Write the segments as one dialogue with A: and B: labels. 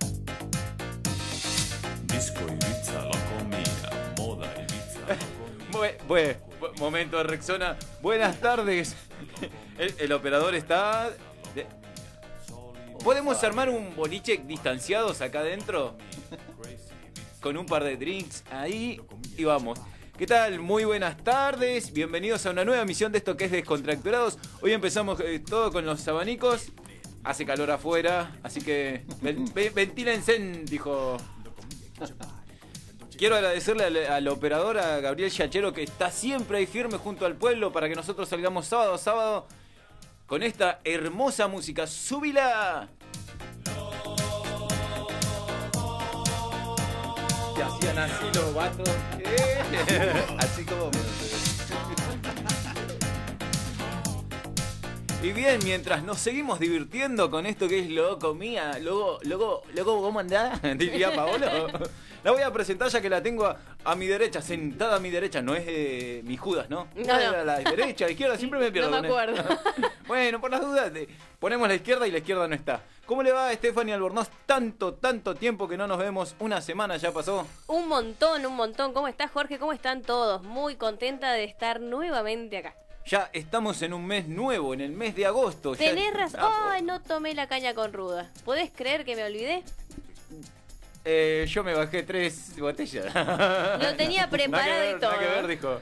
A: Bue- bue- bu- momento, Rexona. Buenas tardes. El, el operador está. de- ¿Podemos armar un boliche distanciados acá adentro? Con un par de drinks ahí y vamos. ¿Qué tal? Muy buenas tardes. Bienvenidos a una nueva emisión de esto que es Descontracturados. Hoy empezamos eh, todo con los abanicos. Hace calor afuera, así que ven- ven- ventílense, dijo Quiero agradecerle al, al operador, a Gabriel Yachero, que está siempre ahí firme junto al pueblo para que nosotros salgamos sábado a sábado con esta hermosa música. ¡Súbila!
B: Te hacían así los vatos. así como.
A: Y bien, mientras nos seguimos divirtiendo con esto que es loco mía, luego, luego, luego, ¿cómo andás? Diría Paolo. La voy a presentar ya que la tengo a, a mi derecha, sentada a mi derecha, no es eh, mi Judas, ¿no?
C: No, no.
A: Ah, era la derecha, la izquierda, siempre me pierdo.
C: No me
A: con esto.
C: acuerdo.
A: Bueno, por las dudas, eh, ponemos la izquierda y la izquierda no está. ¿Cómo le va a Stephanie Albornoz? Tanto, tanto tiempo que no nos vemos. Una semana ya pasó.
C: Un montón, un montón. ¿Cómo estás, Jorge? ¿Cómo están todos? Muy contenta de estar nuevamente acá.
A: Ya estamos en un mes nuevo, en el mes de agosto. Ya-
C: Tenés razón.
A: Ah,
C: Ay, no tomé la caña con ruda. ¿Podés creer que me olvidé?
A: eh, yo me bajé tres botellas.
C: Lo tenía preparado
A: Nada que ver,
C: y todo.
A: nada que ver, dijo.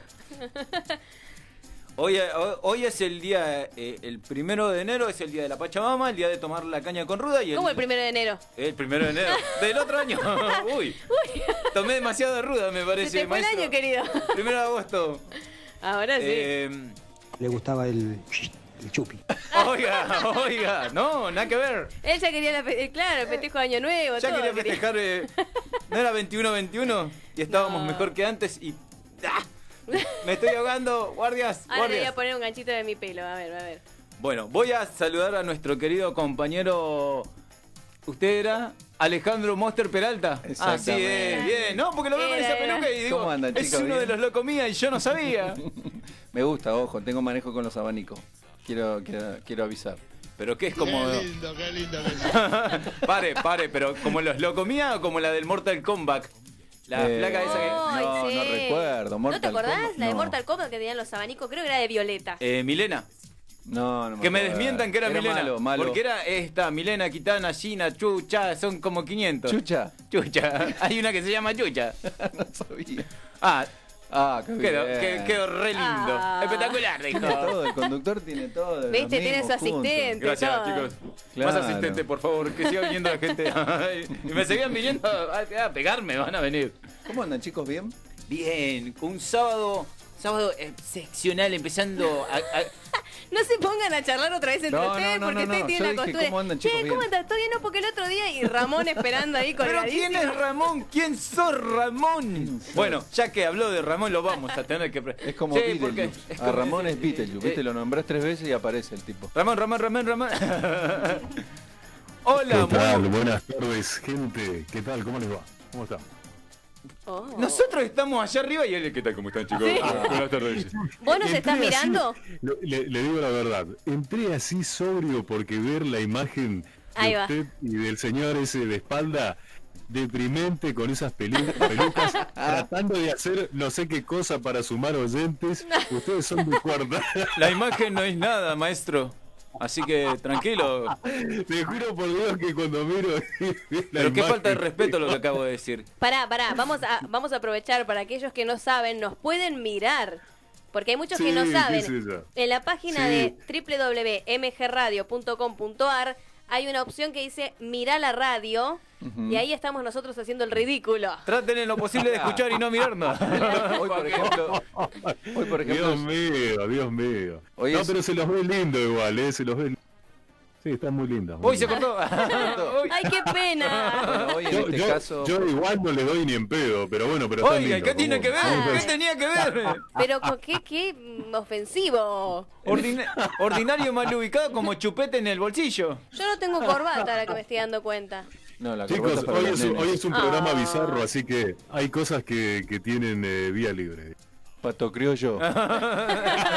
A: Hoy, eh, hoy- hoy es el día, eh, el primero de enero es el día de la Pachamama, el día de tomar la caña con ruda y el,
C: ¿Cómo el primero de enero?
A: el primero de enero del otro año. Uy, tomé demasiado de ruda, me
C: Se
A: parece,
C: te fue el
A: maestro.
C: año, querido.
A: Primero de agosto.
C: Ahora sí.
A: Eh,
D: Le gustaba el, el chupi.
A: oiga, oiga, no, nada que ver.
C: Él ya quería, la fe- eh, claro, el festejo de año nuevo.
A: Ya
C: todo,
A: quería festejar. eh, ¿No era 21-21? Y estábamos
C: No.
A: mejor que antes y. ¡Ah! Me estoy ahogando, guardias,
C: Ahora le voy
A: guardias.
C: a poner un ganchito de mi pelo. A ver, a ver.
A: Eh, Bueno, voy a saludar a nuestro querido compañero. ¿Usted era? Alejandro Monster Peralta. Así
B: Ah, Exactamente.
A: es, bien. No, porque lo veo con
C: Era,
A: esa
C: era.
A: peluca y digo,
B: ¿Cómo andan,
A: es
B: chicos?
A: uno de
B: ¿Bien?
A: los locomías y yo no sabía.
B: Me gusta, ojo, tengo manejo con los abanicos. Quiero, quiero, quiero avisar.
A: Pero que es como...
E: Qué lindo, qué lindo que es.
A: pare, pare, pero como los locomía o como la del Mortal Kombat. La
B: Eh,
A: placa esa que...
C: Ay,
B: no,
C: sí.
B: no recuerdo,
C: ¿No te
B: Mortal
C: acordás?
B: Kombat,
C: La de
B: no.
C: Mortal Kombat que tenían los abanicos. Creo que era de Violeta.
A: Eh, Milena.
B: No, no
A: Que me
B: acuerdo.
A: desmientan que era, Milena.
B: Malo, malo.
A: Porque era esta, Milena, Kitana, Gina, Chucha, son como 500.
B: Chucha.
A: Chucha. Hay una que se llama Chucha.
B: no sabía.
A: Ah,
B: Ah, qué
A: quedó,
B: bien.
A: que- quedó re lindo.
C: Ah.
A: Espectacular,
B: Tiene
A: dijo.
B: todo, el conductor tiene todo. los
C: Viste, tiene
B: mismos
C: su
B: juntos.
C: asistente.
A: Gracias,
C: todo.
A: chicos.
B: Claro.
A: Más asistente, por favor, que siga viniendo la gente. Ay, y me seguían viniendo a, a pegarme, van a venir.
B: ¿Cómo andan, chicos? ¿Bien?
A: Bien, un sábado, sábado
C: eh,
A: excepcional, empezando a- a,
C: No se pongan a charlar otra vez entre
B: No, no,
C: ustedes
B: no,
C: porque
B: no,
C: ustedes
B: no.
C: tienen
B: Yo
C: la
B: dije,
C: costumbre.
B: ¿cómo andan,
C: che,
B: chicos?
C: ¿cómo
B: Bien.
C: andan? ¿Todo bien? No, porque el otro día y Ramón esperando ahí con
A: Pero ¿quién es Ramón? ¿Quién sos Ramón? Bueno, ya que habló de Ramón, lo vamos a tener que. pre-
B: Es como
A: Sí, porque
B: Beetlejuice.
A: es
B: A
A: como-
B: Ramón es Beetlejuice.
A: Eh,
B: Viste, lo nombrás tres veces y aparece el tipo.
A: Ramón, Ramón, Ramón, Ramón. Hola,
F: ¿Qué tal?
A: Mo.
F: Buenas tardes, gente. ¿Qué tal? ¿Cómo les va? ¿Cómo están?
C: ¿Ah,
A: Nosotros estamos allá arriba y él, ¿qué tal? ¿Cómo están, chicos? Ah, Buenas tardes.
C: ¿Vos nos
F: Entré
C: estás
F: así-
C: mirando?
F: lo- Le, le digo la verdad. Entré así sobrio porque ver la imagen
C: Ahí
F: de
C: va.
F: usted y del señor ese de espalda deprimente con esas pelu- pelucas tratando de hacer no sé qué cosa para sumar oyentes. Ustedes son de cuerda.
A: La imagen no es nada, maestro. Así que tranquilo.
F: Te juro por Dios que cuando miro. la
A: Pero qué
F: imagen-
A: falta de respeto lo que acabo de decir.
C: Pará, pará, vamos a, vamos a aprovechar para aquellos que no saben, nos pueden mirar. Porque hay muchos que
F: Sí,
C: no
F: qué
C: saben.
F: sé yo.
C: en la página
F: Sí.
C: de www.mgradio.com.ar hay una opción que dice Mirá la radio. Y ahí estamos nosotros haciendo el ridículo.
A: Traten en lo posible de escuchar y no mirarnos.
B: Hoy, por ejemplo. Hoy, por ejemplo.
F: Dios mío, Dios mío.
B: Hoy
F: no,
B: es-
F: pero se los ve lindo igual, ¿eh? Se los ve. Sí, están muy lindos. muy
A: Hoy se
F: lindos.
A: cortó. Uy.
C: ¡Ay, qué pena!
B: Bueno, hoy en
F: Yo,
B: este
F: yo-
B: caso.
F: yo igual no le doy ni en pedo, pero bueno, pero están
A: Oiga,
F: lindos,
A: ¿qué tiene
F: como-
A: que ver?
F: como
A: ¿Qué
C: Ay.
F: ustedes.
A: tenía que ver?
C: Pero con qué, qué mm, ofensivo.
A: Ordina- ordinario mal ubicado como chupete en el bolsillo.
C: Yo no tengo corbata ahora que me estoy dando cuenta.
B: No, la corbata
F: Chicos,
B: para
F: hoy
B: los
F: es, un,
B: nenes.
F: hoy es un programa
C: Ah.
F: bizarro, así que hay cosas que, que tienen eh, vía libre.
B: Pato criollo.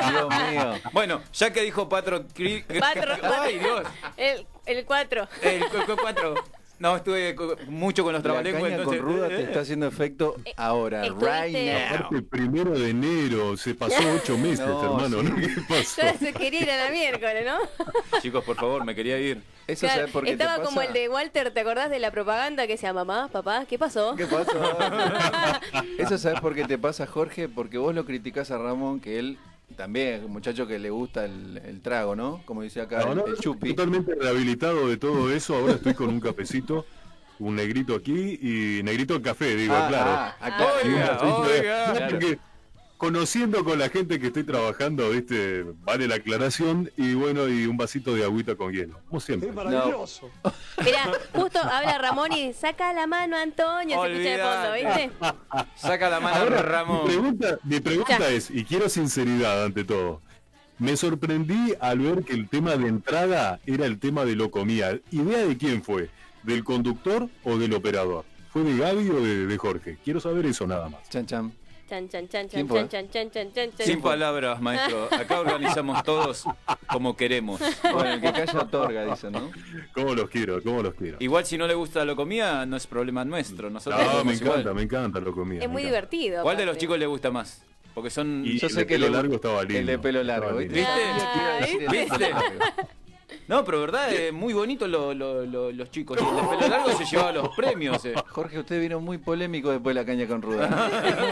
B: Dios mío.
A: Bueno, ya que dijo Patro... Cri-
C: Patro-
A: Ay, Dios.
C: El, el 4.
A: El 4. No, estuve co- mucho con los
G: La
A: trabalenguas.
G: caña
A: Entonces,
G: con ruda te
A: eh,
G: está haciendo efecto
C: Eh,
G: ahora, right
C: estuviste-
G: now.
F: Aparte, primero de enero, se pasó ocho meses,
G: No,
F: hermano.
G: sí.
F: ¿no? ¿Qué pasó?
C: Yo ya se quería ir a la miércoles, ¿no?
A: Chicos, por favor, me quería ir.
G: Eso
C: Claro,
G: sabes por qué te
C: estaba
G: pasa?
C: como el de Walter, ¿te acordás de la propaganda que decía mamá, papá, qué pasó?
G: ¿Qué pasa? Eso sabes por qué te pasa, Jorge, porque vos lo criticás a Ramón, que él también es un muchacho que le gusta el, el trago, ¿no? Como dice acá
F: No,
G: el,
F: no,
G: el chupi.
F: Totalmente rehabilitado de todo eso. Ahora estoy con un cafecito, un negrito aquí y negrito al café, digo,
G: Ah,
F: claro.
G: ah, acá.
C: Ah.
F: Y un
A: Oiga,
F: cafecito de-
A: oiga.
F: No, porque Conociendo con la gente que estoy trabajando, viste, vale la aclaración y bueno, y un vasito de agüita con hielo, como siempre.
G: maravilloso.
C: Mirá, justo habla Ramón y saca la mano Antonio, se escucha de fondo,
A: Olvidate.
C: ¿viste?
A: Saca la mano,
F: Ahora, Mi
A: Ramón.
F: pregunta, mi pregunta
C: Ya.
F: es, y quiero sinceridad ante todo. Me sorprendí al ver que el tema de entrada era el tema de lo comía. ¿Idea de quién fue? ¿Del conductor o del operador? ¿Fue de Gaby o de, de Jorge? Quiero saber eso nada más.
G: Chan, chan.
C: Chan, chan, chan, chan,
G: ¿Quién fue?
C: chan, chan, chan, chan, chan, chan.
A: Sin palabras, maestro. Acá organizamos todos como queremos.
G: Bueno, el que calla otorga, dicen, ¿no?
F: ¿Cómo los quiero? ¿Cómo los quiero?
A: Igual si no le gusta la comida, no es problema nuestro. Nosotros
F: No, me
A: comemos igual.
F: encanta, me encanta lo comía.
C: Es
F: me
C: muy
F: encanta.
C: divertido.
A: ¿Cuál de
C: aparte.
A: los chicos le gusta más? Porque son...
F: Y-
G: Yo
F: el
G: sé
F: de
G: que
F: pelo
G: le-
F: largo estaba
G: El de
F: lindo,
G: pelo
F: estaba
G: largo,
F: lindo.
G: ¿viste?
C: Ah,
G: Te iba a decir el de pelo
A: ¿viste?
G: largo.
A: No, pero verdad, es muy bonito lo- lo- lo- los chicos. Y el de pelo largo se llevaba los premios. eh.
G: Jorge, usted vino muy polémico después de la caña con ruda. ¿no?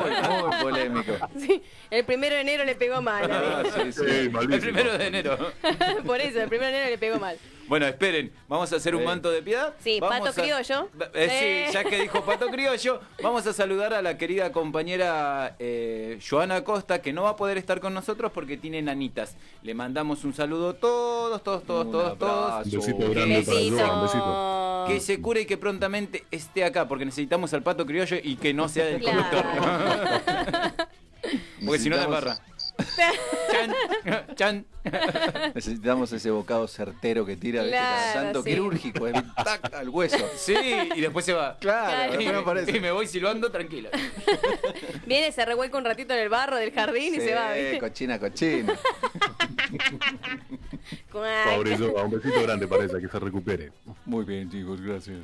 G: Muy, muy polémico.
C: Sí, el primero de enero le pegó mal.
G: Ah,
C: ¿eh?
G: sí, sí.
F: Sí,
A: El
F: malísimo.
A: primero de enero.
C: Por eso, el primero de enero le pegó mal.
A: Bueno, esperen, vamos a hacer un
G: Sí.
A: manto de piedad.
C: Sí,
A: Vamos
C: Pato Criollo.
A: Eh,
C: Sí.
A: Sí, ya que dijo Pato Criollo, vamos a saludar a la querida compañera eh, Joana Costa, que no va a poder estar con nosotros porque tiene nanitas. Le mandamos un saludo a todos, todos, todos,
G: Un
A: todos, todos.
G: abrazo.
F: Un besito
G: Qué
F: grande para
C: Besito.
F: Joan, un besito.
A: Que se cure y que prontamente esté acá, porque necesitamos al Pato Criollo y que no sea el conductor.
C: Claro.
A: Porque si no, de barra.
G: Necesitamos-
A: Chan, chan.
G: Necesitamos ese bocado certero que tira, ¿viste?
C: Claro,
G: Santo
C: sí.
G: quirúrgico, es tac al hueso.
A: Sí, y después se va.
G: Claro,
A: Y
G: después no
A: me,
G: aparece.
A: y me voy silbando tranquilo.
C: Viene, se revuelca un ratito en el barro del jardín y
G: Sí,
C: se va. ¿viste?
G: cochina, cochina.
C: Cuac.
F: Pobre Joan, un besito grande para ella, que se recupere.
G: Muy bien, chicos, gracias.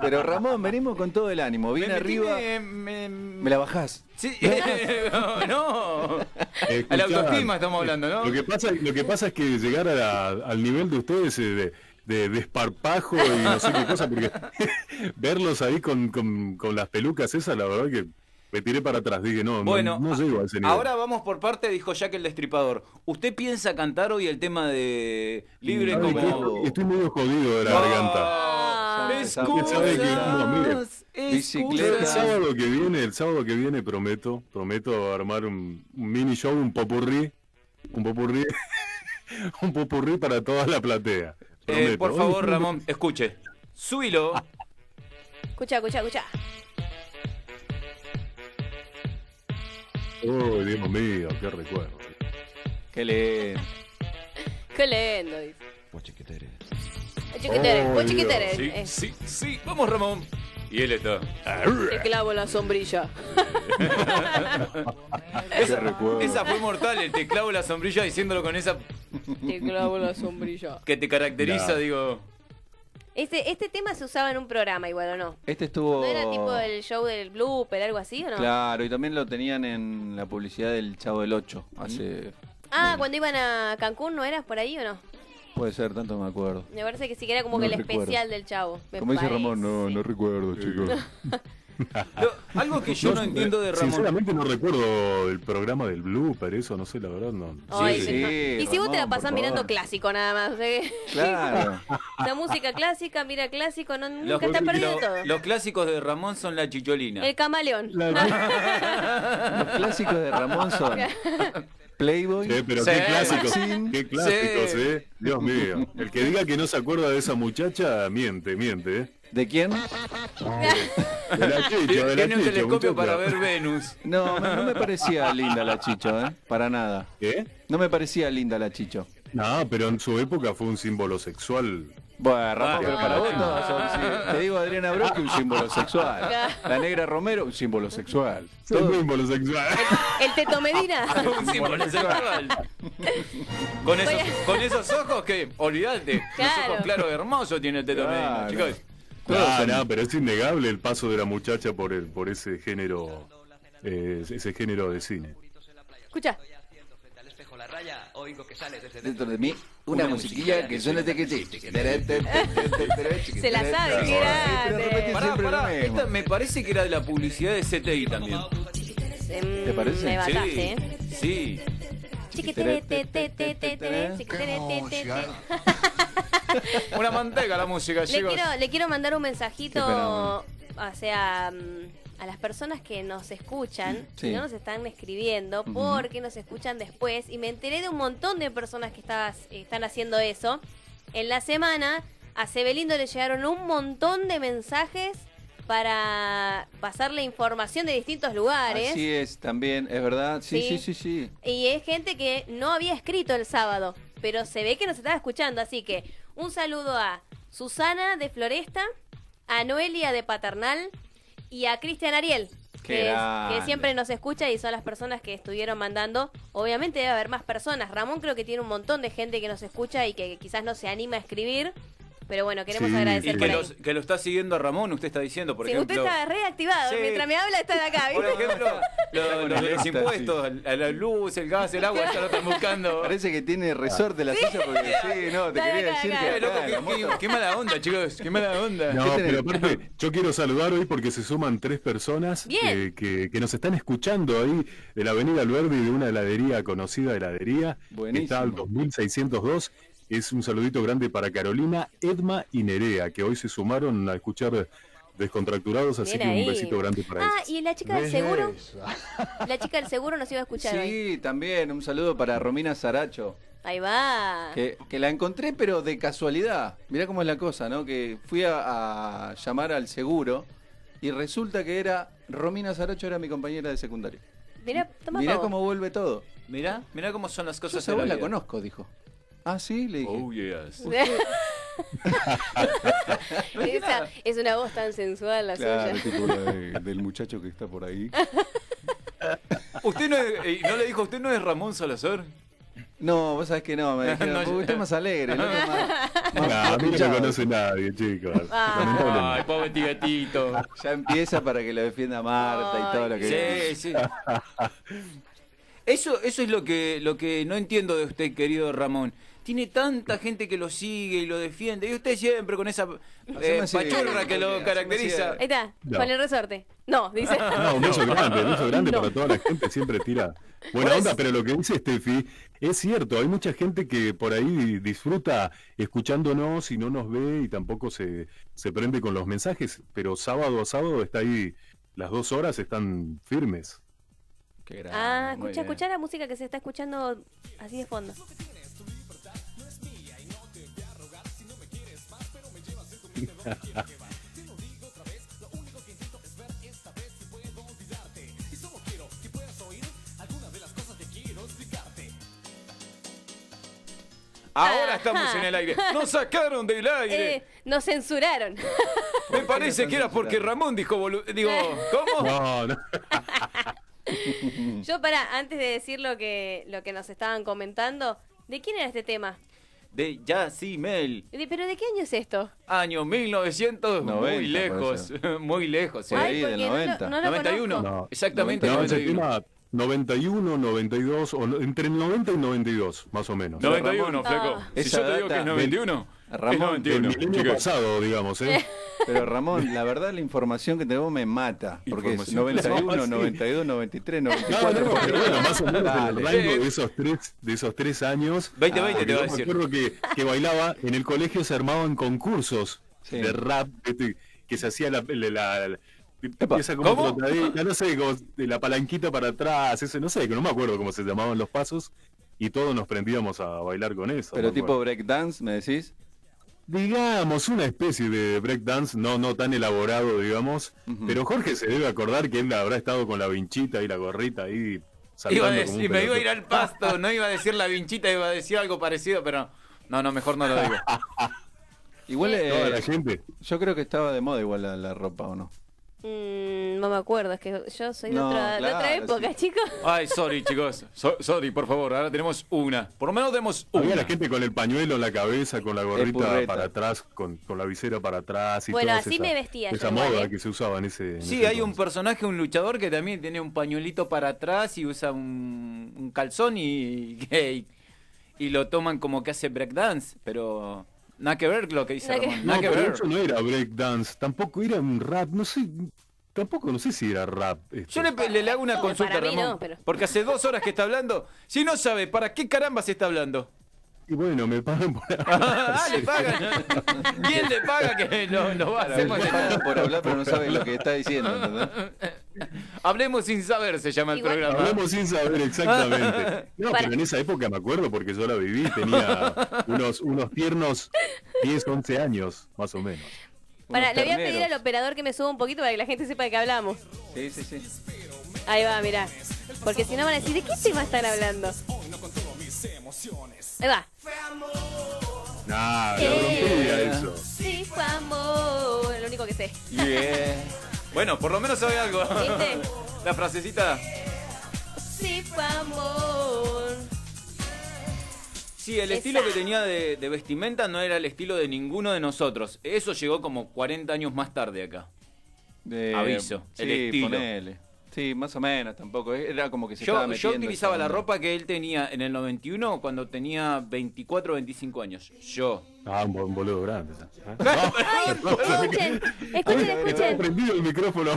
G: Pero Ramón, venimos con todo el ánimo. Bien
A: Me metí,
G: arriba,
A: me- me-
G: me la bajás.
A: Sí, eh, no, no. A la
F: Escuchá, eh,
A: autoestima estamos hablando, ¿no?
F: Lo que pasa, lo que pasa es que llegar a la- al nivel de ustedes eh, de, de desparpajo y no sé qué cosa, porque verlos ahí con, con- con las pelucas esas, la verdad que me tiré para atrás, dije, no, no-
A: Bueno,
F: no, llego a ese nivel.
A: Ahora vamos por parte, dijo Jack el Destripador. ¿Usted piensa cantar hoy el tema de Libre
F: Ay,
A: como...
F: creo- estoy medio jodido de la
A: No.
F: garganta.
C: Ah.
A: Excusas,
F: Sabe que- no, mire.
A: excusas.
F: Yo El
G: Bicicleta.
F: sábado que viene, el sábado que viene prometo, prometo armar un, un mini show, un popurrí, un popurrí, un popurrí para toda la platea.
A: Eh,
F: Prometo.
A: por
F: Hoy
A: favor,
F: estoy-
A: Ramón, escuche. Subilo.
C: Escucha, escucha, escucha.
F: Oh, Dios mío, qué recuerdo.
G: Qué lindo.
C: Qué lindo, dice.
F: Oh,
C: Chiquiteres, pues chiquiteres.
A: Sí,
C: eh,
A: sí, sí. Vamos, Ramón. Y él está.
C: Te clavo la sombrilla.
G: Qué recuerdo.
A: Esa fue mortal, el te clavo la sombrilla diciéndolo con esa
C: Te clavo la sombrilla.
A: que te caracteriza,
F: No.
A: digo.
C: Este, este tema se usaba en un programa igual, ¿o no?
G: Este estuvo.
C: ¿No era tipo el show del blooper, algo así, o no?
G: Claro, y también lo tenían en la publicidad del Chavo del 8.
F: ¿Mm?
G: Hace.
C: Ah, cuando iban a Cancún, ¿no eras por ahí o no?
G: Puede ser, tanto me acuerdo.
C: Me parece que sí que era como
G: No
C: que el
G: recuerdo.
C: especial del chavo. me
G: Como dice
C: parece.
G: Ramón, no, no recuerdo, chicos.
A: Lo- algo que yo no entiendo de Ramón.
F: eh, Sinceramente no recuerdo el programa del blooper, eso no sé, la verdad no.
C: Ay,
G: Sí,
C: sí, no.
G: sí,
C: y si vos te la
G: Ramón, por
C: pasás mirando
G: favor.
C: clásico nada más. o sea que-
G: Claro.
C: La música clásica, mira clásico, no,
A: Los,
C: nunca está perdido
A: lo-
C: todo.
A: los clásicos de Ramón son la chicholina.
C: El camaleón.
F: La-
G: Los clásicos de Ramón son Playboy.
F: Sí, pero
A: Sí.
F: qué clásicos,
G: Maxine.
F: qué clásicos,
A: Sí.
F: eh. Dios mío. El que diga que no se acuerda de esa muchacha, miente, miente, eh.
G: ¿De quién?
F: De la chicha, de la
A: Tiene un
F: chicha, muchacha.
A: telescopio para ver Venus.
G: No, no me parecía linda la Chicho, ¿eh? Para nada.
F: ¿Qué?
G: No me parecía linda la Chicho.
F: No, pero en su época fue un símbolo sexual.
G: Bueno, Rafa,
A: Bueno,
G: pero para vos
A: bueno.
G: todos son, sí. Te digo Adriana Brock, un símbolo sexual. La negra Romero, un símbolo sexual.
F: Un
G: Todo-
F: símbolo sexual.
C: El Teto Medina.
A: Un símbolo sexual. Con esos,
C: Voy a-
A: con esos ojos que, olvidate, los
C: Claro.
A: ojos claros hermosos tiene el teto
G: Claro.
A: Medina, chicos.
F: Ah, no, pero es innegable el paso de la muchacha por el, por ese género, eh, ese género de cine.
C: Escucha.
H: espejo la raya, oigo que sale desde
G: Dentro de mí, una, musiquilla que suena tequetí.
C: Se
G: Se
C: la sabe, qué grande.
A: Pará, pará. Esta me parece que era de la publicidad de CTI también.
C: Mm,
G: ¿Te parece?
C: Me mataste, ¿eh?
A: Sí.
C: Chiquitere, te, te, te, te, te, chiquitere, te, te, te.
A: Una manteca la música,
C: Le
A: chicos.
C: quiero, le quiero mandar un
G: Qué
C: mensajito, o sea, mm, a las personas que nos escuchan,
G: Sí.
C: que no nos están escribiendo,
G: Ujú.
C: porque nos escuchan después. Y me enteré de un montón de personas que estabas- están haciendo eso. En la semana, a Sebelindo le llegaron un montón de mensajes para pasarle información de distintos lugares.
G: Así es, también, es verdad. Sí,
C: Sí.
G: sí, sí, sí.
C: Y es gente que no había escrito el sábado, pero se ve que nos estaba escuchando. Así que un saludo a Susana de Floresta, a Noelia de Paternal y a Cristian Ariel,
G: Qué
C: que, es-
G: grande.
C: que siempre nos escucha y son las personas que estuvieron mandando. Obviamente debe haber más personas. Ramón creo que tiene un montón de gente que nos escucha y que quizás no se anima a escribir. Pero bueno, queremos
F: Sí,
A: Y
C: agradecer
A: que,
C: por ahí.
A: los- que lo está siguiendo a Ramón, usted está diciendo, por
C: Sí,
A: ejemplo.
C: usted está reactivado.
A: Sí.
C: Mientras me habla, está de acá,
A: Por
C: ¿viste?
A: ejemplo, lo- lo- los
G: Sí.
A: impuestos, la, la luz, el gas, el agua, ya lo están buscando.
G: Parece que tiene resorte la silla porque sí, no, te
C: Dale,
G: quería
C: acá,
G: decir
C: acá.
A: Eh,
G: que
A: loco,
G: acá, la
A: qué,
G: moto-
A: qué- qué mala onda, chicos, qué mala onda.
F: No,
G: ¿Qué
F: pero
G: tenés?
F: aparte, yo quiero saludar hoy porque se suman tres personas
C: Bien.
F: eh, que, que nos están escuchando ahí de la Avenida Alberdi, de una heladería conocida, heladería, que
G: Buenísimo.
F: está al 2602. Es un saludito grande para Carolina, Edma y Nerea, que hoy se sumaron a escuchar descontracturados, así
C: Bien
F: que
C: ahí.
F: un besito grande para
C: Ah,
F: ellos.
C: y la chica del seguro. La chica del seguro nos iba a escuchar hoy.
G: Sí, también un saludo para Romina Saracho,
C: Ahí va.
G: que, que la encontré pero de casualidad. Mirá cómo es la cosa, ¿no? Que fui a, a llamar al seguro y resulta que era Romina Saracho era mi compañera de secundario.
C: Mira, toma pa' vos.
G: Mirá cómo vuelve todo.
A: Mirá, mirá cómo son las
G: Yo
A: cosas.
G: a
A: de
G: vos la
A: vida.
G: conozco, dijo. Ah, sí, le dije.
A: Oh, yes.
C: Esa es una voz tan sensual la suya.
G: tipo la de- del muchacho que está por ahí.
A: ¿Usted no, es- eh, no le dijo, usted no es Ramón Salazar?
G: No, vos sabés que no, me dijeron,
A: No,
G: "Porque
A: yo-
G: usted es más alegre, ¿no? Más- más-
F: Ah, a mí no me
G: pinchado".
F: conoce nadie, chicos.
A: Ay,
F: Lamentablemente.
A: pobre tigatito.
G: Ya empieza para que la defienda Marta y todo lo que...
A: Sí, sí. Eso, eso es lo que, lo que no entiendo de usted, querido Ramón. Tiene tanta gente que lo sigue y lo defiende. Y usted siempre con esa eh,
G: Haceme así,
A: pachorra que lo
G: haceme
A: caracteriza.
G: así.
C: Ahí está,
F: No.
C: con el resorte. No, dice.
G: Ah,
F: No, un beso grande, un beso grande para toda la gente, siempre tira buena onda, pero lo que dice Steffi es cierto, hay mucha gente que por ahí disfruta escuchándonos y no nos ve y tampoco se, se prende con los mensajes, pero sábado a sábado está ahí, las dos horas están firmes.
G: Qué grande,
C: Ah,
G: muy
C: escucha,
G: bien.
C: escucha la música que se está escuchando así de fondo.
A: Ahora
C: Ajá.
A: estamos en el aire. Nos sacaron del aire.
C: Eh, nos censuraron.
A: Me parece que era porque Ramón dijo, bolu- digo, ¿cómo?
F: No, no.
C: Yo para antes de decir lo que lo que nos estaban comentando, ¿de quién era este tema?
A: De Yacimel,
C: De- pero ¿de qué año es esto?
A: año 1900, muy
G: 90,
A: lejos, muy lejos.
G: Sí,
A: ¿eh?
G: ahí, del
C: no lo-
G: 90.
C: no lo
A: 91,
C: conozco.
F: No.
A: exactamente
F: No, ese
A: 91.
F: tema 91, 92, o no- entre el 90 y 92, más o menos.
A: 91,
G: Ramón.
A: flaco.
C: Ah.
A: Si
G: Esa
A: yo te digo
G: data-
A: que es 91, es
G: Ah, Ramón,
A: 91.
F: Del milenio
A: chicos.
F: pasado, digamos, ¿eh?
G: Pero Ramón, la verdad la información que tenemos me mata. Porque es
A: Información.
G: 91,
F: Sí.
G: 92, 93,
F: No,
G: 94.
F: no, no, pero bueno, más o menos en
G: Dale.
F: el rango de esos tres, de esos tres años.
A: 20-20
F: Ah,
A: te va a
F: yo
A: decir.
F: Me acuerdo que, que bailaba, en el colegio se armaban concursos
G: Sí.
F: de rap, este, que se hacía la... la, la- la-
G: Epa,
F: esa como
A: ¿cómo?
F: trotadita, no sé, como de la palanquita para atrás, eso, no sé, que no me acuerdo cómo se llamaban los pasos, y todos nos prendíamos a bailar con eso.
G: Pero
F: me
G: tipo
F: acuerdo.
G: breakdance, ¿me decís?
F: Digamos, una especie de breakdance, no, no tan elaborado, digamos.
G: Ujú.
F: Pero Jorge se debe acordar que él habrá estado con la vinchita y la gorrita ahí. saltando
A: Iba a
F: como un
A: decir- me iba a
F: pelotudo.
A: ir al pasto, no iba a decir la vinchita, iba a decir algo parecido, pero no, no, mejor no lo digo.
G: Igual
F: Toda
G: eh,
F: la gente.
G: yo creo que estaba de moda igual la, la ropa, ¿o no?
C: Mm, no me acuerdo, es que yo soy de,
B: No,
C: otra, de otra
B: claro,
C: época,
B: sí.
C: chicos.
A: Ay, sorry, chicos. So- sorry, por favor. Ahora tenemos una. Por lo menos tenemos
F: Había
A: una.
F: la gente con el pañuelo en la cabeza, con la gorrita
B: Espurreta.
F: para atrás, con, con la visera para atrás y
C: Bueno,
F: todas
C: así
F: esa-
C: me vestía yo
F: Esa
C: igual,
F: moda
C: ¿eh?
F: que se usaba en ese. en
A: Sí,
F: ese
A: hay un
F: entonces.
A: personaje, un luchador que también tiene un pañuelito para atrás y usa un, un calzón y, y, y lo toman como que hace breakdance, pero nada que ver lo que dice
C: Nada que-
F: No,
A: Ramón, nada que
F: pero
A: ver.
F: eso no era breakdance, tampoco era un rap, no sé, tampoco no sé si era rap. este, esto.
A: Yo le, pe- le- le hago una
C: Para
A: consulta a
C: mí
A: Ramón,
C: no, pero-
A: porque hace dos horas que está hablando. Si no sabe, ¿para qué caramba se está hablando?
F: Y bueno, me pagan por
A: Ah, le pagan. ¿Quién le paga que lo, lo va a
B: Le
A: hacer?
B: pagan por hablar, pero no saben lo que está diciendo, ¿entendés?
A: Hablemos sin saber, se llama el
C: Igual-
A: programa.
F: Hablamos sin saber exactamente. No,
C: Para-
F: pero en esa época me acuerdo porque yo la viví, tenía unos, unos tiernos 10, 11 años, más o menos.
C: Para,
B: Unos
C: le voy a pedir
B: terneros.
C: al operador que me suba un poquito para que la gente sepa de qué hablamos.
B: Sí, sí, sí.
C: Ahí va, mirá. Porque si no van a decir, ¿de qué tema están hablando? Ahí va.
F: Nah, Ah, la
C: Eh.
F: rompía eso.
C: Sí, fue amor. Lo único que sé.
A: Bueno, por lo menos sabe algo.
C: ¿Viste?
A: La frasecita.
C: Sí, fue amor.
A: Sí, el
C: Esa.
A: estilo que tenía de, de vestimenta no era el estilo de ninguno de nosotros. Eso llegó como 40 años más tarde acá.
B: De-
A: Aviso,
B: sí,
A: el estilo.
B: ponele. Sí, más o menos tampoco. Era como que se estaba
A: Yo, yo
B: metiendo
A: utilizaba
B: esa
A: la
B: onda.
A: ropa que él tenía en el 91 cuando tenía 24 o 25 años. Yo.
F: Ah, un, bo- un boludo grande. ya. ¿Eh?
C: Escuchen, escuchen,
F: Ay, Estaba
C: escuchen.
F: prendido el micrófono.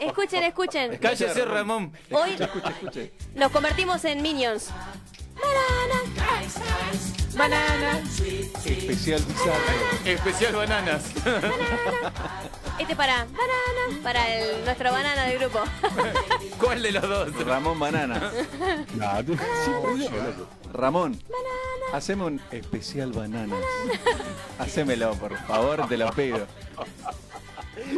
C: Escuchen, escuchen.
A: Cállese, Ramón.
C: Hoy
B: Escuche, escuche.
C: nos convertimos en minions. Banana, banana.
B: Especial bizarro.
A: Especial bananas.
C: Este para banana, para el- nuestro banana del grupo.
A: ¿Cuál de los dos?
B: Ramón Banana.
F: Nah, te- sí, podía, boludo.
B: Ramón, haceme un especial bananas. Hacémelo, por favor, te lo pido.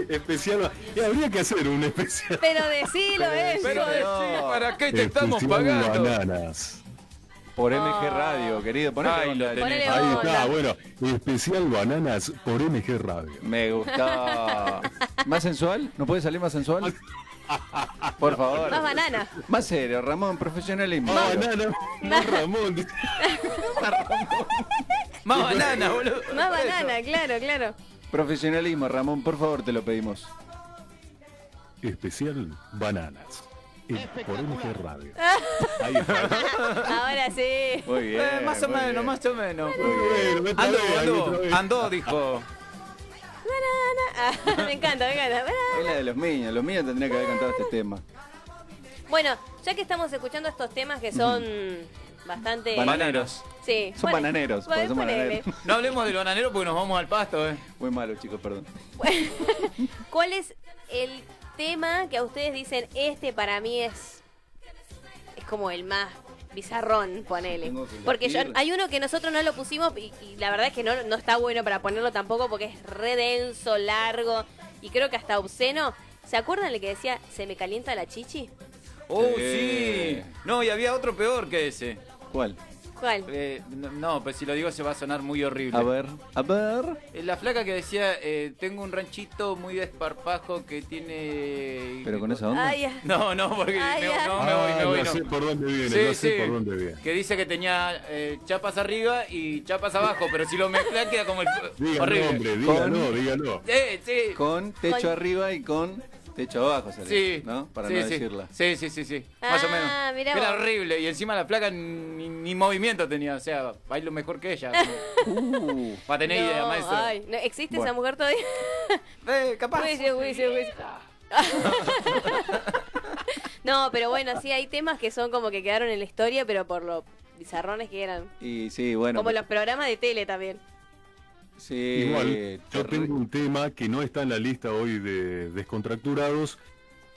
F: especial. y habría que hacer un especial.
C: Pero decilo, eh.
A: Pero decí, ¿para qué te estamos
F: Especial
A: pagando?
F: Bananas.
B: Por MG Radio, querido. Ponele
A: Ay, lo
B: onda.
A: tenés.
C: Ponele
F: Ahí
C: onda.
F: está, bueno, especial bananas por MG Radio.
B: Me gustó. ¿Más sensual? ¿No puede salir más sensual? Por favor.
C: Más banana.
B: Más serio, Ramón, profesionalismo.
F: Ah, banana, no, Ramón.
A: Más bananas, boludo.
C: Más banana, claro, claro.
B: Profesionalismo, Ramón, por favor, te lo pedimos.
F: Especial Bananas. en- Por MG Radio. Ahí está.
C: Ahora sí.
B: Muy bien.
A: Eh, más o
B: muy
A: menos,
B: bien.
A: más o menos.
F: Bueno, me
A: Andó,
F: trabé, me trabé.
A: andó, andó, dijo.
C: Banana. Ah, me encanta, me encanta. Banana.
B: Es la de los niños. Los niños tendrían que haber cantado este tema.
C: Bueno, ya que estamos escuchando estos temas que son bastante.
A: Bananeros.
C: Sí.
B: Son bananeros, pues,
C: bueno,
B: son
C: ponele.
B: bananeros.
A: No hablemos del bananero porque nos vamos al pasto, eh.
B: Muy malo, chicos, perdón.
C: ¿Cuál es el tema que a ustedes dicen este para mí es es como el más bizarrón, ponele?
B: Tengo que elegir.
C: Porque yo- hay uno que nosotros no lo pusimos y, y la verdad es que no, no está bueno para ponerlo tampoco porque es re denso, largo y creo que hasta obsceno. ¿Se acuerdan el que decía se me calienta la chichi?
A: Oh, sí.
B: Sí.
A: No, y había otro peor que ese.
B: Eh, ¿Cuál?
C: ¿Cuál?
A: Eh, no, no, pues si lo digo se va a sonar muy horrible.
B: A ver, a ver.
A: Eh, La flaca que decía, eh, tengo un ranchito muy desparpajo que tiene...
B: Pero con esa onda.
C: Ay, ah,
A: No, no, porque
C: Ay,
A: me-
C: ay.
A: no, me voy,
F: Ah,
A: me voy,
F: no
A: no.
F: sé por dónde viene,
A: Sí,
F: no sé
A: sí.
F: por dónde viene.
A: Que dice que tenía eh, chapas arriba y chapas abajo, pero si lo mezcla queda como el...
F: Diga el
A: horrible.
F: nombre,
A: Eh,
F: dígalo,
B: Con-
F: dígalo.
A: Sí, sí.
B: Con techo
C: Con-
B: arriba y con techo abajo, sería,
A: Sí.
B: ¿no? Para
A: sí,
B: no
A: sí.
B: decirla.
A: Sí, sí, sí, sí. Más o
C: Ah,
A: menos.
C: mirá
A: Era
C: vos.
A: horrible. Y encima la placa ni, ni movimiento tenía. O sea, bailo mejor que ella.
B: Uh,
A: Para tener
C: no,
A: idea, maestro.
C: ay, no, ¿Existe esa
B: Bueno.
C: mujer todavía?
A: Eh, capaz.
C: Juicio, juicio, juicio. No, pero bueno, sí, hay temas que son como que quedaron en la historia, pero por lo bizarrones que eran.
B: y sí, bueno.
C: Como los programas de tele también.
B: Sí,
A: Eh,
F: Igual, yo
B: terri-
F: tengo un tema que no está en la lista hoy de descontracturados,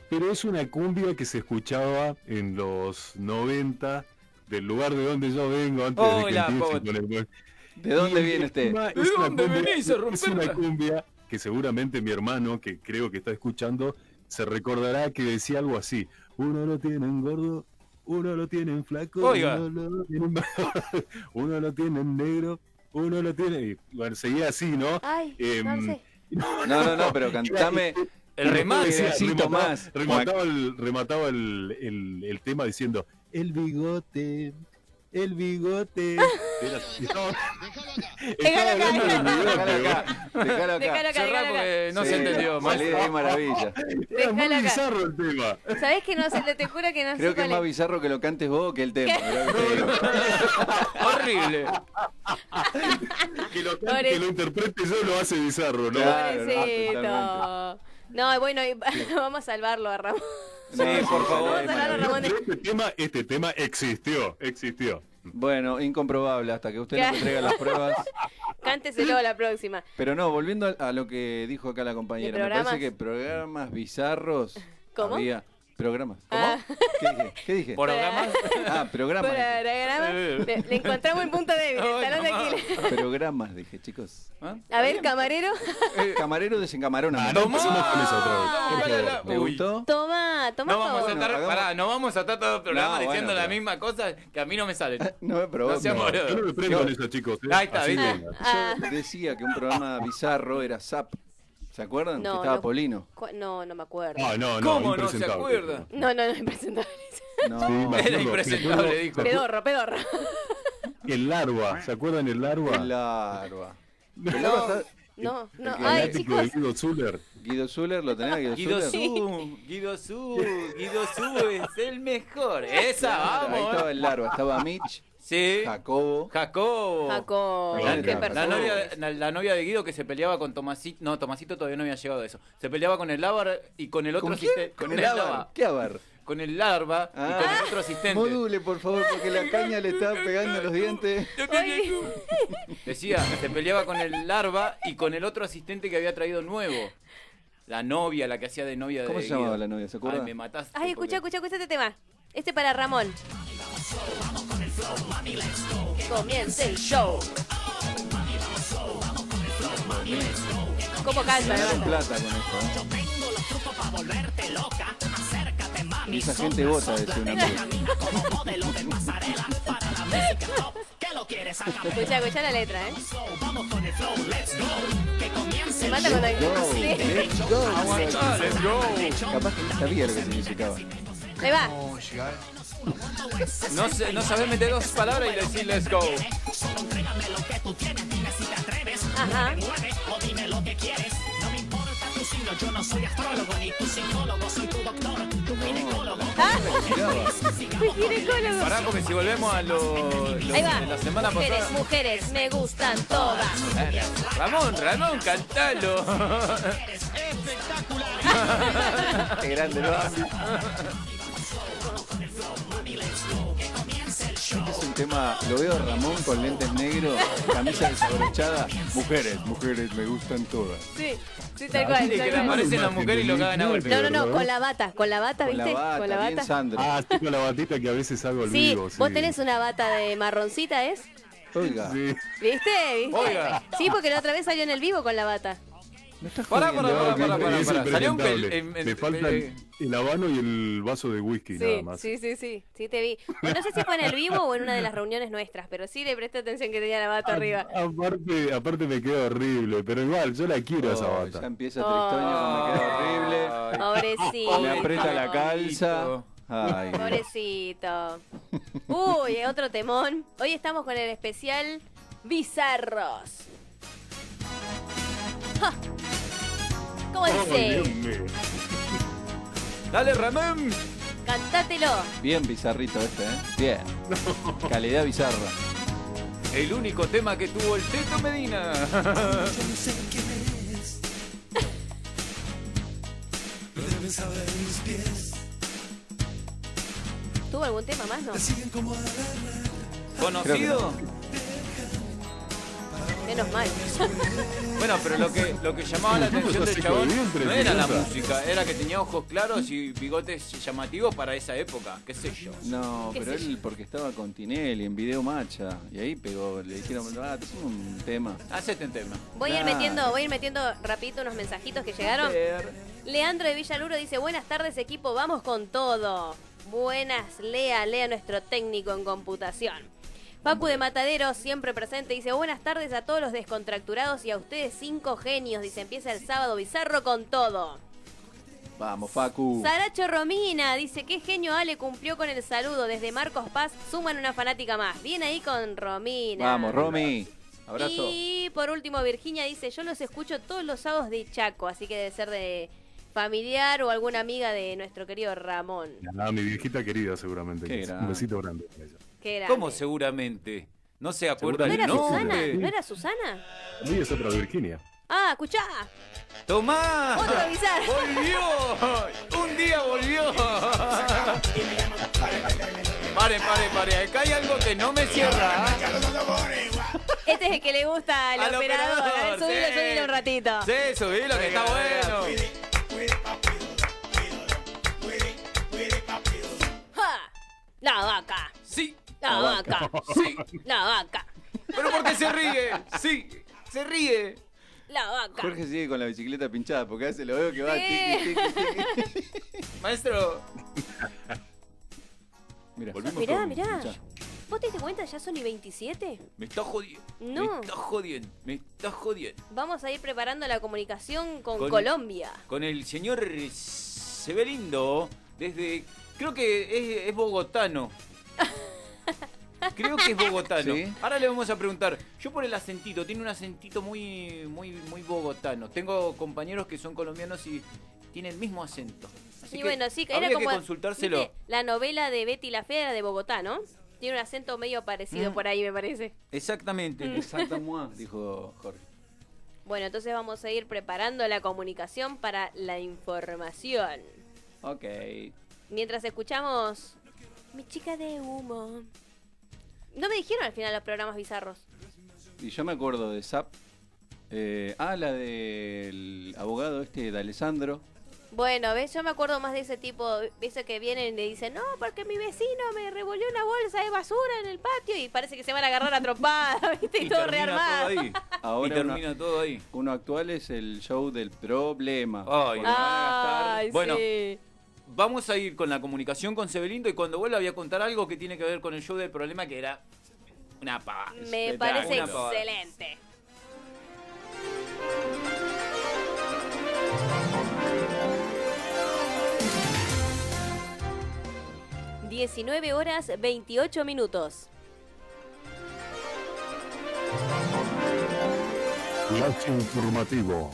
F: pero es una cumbia que se escuchaba en los 90 del lugar de donde yo vengo antes de que
A: Hola,
F: empiece
A: Pot.
F: con el
B: ¿De dónde viene usted?
F: Encima,
A: ¿De
F: es una
A: dónde
F: cumbia-
A: venís a
F: Es
A: romperla?
F: una cumbia que seguramente mi hermano, que creo que está escuchando, se recordará que decía algo así. Uno lo tiene en gordo, uno lo tiene en flaco,
A: Oiga.
F: uno lo tiene en bajo, uno lo tiene en negro, uno lo tiene... Y, bueno, seguía así, ¿no?
C: Ay,
F: Em,
C: no sé.
B: No, no, no, pero cantame,
A: El remate.
F: Decía,
G: Decía,
F: remataba,
G: Tomás.
F: remataba el, remataba el, el- el tema diciendo, el bigote, el bigote. Era- y estaba- estaba
C: acá,
F: hablando
C: déjalo
F: del bigote,
G: Dejalo
F: boludo.
G: acá. Dejalo acá.
C: Dejalo acá,
A: Cerrá
C: dejalo acá.
A: porque no
G: Sí,
A: se entendió. Más.
G: salí de ahí, maravilla.
F: Era muy
C: Dejalo acá.
F: bizarro el tema.
C: ¿Sabés que no sé? Te juro que no sé
G: Creo que es
C: cuál
G: más
C: es.
G: bizarro que lo cantes vos que el tema. mirá lo que te digo.
A: Horrible.
F: Que lo,
C: Pobre-
F: que lo interprete yo lo hace bizarro, ¿no?
G: Claro. no,
C: Pobrecito. No, bueno, y- vamos a salvarlo a Ramón.
G: No,
A: Sí,
G: no,
A: por
G: no,
A: favor.
G: no,
C: Vamos a hablar a
G: maravilla.
C: Ramón de-
F: Pero este tema, este tema existió, existió.
G: Bueno, incomprobable hasta que usted nos
C: Claro.
G: entrega las pruebas.
C: Cánteselo a la próxima.
G: Pero no, volviendo a, a lo que dijo acá la compañera,
C: ¿De
G: me parece
C: programas?
G: que programas bizarros
C: ¿Cómo?
G: había. Programas. ¿Cómo?
C: Ah.
G: ¿Qué dije? ¿Qué dije?
A: Por programas.
G: Ah, programas. dije.
C: Programa. Le, le encontramos el punto débil, el
A: Ay,
C: talón de
A: mamá.
C: Aquiles.
G: Programas, dije, chicos. ¿Ah?
C: A ver, camarero.
G: Camarero desencamarona.
F: Ah,
G: ¿no?
F: no, empecemos con eso otra vez.
G: Por
F: Por favor.
G: favor, ¿Le
A: Uy.
G: gustó?
C: Toma, toma
A: No vamos, a
C: todo.
A: estar,
G: Bueno,
A: pará,
G: hagamos-
A: no vamos a estar todo el programa
G: No, bueno,
A: diciendo la
G: pero-
A: misma cosa que a mí no me sale.
G: No me probó.
A: No seas
F: No, yo no me prendo en eso, chicos. ¿eh?
A: Ahí está,
F: Así
A: ¿viste?
F: que-
C: Ah.
G: Yo decía que un programa bizarro era Zap. ¿Se acuerdan?
C: No,
G: que estaba
C: no.
G: Polino.
C: Cu- No, no me acuerdo.
F: Ah, no, no,
A: ¿Cómo no se
F: impresentable.
A: acuerda?
C: No, no, no, impresentable.
G: No.
F: Sí, me acuerdo,
A: Era impresentable,
F: me acuerdo.
A: dijo.
C: Pedorro, pedorro.
F: El larva, ¿se acuerdan el larva?
G: El larva. El larva está-
C: No, no.
G: que
C: Ay,
F: Fanático de
C: chicos.
F: Guido Zuller.
G: Guido Zuller, ¿lo tenés a Guido,
A: Guido
G: Zuller?
A: Su, Guido Su, Guido Su es el mejor. Esa,
G: Ahí estaba
A: vamos.
G: el larva, estaba Mitch,
A: Sí.
G: Jacobo.
A: Jacobo.
C: Jacob,
F: La-
C: qué
F: la
A: La
C: persona.
A: novia, la, la novia de Guido que se peleaba con Tomasito. No, Tomasito todavía no había llegado a eso. Se peleaba con el Ávar y con el otro
G: ¿Con quién?
A: asisten-
G: Con el Ah. Avar.
A: Ávar.
G: ¿Qué Avar?
A: Con el Larva y con el otro asistente.
G: Module, por favor, porque la caña le estaba pegando los dientes.
C: Oye,
A: Decía, se peleaba con el Larva y con el otro asistente que había traído nuevo. La novia, la que hacía de novia de
G: ¿Cómo se
A: Guido.
G: llamaba la novia? ¿Se acuerda?
A: Ay, me mataste.
C: Ay, escucha,
A: porque-
C: escucha, escucha este tema. Este para Ramón. Que comience el show. ¿Cómo canta?
G: Ganaron
C: Ramón?
G: plata con esto. ¿eh? Y esa gente vota, decía una amiga.
C: Escucha, escucha la letra, ¿eh? Se mata con alguien.
G: Go,
C: Sí.
G: let's go.
A: Ah, let's go.
G: Capaz que no sabía lo que significaba.
C: Ahí va.
A: No, sé- no sabés meter dos palabras y decir let's go.
C: Ajá. Ah,
G: Miraba.
C: soy ginecólogo.
A: Pará, porque si volvemos a lo, lo
C: Ahí va.
A: de la semana
C: mujeres,
A: pasada. Eh,
C: mujeres, me gustan todas.
A: Ramón, Ramón, cantalo.
G: Qué grande, ¿no? Este Es un tema, lo veo a Ramón con lentes negros, camisa desabrochada. Mujeres, mujeres, me gustan todas.
C: Sí, sí, tal cual.
A: Y Ah, que le
C: tal cual.
A: aparecen las mujeres y lo cagan a golpe. ¿eh?
C: No, no, no, con la bata, con la bata,
G: Con la
C: ¿viste?
G: bata,
C: con la
G: bien
C: bata.
G: Sandro.
F: Ah, sí, con la batita que a veces hago al
C: Sí,
F: vivo.
C: vos tenés una bata de marroncita, ¿es?
G: Oiga,
F: Sí.
C: ¿Viste? ¿Viste?
A: Oiga.
C: Sí, porque la otra vez salió en el vivo con la bata.
G: no estás
A: Pará,
G: jodiendo,
A: pará,
G: Gabriel.
A: pará, pará,
F: Es
A: pará. Salió un pel-
F: impresentable.
A: en- en-
F: Me falta el,
A: eh,
F: el habano y el vaso de whisky, nada
C: Sí,
F: más.
C: sí, sí, sí, sí te vi. O no sé si fue en el vivo o en una de las reuniones nuestras, pero sí le presté atención que tenía la bata arriba.
F: A- Ah, Aparte, aparte me queda horrible, pero igual, yo la quiero a esa
G: Oh, ya
F: bata.
G: empieza Tristoño cuando queda horrible.
A: Ay,
C: Pobrecito.
G: Me aprieta la calza.
A: Pobrecito.
G: Ay,
C: Pobrecito. Uy, otro temón. Hoy estamos con el especial Bizarros. Ja. ¿Cómo
F: Oh,
C: dice?
F: Dios mío.
A: Dale, Ramón.
C: Cantátelo.
G: bien bizarrito este, ¿eh? Bien. Calidad bizarra.
A: El único tema que tuvo el Teto Medina.
C: ¿Tuvo algún tema más? No.
A: ¿Conocido?
C: Menos mal.
A: Bueno, pero lo que, lo que llamaba la
F: ¿Cómo
A: atención
F: estás
A: del
F: seco de
A: chabón
F: vientre,
A: no era la
F: idiota?
A: música, era que tenía ojos claros y bigotes llamativos para esa época, qué sé yo.
G: No,
C: ¿Qué
G: pero
C: sé yo?
G: él porque estaba con Tinelli en Video Macha. Y ahí pegó, le dijeron, ah, te hacemos un tema.
A: Hacete un tema.
C: Voy a ir
G: Nah.
C: metiendo, voy a ir metiendo rapidito unos mensajitos que llegaron. Leandro de Villaluro dice, buenas tardes equipo, vamos con todo. Buenas, Lea, Lea nuestro técnico en computación. Pacu de Matadero, siempre presente, dice, buenas tardes a todos los descontracturados y a ustedes cinco genios. Dice, empieza el sábado bizarro con todo.
B: Vamos, Facu.
C: Saracho Romina dice, qué genio Ale cumplió con el saludo. Desde Marcos Paz suman una fanática más. Bien ahí con Romina.
B: Vamos, Romy. Abrazo.
C: Y por último, Virginia dice, yo los escucho todos los sábados de Chaco, así que debe ser de familiar o alguna amiga de nuestro querido Ramón.
F: Ah, mi viejita querida, seguramente.
B: Qué grande.
F: Un besito grande. para ella.
C: Qué grande.
A: ¿Cómo seguramente? No se acuerda
C: ¿No
A: el
C: era Susana?
A: nombre.
C: ¿No era Susana?
F: A mí es otra Virginia.
C: Ah, escuchá.
A: ¡Tomá!
C: Otro avisar.
A: ¡Volvió! ¡Un día volvió! Pare, pare, pare. Acá hay algo que no me cierra. ¿ah?
C: Este es el que le gusta al,
A: Al
C: operador. A ver, subilo,
A: sí.
C: subilo un ratito.
A: Sí, subilo, que está bueno.
C: Ja. La vaca.
A: Sí,
C: La vaca.
A: sí.
C: La vaca.
A: Pero porque se ríe. Sí, se ríe.
C: La vaca.
B: Jorge sigue con la bicicleta pinchada porque a veces lo veo que va.
C: Sí.
B: tiqui, tiqui, tiqui.
A: Maestro.
B: Mirá,
F: Volvimos
C: Mirá,
F: con-
C: mirá.
B: escuchá.
C: ¿Vos te diste cuenta? Ya son y 27.
A: Me está jodiendo.
C: No.
A: Me está jodiendo. Me está jodiendo.
C: Vamos a ir preparando la comunicación con,
A: Con-
C: Colombia.
A: Con el señor Sebelindo, desde. Creo que es, es bogotano. Creo que es bogotano.
B: Sí.
A: Ahora le vamos a preguntar. Yo por el acentito, tiene un acentito muy, muy, muy bogotano. Tengo compañeros que son colombianos y tiene el mismo acento. Así
C: y
A: que
C: bueno, sí, era
A: habría
C: como.
A: que consultárselo.
C: ¿viste La novela de Betty la Fea de Bogotá, ¿no? Tiene un acento medio parecido
A: Mm.
C: por ahí, me parece.
A: Exactamente.
B: Exactamente, dijo Jorge.
C: Bueno, entonces vamos a ir preparando la comunicación para la información.
B: Ok.
C: Mientras escuchamos. Mi chica de humo. No me dijeron al final los programas bizarros.
B: Y yo me acuerdo de Zap. Eh, ah, la del abogado este de Alessandro.
C: Bueno, ¿ves? Yo me acuerdo más de ese tipo, eso que vienen y le dicen, no, porque mi vecino me revolvió una bolsa de basura en el patio y parece que se van a agarrar a trompadas, ¿viste? Y, todo
A: termina
C: rearmado.
A: todo ahí.
B: Ahora
A: y termina todo ahí.
B: Uno actual es el show del problema.
A: Ay,
B: Por-
C: Ah, Ay, sí.
A: Bueno. Vamos a ir con la comunicación con Sebelindo y cuando vuelva voy a contar algo que tiene que ver con el show del problema que era una pava.
C: me
B: espectacular.
C: parece
A: Una pavada.
C: excelente. ...19 horas 28 minutos.
F: Flash informativo.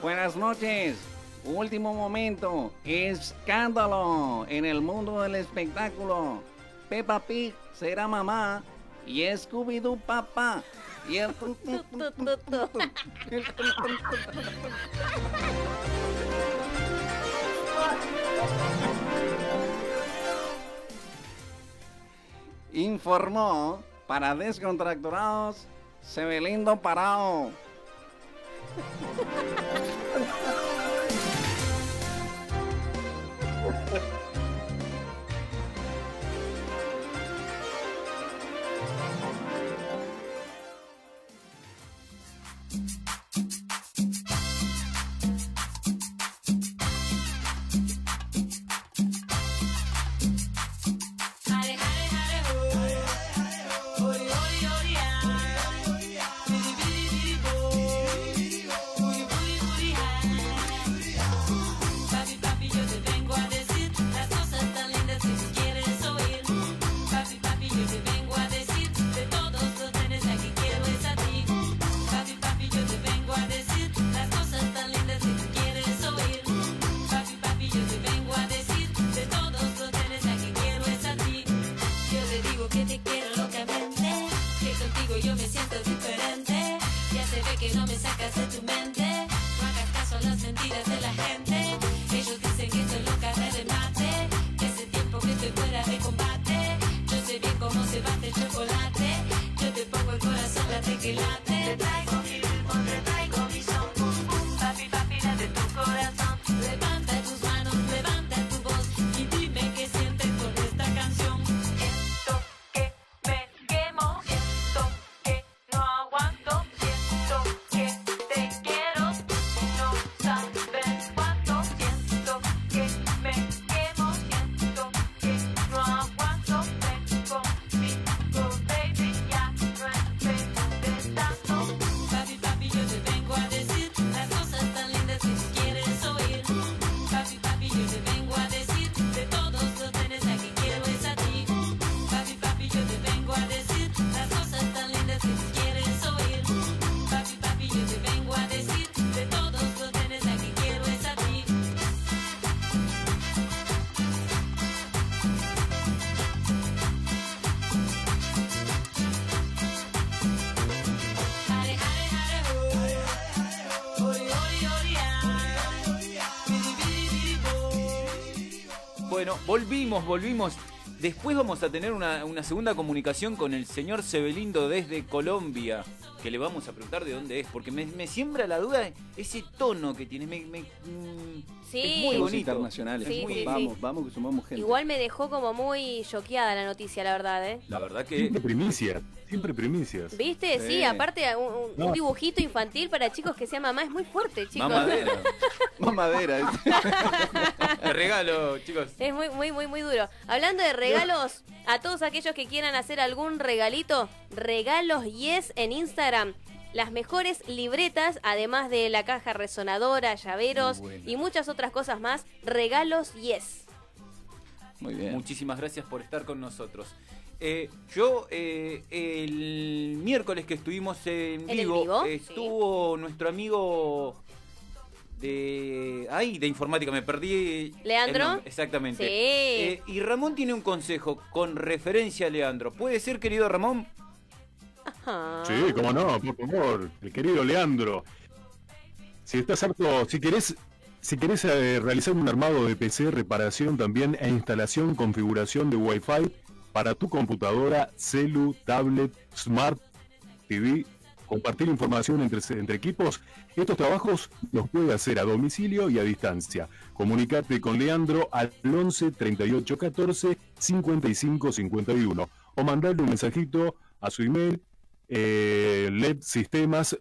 B: Buenas noches. Último momento. Escándalo en el mundo del espectáculo. Peppa Pig será mamá y Scooby-Doo papá. Y el-
C: Tu, tu, tu.
B: Informó para descontracturados Sebelindo Parao.
I: Papi, papi, yo te vengo a decir las cosas tan lindas que tú quieres oír. Papi, papi, yo te vengo a decir de todos los trenes la que quiero es a ti. Papi, papi, yo te
A: Bueno, volvimos, volvimos. Después vamos a tener una, una segunda comunicación con el señor Sebelindo desde Colombia, que le vamos a preguntar de dónde es, porque me, me siembra la duda ese tono que tiene. Me, me- mm,
C: Sí.
A: es muy
C: Todos
B: Todos
A: bonito.
B: internacionales.
C: Sí,
A: muy-
C: sí, sí.
B: vamos, vamos que sumamos gente.
C: Igual me dejó como muy choqueada la noticia, la verdad, ¿eh?
A: La verdad que
F: Siempre primicias, siempre primicias.
C: ¿Viste? Sí,
B: Sí.
C: aparte un, un-
F: No.
C: un dibujito infantil para chicos que sean mamá es muy fuerte, chicos.
A: mamadera.
B: Mamadera.
A: Te regalo, chicos.
C: Es muy, muy, muy, muy duro. Hablando de regalos, a todos aquellos que quieran hacer algún regalito, regalos yes en Instagram. Las mejores libretas, además de la caja resonadora, llaveros
B: Muy bueno.
C: y muchas otras cosas más, regalos yes.
B: Muy bien.
A: Muchísimas gracias por estar con nosotros. Eh, yo eh, el miércoles que estuvimos en
C: ¿En el
A: vivo,
C: vivo?
A: estuvo nuestro amigo de ay de informática me perdí el
C: ¿Leandro?
A: nombre, exactamente
C: Sí.
A: Eh, y Ramón tiene un consejo con referencia a Leandro puede ser querido Ramón
C: Ajá.
H: ah.
F: Sí, cómo no, por favor, el querido Leandro. Si estás harto, si querés, si querés eh, realizar un armado de PC, reparación también e instalación, configuración de Wi-Fi para tu computadora, celu, tablet, smart TV, compartir información entre, entre equipos, estos trabajos los puede hacer a domicilio y a distancia. Comunicate con Leandro al 11 38 14 55 51 o mandarle un mensajito a su email eh, sistemas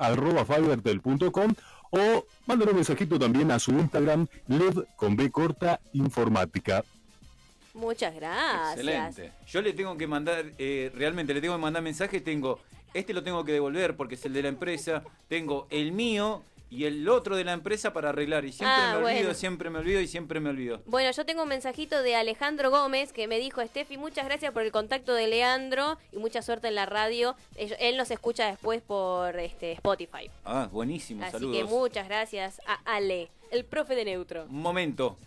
F: arroba fivertel.com o mándale un mensajito también a su Instagram led con B corta informática.
C: Muchas gracias.
B: Excelente.
A: yo le tengo que mandar eh, realmente le tengo que mandar mensaje tengo este lo tengo que devolver porque es el de la empresa tengo el mío y el otro de la empresa para arreglar y siempre
C: Ah,
A: me olvido
C: bueno.
A: siempre me olvido y siempre me olvido
C: Bueno, yo tengo un mensajito de Alejandro Gómez que me dijo, Steffi, muchas gracias por el contacto de Leandro y mucha suerte en la radio. Ell- Él nos escucha después por este, Spotify.
A: Ah, buenísimo,
C: Así
A: saludos.
C: que muchas gracias a Ale, el profe de neutro.
A: Un momento.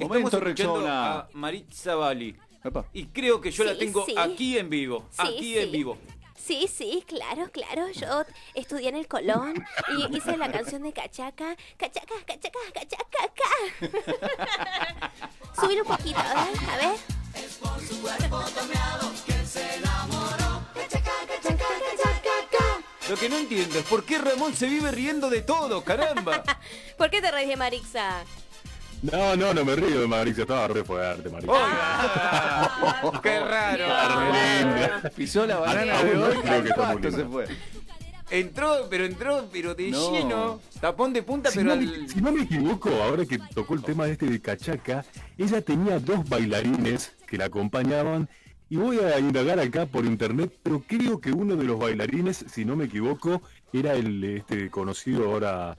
B: Momento,
A: Estamos escuchando
B: Rexona.
A: a Maritza Bali.
B: Epa.
A: Y creo que yo la
C: Sí,
A: tengo
C: sí.
A: aquí en vivo.
C: Sí,
A: aquí
C: sí.
A: en vivo.
C: Sí, sí, claro, claro. Yo estudié en el Colón y hice la canción de Cachaca. Cachaca, cachaca, cachaca, acá. Subir un poquito, a ver, a ver.
A: Lo que no entiendo es por qué Ramón se vive riendo de todo, caramba.
C: ¿Por qué te reís de Marixa?
F: No, no, no me río de Marisa, estaba re fuerte, Marisa.
C: Ah,
A: Oiga. ¡Qué raro!
F: Linda.
B: Ah, Pisó la banana
F: Ah,
B: de
F: bueno,
B: hoy.
F: creo que está muy
B: pasto
F: lindo.
B: se fue.
A: Entró, pero entró, pero de
B: No.
A: lleno. Tapón de punta,
F: Si
A: pero
F: no,
A: al...
F: me, si no me equivoco, ahora que tocó el tema de este de Cachaca, ella tenía dos bailarines que la acompañaban. Y voy a indagar acá por internet, pero creo que uno de los bailarines, si no me equivoco, era el este, conocido ahora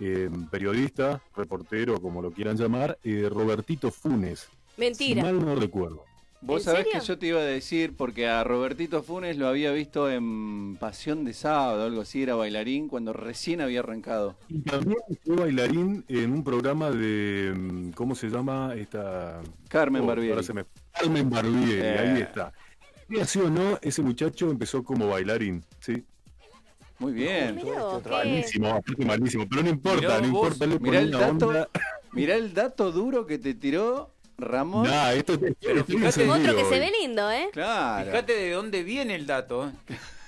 F: eh, periodista, reportero, como lo quieran llamar, eh, Robertito Funes. Si
C: Mentira.
F: mal no recuerdo.
B: Vos
C: ¿En
B: sabés
C: serio?
B: que yo te iba a decir, porque a Robertito Funes lo había visto en Pasión de Sábado, algo así, era bailarín cuando recién había arrancado.
F: Y también fue bailarín en un programa de. mm, ¿Cómo se llama? Esta.
B: Carmen
F: Oh,
B: Barbieri.
F: ahora se me- Carmen Barbieri,
B: Eh.
F: ahí está. Y así o no, ese muchacho empezó como bailarín, ¿sí.
B: Muy bien.
C: Mirá vos, qué-
F: Malísimo, aparte malísimo, pero no importa,
A: Mirá
F: no
A: vos,
F: importa. le
B: Mirá el
F: ponía
B: dato,
F: onda.
B: mirá el dato duro que te tiró Ramón.
F: Nah, esto te
A: Pero fíjate-
C: Otro que se ve lindo, ¿eh?
B: Claro.
A: Fíjate de dónde viene el dato. ¿eh?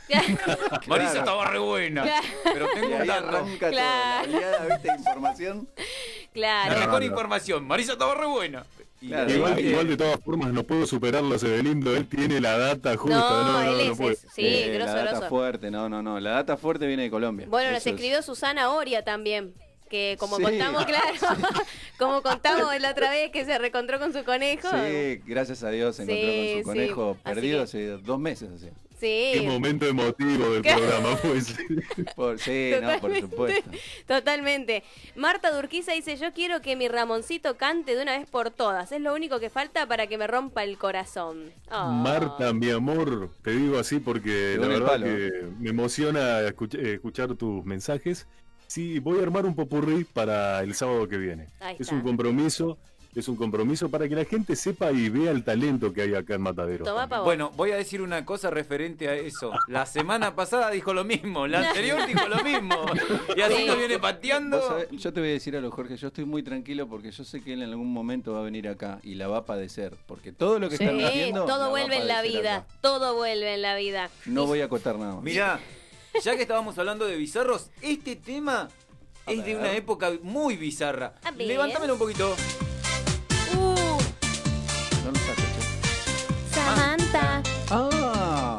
A: Marisa
B: Claro.
A: estaba re buena.
C: Claro.
A: Pero
B: Y
A: tengo un
B: ahí
A: dato.
B: arranca
C: Claro.
B: toda la oleada, ¿viste? Información.
A: La
C: Ah. Claro.
F: Claro.
A: mejor información. Marisa estaba re buena. Y-
B: Claro.
F: Igual,
B: Eh.
F: igual de todas formas no puedo superarlo a Sebelindo, él tiene la data justa, no, no,
C: No,
F: no,
C: él
F: no
C: es,
F: puede.
C: es- sí,
B: Eh,
C: grosso,
B: La data
C: grosso.
B: fuerte, no, no, no. La data fuerte viene de Colombia.
C: Bueno, nos
B: Eso es.
C: escribió Susana Oria también. Que como
B: Sí.
C: contamos, claro, como contamos la otra vez que se reencontró con su conejo.
B: Sí, gracias a Dios se
C: Sí,
B: encontró con
C: sí.
B: su conejo
C: Así
B: perdido
C: que-
B: hace dos meses. así.
F: Qué
C: Sí,
F: momento emotivo del
C: ¿Qué?
F: programa, pues.
B: Por, sí, no, por
C: Totalmente.
B: supuesto.
C: totalmente. Marta Durquiza dice, yo quiero que mi Ramoncito cante de una vez por todas. Es lo único que falta para que me rompa el corazón. Oh.
F: Marta, mi amor, te digo así porque
B: Te
F: la
B: pone el
F: verdad
B: palo,
F: que me emociona escuch- eh, escuchar tus mensajes. Sí, voy a armar un popurrí para el sábado que viene.
C: Ahí
F: es
C: está.
F: un compromiso Es un compromiso para que la gente sepa y vea el talento que hay acá en Matadero.
C: Toma pavo.
A: Bueno, voy a decir una cosa referente a eso. La semana pasada dijo lo mismo, la anterior dijo lo mismo. Y así
C: Sí.
A: nos viene pateando.
G: Vos sabés, yo te voy a decir algo, Jorge, yo estoy muy tranquilo porque yo sé que él en algún momento va a venir acá y la va a padecer, porque todo lo que
J: Sí.
G: están
C: Eh,
G: haciendo... la va
C: todo
G: a
C: vuelve en la
G: padecer
C: vida,
G: acá.
C: todo vuelve en la vida.
G: No voy a acotar nada más.
A: Mirá, ya que estábamos hablando de bizarros, este tema es de una época muy bizarra.
C: A ver.
A: Levántamelo un poquito.
C: Uh,
G: No lo saco, che.
C: Samantha.
G: ¡Ah!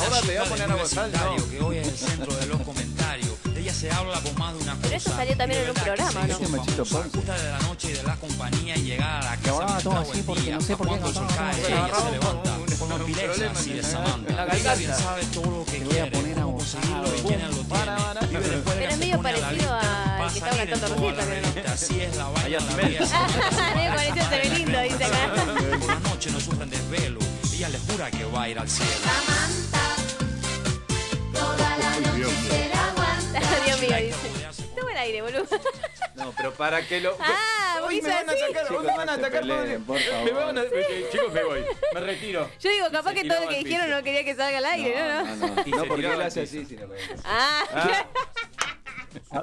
A: Ahora te voy a poner a gozar, no.
K: que hoy es el centro de los comentarios. De ella se habla por más de una
C: Pero eso salió también en un programa, ¿no?
G: Ese machito punk.
K: gusta de la noche y de la compañía y llegar a la casa.
J: hablaba todo así porque no sé por qué
K: Cuando el sol
J: cantaba.
K: cae, ella se levanta con pilezas y de Samantha. Ella bien sabe todo lo que
J: Te voy a
K: quiere,
J: poner a
K: cómo
J: gozar.
K: conseguirlo y quién lo tiene. Vive después de
C: Pero
K: que
C: es
K: se
C: medio
K: pone la
C: parecido
K: lista,
C: al que
K: pasa
C: estaba
K: bien en
C: cantando
K: toda la
C: recién también, ¿no?
K: revista. Así es la vaina,
A: Allá
K: la
A: se ve.
K: vida es así.
C: Me pareció ser lindo, dice acá.
K: Por la noche no sufren desvelo. Ella les jura que va a ir al cielo.
F: Dios mío.
C: Dios mío, dice. Toma el aire, boludo.
A: No, pero para que lo.
C: Ah,
A: Hoy
C: vos
A: me van a
C: hizo así.
A: atacar, hoy
G: Chicos,
A: me van
G: no
A: a
G: se
A: atacar.
G: peleen,
A: madre.
G: por
A: Me
G: favor.
A: van a. eh, Chicos, me voy. Me retiro.
C: Yo digo, capaz que todo lo que dijeron no quería que salga al aire, ¿no?
G: Ah, No,
C: no.
G: no, no.
A: Y
G: No,
A: se
G: porque
A: tiraba
G: él
A: al
G: hace
A: piso.
G: así, si lo ves.
C: Ah,
A: Ah,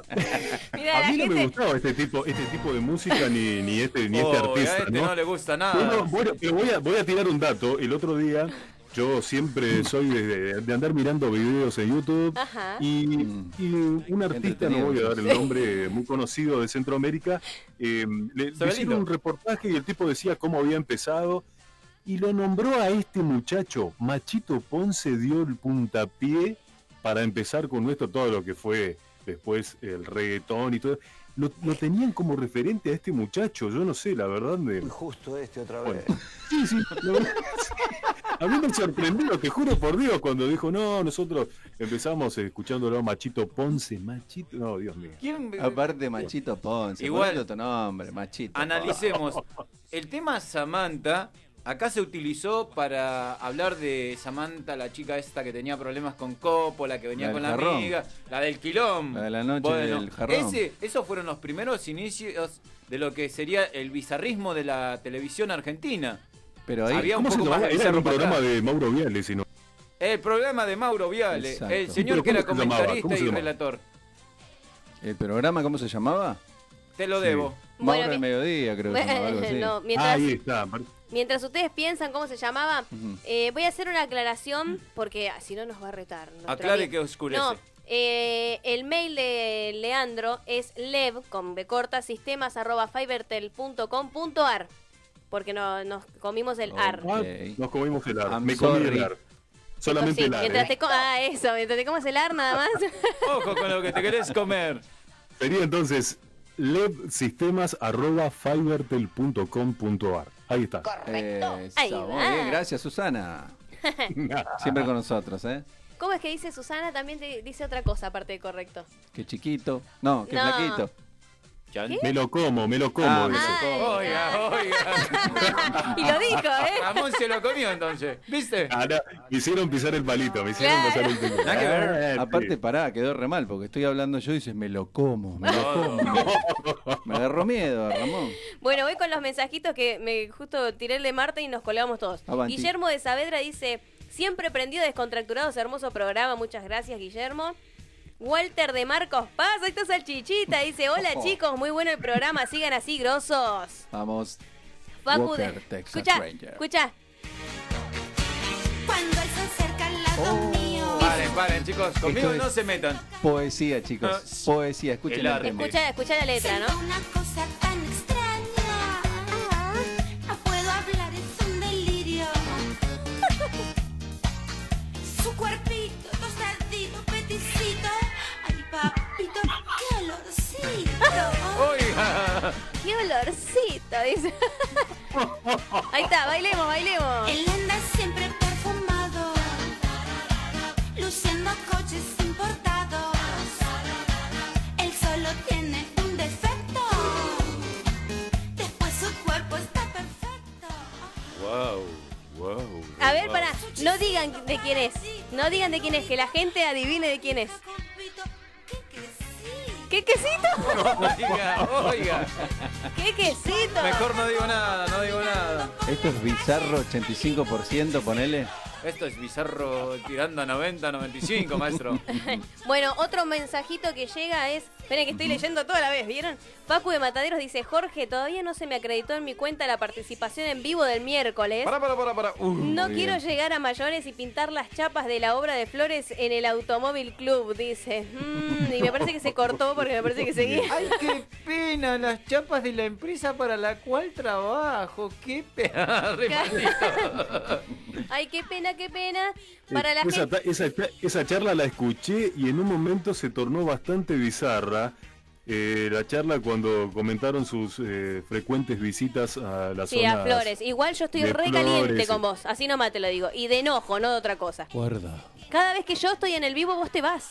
C: mira la
F: A mí no me
C: gente.
F: gustaba este tipo, este tipo de música ni, ni este, ni
A: oh,
F: este
A: a
F: artista,
A: este
F: ¿no?
A: no le gusta
F: Bueno,
A: nada.
F: bueno, pero voy a, voy a tirar un dato. El otro día, yo siempre soy de, de- de andar mirando videos en YouTube
C: Ajá.
F: y, y un artista, no voy a dar el nombre, muy conocido de Centroamérica, eh, le, le
A: Sabelino.
F: hicieron un reportaje y el tipo decía cómo había empezado y lo nombró a este muchacho. Machito Ponce dio el puntapié para empezar con esto, todo lo que fue después el reggaetón y todo. Lo, lo tenían como referente a este muchacho, yo no sé, la verdad me,
D: justo este otra
F: bueno, sí, sí. la verdad, sí. A mí me sorprendió, te juro por Dios, cuando dijo, no, nosotros empezamos escuchándolo a Machito Ponce, Machito. No, Dios mío.
A: ¿Quién me-
G: Aparte, Machito Ponce.
A: Igual.
G: Igual. tu nombre, Machito. Ponce.
A: Analicemos. El tema Samantha, acá se utilizó para hablar de Samantha, la chica esta que tenía problemas con Coppola, que venía
G: La del
A: con la
G: jarrón.
A: amiga, la del quilom.
G: La de la noche del jarrón.
A: Ah, ese- esos fueron los primeros inicios de lo que sería el bizarrismo de la televisión argentina.
G: Pero ahí.
A: Había un
F: ¿Cómo se
A: poco más
F: llamaba?
A: de
F: Era
A: bizarro
F: un
A: para
F: programa
A: acá.
F: de Mauro Viale, si no.
A: El programa de Mauro Viale,
G: Exacto.
A: el
F: Sí,
A: señor
F: pero
A: que era
F: ¿cómo se llamaba? ¿Cómo
A: comentarista
F: se
A: y
F: llamaba?
A: relator.
G: ¿El programa cómo se llamaba?
A: Te lo
F: Sí.
A: debo.
C: Bueno,
G: Mauro
C: mi-
G: del Mediodía, creo que se llamaba, algo así.
C: No, mientras,
F: Ahí está.
C: mientras ustedes piensan cómo se llamaba,
G: Ujú.
C: eh, voy a hacer una aclaración porque ah, si no nos va a retar. nuestro
A: Aclare
C: amigo.
A: que oscurece.
C: No, eh, el mail de Leandro es lev con b corta sistemas arroba fivertel.com.ar porque no, nos comimos el ar.
G: Ok.
F: Ah, Nos comimos el ar.
G: I'm
F: Me comí
G: sorry.
F: el ar.
C: Entonces,
F: Solamente el ar.
C: mientras
F: ¿eh?
C: te co- ah, eso, mientras te comas el ar nada más.
A: Ojo con lo que te querés comer.
F: Sería entonces lebsistemas.fivertel.com.ar. Ahí está.
G: Eh,
C: Ahí
G: está, muy
C: va.
G: bien, gracias, Susana. Siempre con nosotros, ¿eh?
C: ¿Cómo es que dice Susana? También te dice otra cosa aparte de correcto.
G: Qué chiquito. No, qué
C: No.
G: flaquito.
F: Me lo como, me lo como.
G: Ah,
F: dice.
G: me
C: Ay,
A: Oiga, oiga.
C: Y lo dijo, ¿eh?
A: Ramón se lo comió entonces, ¿viste?
F: Ah, no, me hicieron pisar el palito, me hicieron
C: Claro.
F: pasar el palito.
A: Nada que ver.
F: Ah, sí.
G: Aparte, pará, quedó re mal porque estoy hablando yo y dices, me lo como, me lo como. Me agarró miedo, Ramón.
C: Bueno, voy con los mensajitos que me justo tiré el de Marta y nos colgamos todos.
G: Avanti.
C: Guillermo de Saavedra dice, siempre prendido, descontracturados, hermoso programa, muchas gracias Guillermo. Walter de Marcos Paz, ahí está Salchichita, dice, hola
G: Ojo.
C: chicos, muy bueno el programa, sigan así, grosos.
G: Vamos.
C: Facu
G: Walker,
C: de...
G: Texas
C: Escucha,
G: Ranger.
C: escucha.
I: Cuando él se acerca al lado
G: Oh.
I: mío.
A: Paren, paren, chicos, conmigo
G: Esto es-
A: no se metan.
G: Poesía,
A: Ah,
G: chicos.
A: sí.
G: Poesía, escuchen
A: El
G: la
A: arte.
G: primera.
C: Escucha, escucha la letra, ¿no?
I: Siento una cosa tan extraña. Ah, puedo hablar, es un delirio. Su cuerpito tostadito, peticito. Ay, papito, qué olorcito.
A: Oiga,
C: ¡Qué olorcito! Dice. Ahí está, bailemos, bailemos.
I: Él anda siempre perfumado, luciendo coches importados. Él solo tiene un defecto. Después su cuerpo está perfecto.
F: Wow, wow.
C: A ver, para, no digan de quién es. No digan de quién es, que la gente adivine de quién es.
I: Compito, ¿qué que sí?
C: ¿Qué ¿Qué quesito?
A: Oiga, oiga.
C: ¿Qué quesito?
A: Mejor no digo nada, no digo nada.
G: Esto es bizarro, 85%, ponele.
A: Esto es bizarro tirando a 90, 95, maestro.
C: Bueno, otro mensajito que llega es. Esperen que estoy leyendo toda la vez, ¿vieron? Paco de Mataderos dice, Jorge, todavía no se me acreditó en mi cuenta la participación en vivo del miércoles.
A: Para, para, para, para.
C: No
G: Muy
C: quiero
G: bien.
C: llegar a mayores y pintar las chapas de la obra de Flores en el Automóvil Club, dice. Mm, y me parece que se cortó porque me parece que seguía.
A: Ay, qué pena, las chapas de la empresa para la cual trabajo. Qué pena.
C: Ay, qué pena, qué pena. Para la
F: esa,
C: gente...
F: ta- esa cha- esa charla la escuché y en un momento se tornó bastante bizarra. eh, la charla cuando comentaron sus eh, frecuentes visitas a las
C: Sí, a Flores. Igual yo estoy
F: de
C: re caliente
F: Flores.
C: con vos, así nomás te lo digo. Y de enojo, no de otra cosa. Cada vez que yo estoy en el vivo, vos te vas.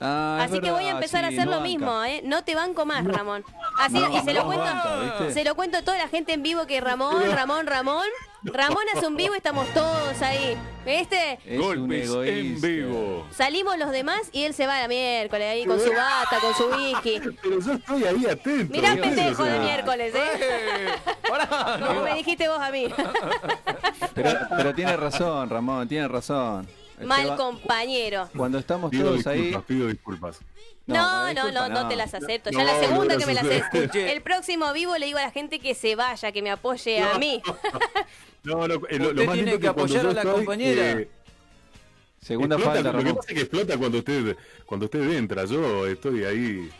G: Ah, es
C: Así que voy a
G: verdad,
C: empezar a
G: sí,
C: hacer lo
G: no banca.
C: mismo, ¿eh? No te banco más, Ramón. Así,
G: No,
C: y se lo
G: no
C: cuento.
G: banca, ¿viste?
C: se lo cuento a toda la gente en vivo que Ramón, Ramón, Ramón. Ramón hace un vivo y estamos todos ahí. ¿Viste?
G: Es un egoísta.
C: Salimos los demás y él se va la miércoles ahí eh, con su bata, con su whisky.
F: Pero yo estoy ahí atento.
C: Mirá,
F: ¿viste?
C: pendejo
F: O sea,
C: de miércoles, ¿eh? Como me dijiste vos a mí.
G: Pero, pero tiene razón, Ramón, tiene razón.
C: Mal
G: Esteban,
C: compañero.
G: Cuando estamos
F: Pido
G: todos ahí.
F: disculpas, pido disculpas.
C: No, no, no,
G: disculpa,
C: no te las acepto. Ya
F: No,
C: la
F: no
C: segunda
F: las
C: que me las
F: acepto.
C: acepto. El próximo vivo le digo a la gente que se vaya, que me apoye a mí.
F: No, no, eh, lo,
A: Usted
F: lo más
A: tiene
F: lindo
A: que
F: cuando
A: apoyar
F: yo
A: a la
F: estoy,
A: compañera.
F: eh,
G: Segunda
F: explota,
G: falta,
F: lo que
G: Ramón.
F: pasa es que explota cuando usted, cuando usted entra. Yo estoy ahí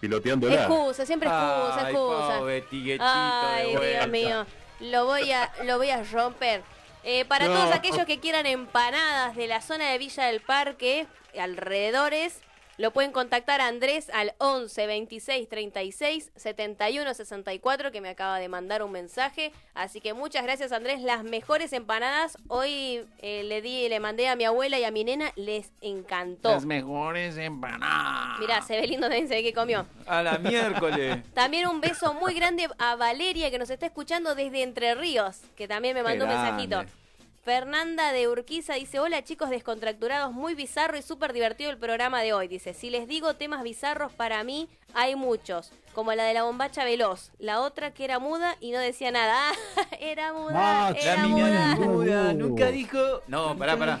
F: piloteándola.
C: Excusa, siempre excusa, excusa.
A: pobre tiguetito de
C: Ay,
A: vuelta.
C: Dios mío. Lo voy a, lo voy a romper. Eh, para
F: No.
C: todos aquellos que quieran empanadas de la zona de Villa del Parque, alrededores, lo pueden contactar a Andrés al 11 26 36 71 64, que me acaba de mandar un mensaje. Así que muchas gracias, Andrés. Las mejores empanadas. Hoy eh, le di, le mandé a mi abuela y a mi nena. Les encantó.
B: Las mejores empanadas.
C: Mirá, se ve lindo también, se ve que comió.
A: A la miércoles.
C: También un beso muy grande a Valeria que nos está escuchando desde Entre Ríos, que también me mandó un
G: Qué grande.
C: mensajito. Fernanda de Urquiza dice, hola chicos descontracturados, muy bizarro y súper divertido el programa de hoy. Dice, si les digo temas bizarros para mí, hay muchos, como la de la bombacha veloz, la otra que era muda y no decía nada. Ah, era muda,
F: Ah,
C: era
F: la
C: muda.
F: mirada.
A: Muda, nunca dijo. No, pará, pará.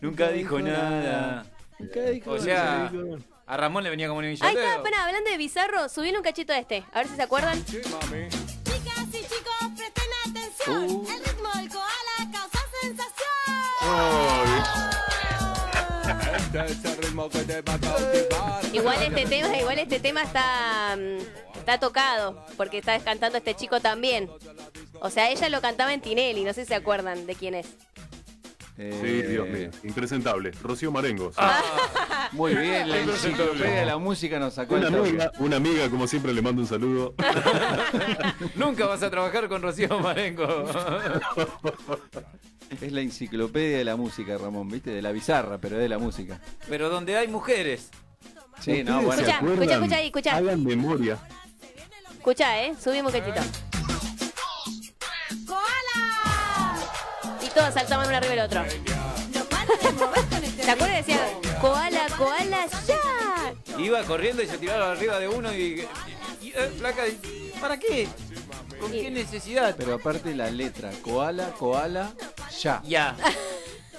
A: Nunca dijo nada. O sea, a Ramón le venía como un
C: Ahí está,
A: billetero.
C: pará, hablando de bizarro, subí un cachito a este, a ver si se acuerdan.
I: Chicas y chicos, presten atención. El ritmo del koala causa sensación.
F: Ay,
C: Igual este tema, igual este tema está, mm, está tocado, porque está cantando este chico también. O sea, ella lo cantaba en Tinelli, no sé si se acuerdan de quién es.
G: Eh, Ah,
F: sí, Dios mío. Impresentable. Rocío Marengos.
G: Muy bien, la enciclopedia de la música nos sacó el
F: Una
G: toque.
F: amiga, una amiga, como siempre, le mando un saludo.
A: Nunca vas a trabajar con Rocío Marengo.
G: Es la enciclopedia de la música, Ramón, ¿viste? De la bizarra, pero de la música.
A: Pero donde hay mujeres.
G: Sí, no,
F: ¿Ustedes
G: bueno.
F: Ah, se
C: Escuchá,
F: acuerdan?
C: escuchá, escuchá ahí, escuchá.
F: Hagan memoria.
C: Escucha, ¿eh? Subimos un cachito.
I: ¡Koala!
C: Y todos saltaban uno arriba del otro.
I: No para de mover con este
C: ¿Se acuerdan? Decía, koala, koala, ya.
A: Iba corriendo y se tiraba arriba de uno y. y- y- eh, flaca, y- ¿para qué? ¿Con qué necesidad?
G: Pero aparte la letra, koala, koala, ya.
A: Ya.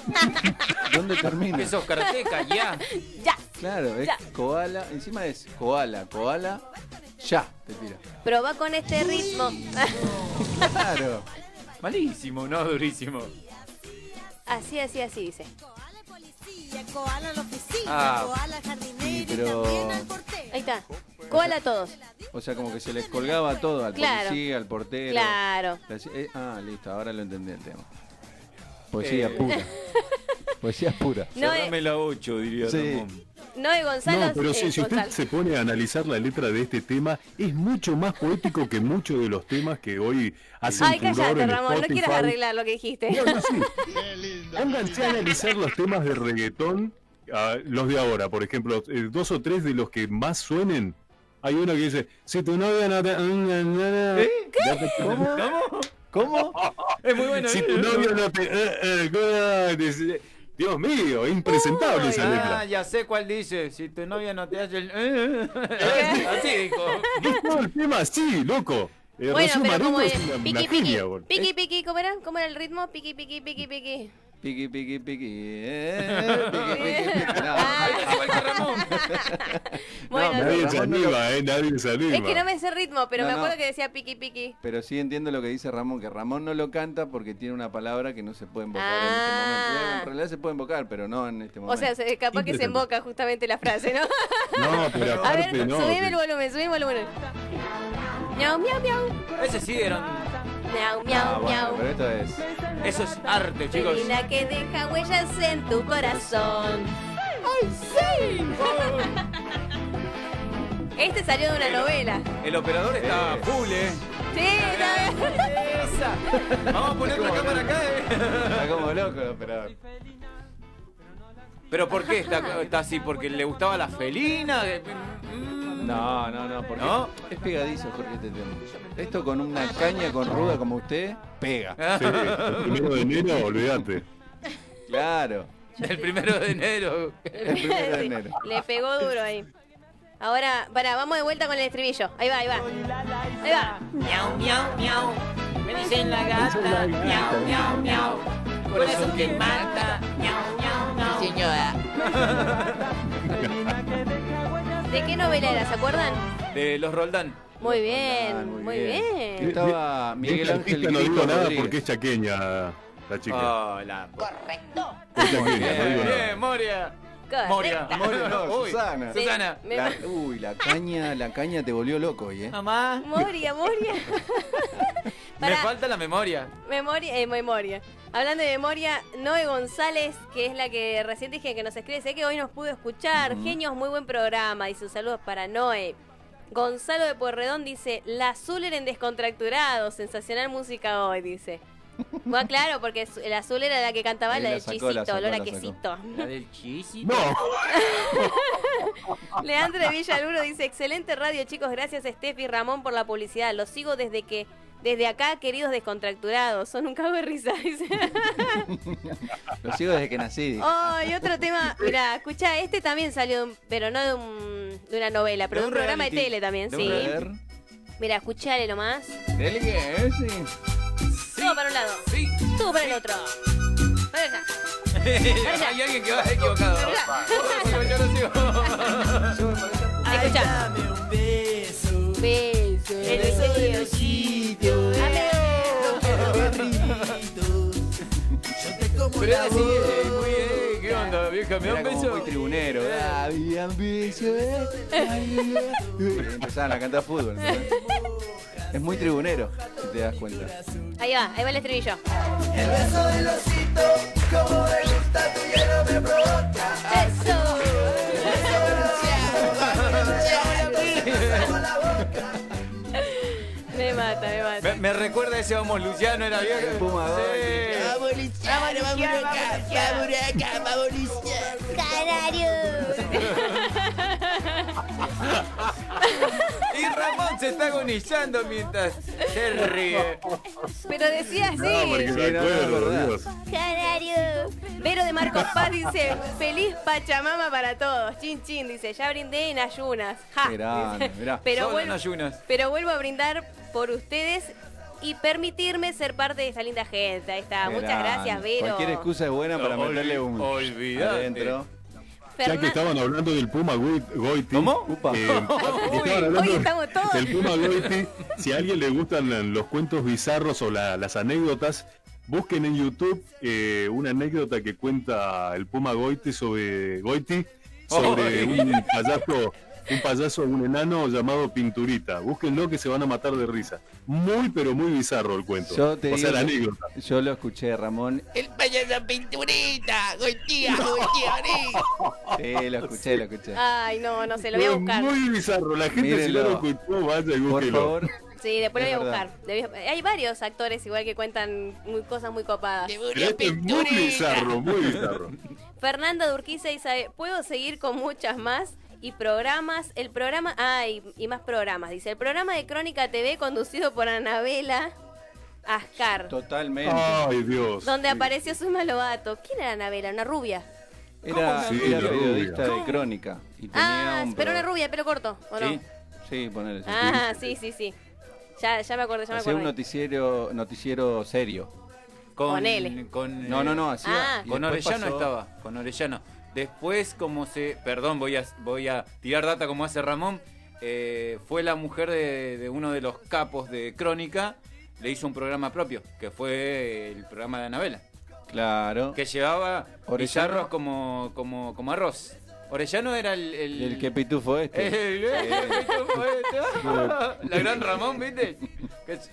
G: ¿Dónde termina?
A: Que sos carteca, ya.
C: Ya.
G: Claro, es
C: Ya.
G: koala, encima es koala, koala, ya, te tira.
C: Probá con este ritmo.
G: Claro.
A: Malísimo, no durísimo.
C: así, así, así dice.
I: Koala policía, koala la oficina,
A: Ah.
I: koala jardinero
G: Sí, pero-
I: y también al portero.
C: Ahí está. Koala a todos.
G: O sea, como que se les colgaba todo, al
C: Claro.
G: policía, al portero.
C: Claro.
G: Le hacía- eh, ah, listo, ahora lo entendí el tema. Poesía pura. Poesía pura.
C: No,
A: Cerrame
C: eh,
A: Eh, la 8, diría
G: Sí.
A: Ramón.
C: no eh, Gonzalo.
F: no, pero
C: eh,
F: si, si usted
C: Gonzalo.
F: se pone a analizar la letra de este tema, es mucho más poético que muchos de los temas que hoy hacen
C: Ay,
F: furor
C: callate,
F: en
C: Ramón. No
F: Spotify.
C: quieras arreglar lo que dijiste.
F: No, no, sí. Pónganse a analizar los temas de reggaetón, ah, los de ahora, por ejemplo, eh, dos o tres de los que más suenen. Hay uno que dice, si tu novia no te... ¿Cómo?
A: ¿Eh? ¿Cómo?
G: ¿Cómo?
A: Es muy bueno.
F: Si
A: ¿eh?
F: tu novio no te... eh, eh, eh, Dios mío, impresentable esa
A: Ay,
F: letra.
A: ah, ya sé cuál dice. Si tu novia no te hace el. Así dijo.
F: No, el tema sí, loco. Eh,
C: Bueno,
F: Rocío
C: pero como
F: Marino
C: es.
F: es una, una
C: Piqui, piqui.
F: genia, boludo.
C: Piqui, piqui, ¿cómo era? ¿Cómo era el ritmo? Piqui, piqui, piqui, piqui.
G: Piqui, piqui, piqui. eh, piqui, piqui, piqui. No,
C: Bueno,
G: No,
F: Nadie
G: Ramón
F: se
G: no
F: anima, eh, nadie se anima.
C: es que no me sé ritmo, pero
G: No,
C: me
G: no.
C: acuerdo que decía piqui, piqui.
G: Pero sí entiendo lo que dice Ramón, que Ramón no lo canta porque tiene una palabra que no se puede invocar en este momento.
C: Ah.
G: En realidad se puede invocar, pero no en este
C: O
G: momento.
C: sea, se- capaz que se emboca justamente la frase, ¿no?
F: No, pero
C: A
F: aparte
C: ver,
F: no.
C: subime el volumen, subime el volumen. Miau, miau, miau.
A: Ese sí eran.
C: Miau,
G: Ah,
C: miau,
G: bueno,
C: miau.
G: pero esto es.
A: Eso es arte, chicos.
C: Felina que deja huellas en tu corazón. ¡Ay, sí! Este salió de una novela.
A: El operador está full, eh.
C: Sí, está bien.
A: Esa. Vamos a poner la cámara acá, eh.
G: Está como loco el operador.
A: Pero ¿por qué está, está así? ¿Porque le gustaba la felina? mm,
G: No, no, no, porque
A: ¿No?
G: es pegadizo, Jorge, este tema. Esto con una caña con ruda como usted, pega.
F: Sí, el primero de enero, olvídate.
G: Claro.
A: El primero de enero.
G: El primero de
C: Sí,
G: enero.
C: Le pegó duro ahí. Ahora, para, vamos de vuelta con el estribillo. Ahí va, ahí va. Ahí va.
I: Miau, miau, miau. Me dicen la gata. Miau, miau, miau. Corazón que mata. Miau, miau, miau. Señora.
C: ¿De qué novela era? ¿Se acuerdan?
A: De los Roldán.
C: Muy bien,
G: Ah, muy
C: muy
G: bien.
C: bien.
G: Estaba Miguel
F: Esta
G: Ángel
F: artista no digo
G: Grito
F: nada
G: Rodríguez.
F: porque es chaqueña la chica.
A: Hola.
F: es chaqueña, no digo
A: Bien,
F: nada.
A: bien, Moria.
C: Correcto.
A: Moria.
G: Moria, no,
A: Uy,
G: Susana.
C: Sí,
A: Susana.
C: me-
G: La- uy, la caña, la caña te volvió loco hoy, ¿eh?
A: Mamá.
C: Moria, Moria.
A: Me
C: Pará.
A: falta la memoria.
C: Memoria, eh, memoria. Hablando de memoria, Noé González, que es la que recién dije que nos escribe, sé que hoy nos pudo escuchar. Genios, muy buen programa. Dice saludos para Noé. Gonzalo de Puerredón dice, la azul era en descontracturado, sensacional música hoy, dice. Bueno, claro, porque su- el azul era la que cantaba
G: Ahí
C: la
G: la
C: del
G: sacó,
C: chisito,
G: la sacó,
C: olor a
G: la sacó.
C: quesito.
A: La del chisi.
F: No,
C: Leandro de Villaluro dice, excelente radio, chicos, gracias Steffi y Ramón por la publicidad. Los sigo desde que, desde acá, queridos descontracturados. Son un cago de risa, dice.
G: Lo sigo desde que nací. dijo.
C: Oh, y otro tema. Mira, escucha, este también salió, de un- pero no de, un- de una novela, pero de un, programa de tele también,
G: A
C: sí.
G: ver.
C: Mira, escuchale nomás.
G: Dele que es, sí.
C: Subo para un lado,
A: Sí.
C: subo para el otro. Para allá.
A: Hay alguien que va equivocado. Yo lo sigo, yo lo sigo.
C: Escucha. un beso. Beso. El beso de los
A: Pero era así, eh, muy bien. ¿Qué onda, vieja? ¿Me da
G: Era
A: un
G: como
A: beso?
G: muy tribunero. Había beso. Empezaban a cantar fútbol. ¿no? Es muy tribunero, si te das cuenta.
C: Ahí va, ahí va el estribillo. El beso de losito, como me gusta, tu hielo me provoca. Eso. Me mata, me mata.
A: Me, me recuerda a ese vamos Luciano, era viejo.
G: Puma,
A: Sí. Y Ramón se está agonizando mientras se ríe.
C: Pero decía así.
F: no, porque me
G: Sí, no, no, es
F: acuerdo,
G: verdad.
F: Dios.
C: Canario. Vero de Marcos Paz dice, feliz Pachamama para todos. Chin chin, dice, ya brindé en ayunas. Ja.
G: Qué grande,
C: dice.
G: mirá.
C: Pero,
A: Solo en
C: vuelvo,
A: ayunas.
C: pero vuelvo a brindar por ustedes y permitirme ser parte de esta linda gente. Ahí está. Ah, Muchas
G: Era-
C: gracias, Vero.
G: Cualquier excusa es buena para
A: Olvi-
G: meterle un
A: olvidate.
G: adentro.
F: Ya que
C: Fernan-
F: estaban hablando del Puma Goiti. Goiti,
A: ¿Cómo?
G: Upa.
F: eh, que estaban
C: Hoy
F: hablando
C: estamos todos.
F: del Puma Goiti. Si a alguien le gustan los cuentos bizarros o la- las anécdotas, busquen en YouTube eh, una anécdota que cuenta el Puma Goiti sobre Goiti sobre
A: Oh.
F: un payaso, un payaso, un enano llamado Pinturita. Búsquenlo que se van a matar de risa. Muy pero muy bizarro el cuento.
G: Yo te
F: o sea,
G: digo
F: la
G: que-
F: anécdota.
G: Yo lo escuché, Ramón.
K: El payaso pinturita. Goitía, goitía, goitía.
G: Sí, lo escuché, lo escuché.
C: Ay, no, no sé, Ah, lo voy a
F: Fue
C: buscar.
F: Muy bizarro. La gente si no
G: Mírenlo.
F: lo escuchó, vaya y
G: Por
F: búsquelo.
G: favor.
C: Sí, después lo
G: Es
C: voy a
G: verdad.
C: buscar. Le voy a- Hay varios actores igual que cuentan muy- cosas muy copadas.
K: Se
F: Pero
K: murió
F: este es muy
K: pinturita.
F: bizarro, muy bizarro.
C: Fernanda Durquiza dice, puedo seguir con muchas más y programas. El programa, ay, y más programas, dice, el programa de Crónica TV conducido por Anabela. Ascar,
G: Totalmente.
F: Ay, Dios.
C: donde apareció su malovato. ¿ Quién era Anabela? Una rubia.
G: Era,
F: ¿Cómo? Sí,
G: era
F: la
G: periodista
F: rubia.
G: de crónica. Y tenía
C: Ah,
G: un
C: pero una
G: pro-
C: rubia, pero corto, ¿o no?
A: Sí.
G: Sí, ponele. sí.
C: Ah, sí, sí, sí. Ya, ya me acordé, ya me
G: Hacía un
C: acordé.
G: noticiero, noticiero serio.
A: Con,
C: Ponele.
A: con,
G: No,
A: eh,
G: no, no, hacía.
C: Ah.
G: y
A: Con
G: después
A: Orellano
G: pasó-
A: estaba, con Orellano. Después, como se. Perdón, voy a, voy a tirar data como hace Ramón. eh, fue la mujer de, de uno de los capos de Crónica. Le hizo un programa propio, que fue el programa de Anabela.
G: Claro.
A: Que llevaba
G: Orellano.
A: pizarros como, como, como arroz. Orellano era el. El,
G: El que pitufo
A: el-
G: este.
A: el- el- la gran Ramón, ¿viste? Que es-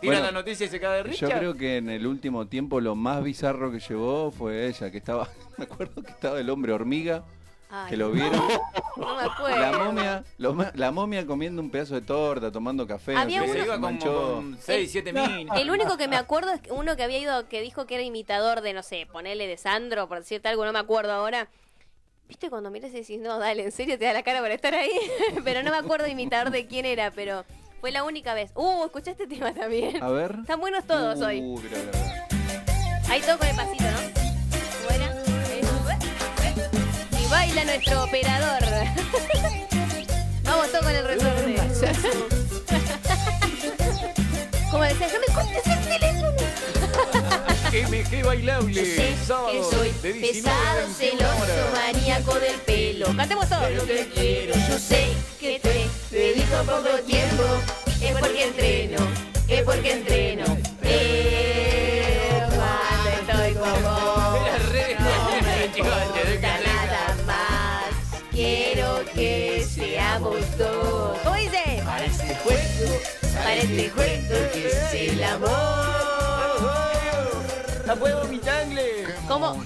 A: tira
G: Bueno,
A: la noticia y se cae de
G: Yo
A: Richard.
G: creo que en el último tiempo lo más bizarro que llevó fue ella, que estaba, me acuerdo que estaba el hombre hormiga,
C: Ay,
G: que lo vieron,
C: No me acuerdo.
G: la momia, lo ma- la momia comiendo un pedazo de torta, tomando café,
C: Había
G: no
A: que
G: sé qué,
A: se
C: uno- Eh.
A: iba
G: se
A: como
G: manchó.
A: con 6, 7 mil.
C: El único que me acuerdo es que uno que había ido que dijo que era imitador de, no sé, ponele de Sandro, por decirte algo, no me acuerdo ahora. ¿Viste cuando miras y decís, no, dale, en serio te da la cara para estar ahí? pero no me acuerdo imitador de quién era, pero fue la única vez. Uh, escuchaste este tema también.
G: A ver. Uh.
C: Están buenos todos hoy.
G: Uy, pero la-
C: Ahí todo con el pasito, ¿no? Buena. eh, Y baila nuestro operador. Vamos todo con el resorte. Como decía, no me cortes el teléfono. Ah,
A: MG Bailable. sábado de 19 a 21 horas.
C: maníaco del pelo. Cantemos todos. Yo te quiero, yo sé que te dedico poco tiempo. Es porque entreno, es porque entreno. Pero cuando estoy con vos,
A: Era re-
C: no me
A: Chicos, te doy
C: importa
A: caleta.
C: nada más. Quiero que seamos dos. ¿Cómo dice? Para este juego, para este juego que es el amor.
A: ¡A huevo, mi tangle!
C: ¿Cómo?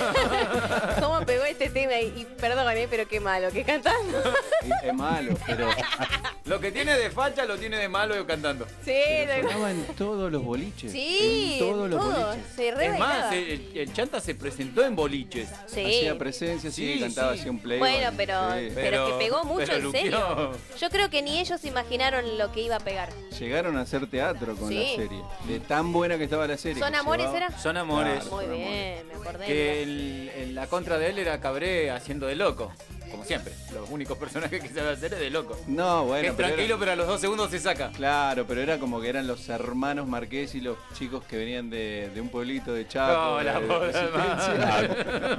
C: ¿Cómo pegó este tema? Y y perdón, eh, pero qué malo que cantando.
G: es malo, pero
A: Lo que tiene de facha lo tiene de malo cantando.
C: Sí, no-
G: sonaba en todos los boliches.
C: sí,
G: en todos los
C: todo,
G: boliches.
C: Se re
A: Es
C: bailaba.
A: más, el, el Chanta se presentó en boliches.
C: Sí.
G: Hacía presencia, sí,
A: Sí,
G: cantaba
A: sí.
G: así un play.
C: Bueno, pero, pero que pegó mucho,
A: pero
C: en serio.
A: luqueó.
C: Yo creo que ni ellos imaginaron lo que iba a pegar.
G: Llegaron a hacer teatro con la
C: Sí.
G: serie. De tan buena que estaba la serie.
C: ¿Son
G: que
C: amores
G: llevaba-
C: era?
A: Son amores.
G: Claro.
C: Muy
G: Son
C: bien, me acordé.
A: Que
C: mira.
A: el- el- la contra de él era Cabré haciendo de loco. Como siempre. Los únicos personajes que sabe hacer es de loco.
G: No,
A: Que
G: bueno.
A: es
G: pero era-
A: tranquilo, pero a los dos segundos se saca.
G: Claro, pero era como que eran los hermanos Marqués y los chicos que venían de, de un pueblito de Chaco.
A: No, la
G: de- de
A: puta
G: Resistencia.
F: Ah,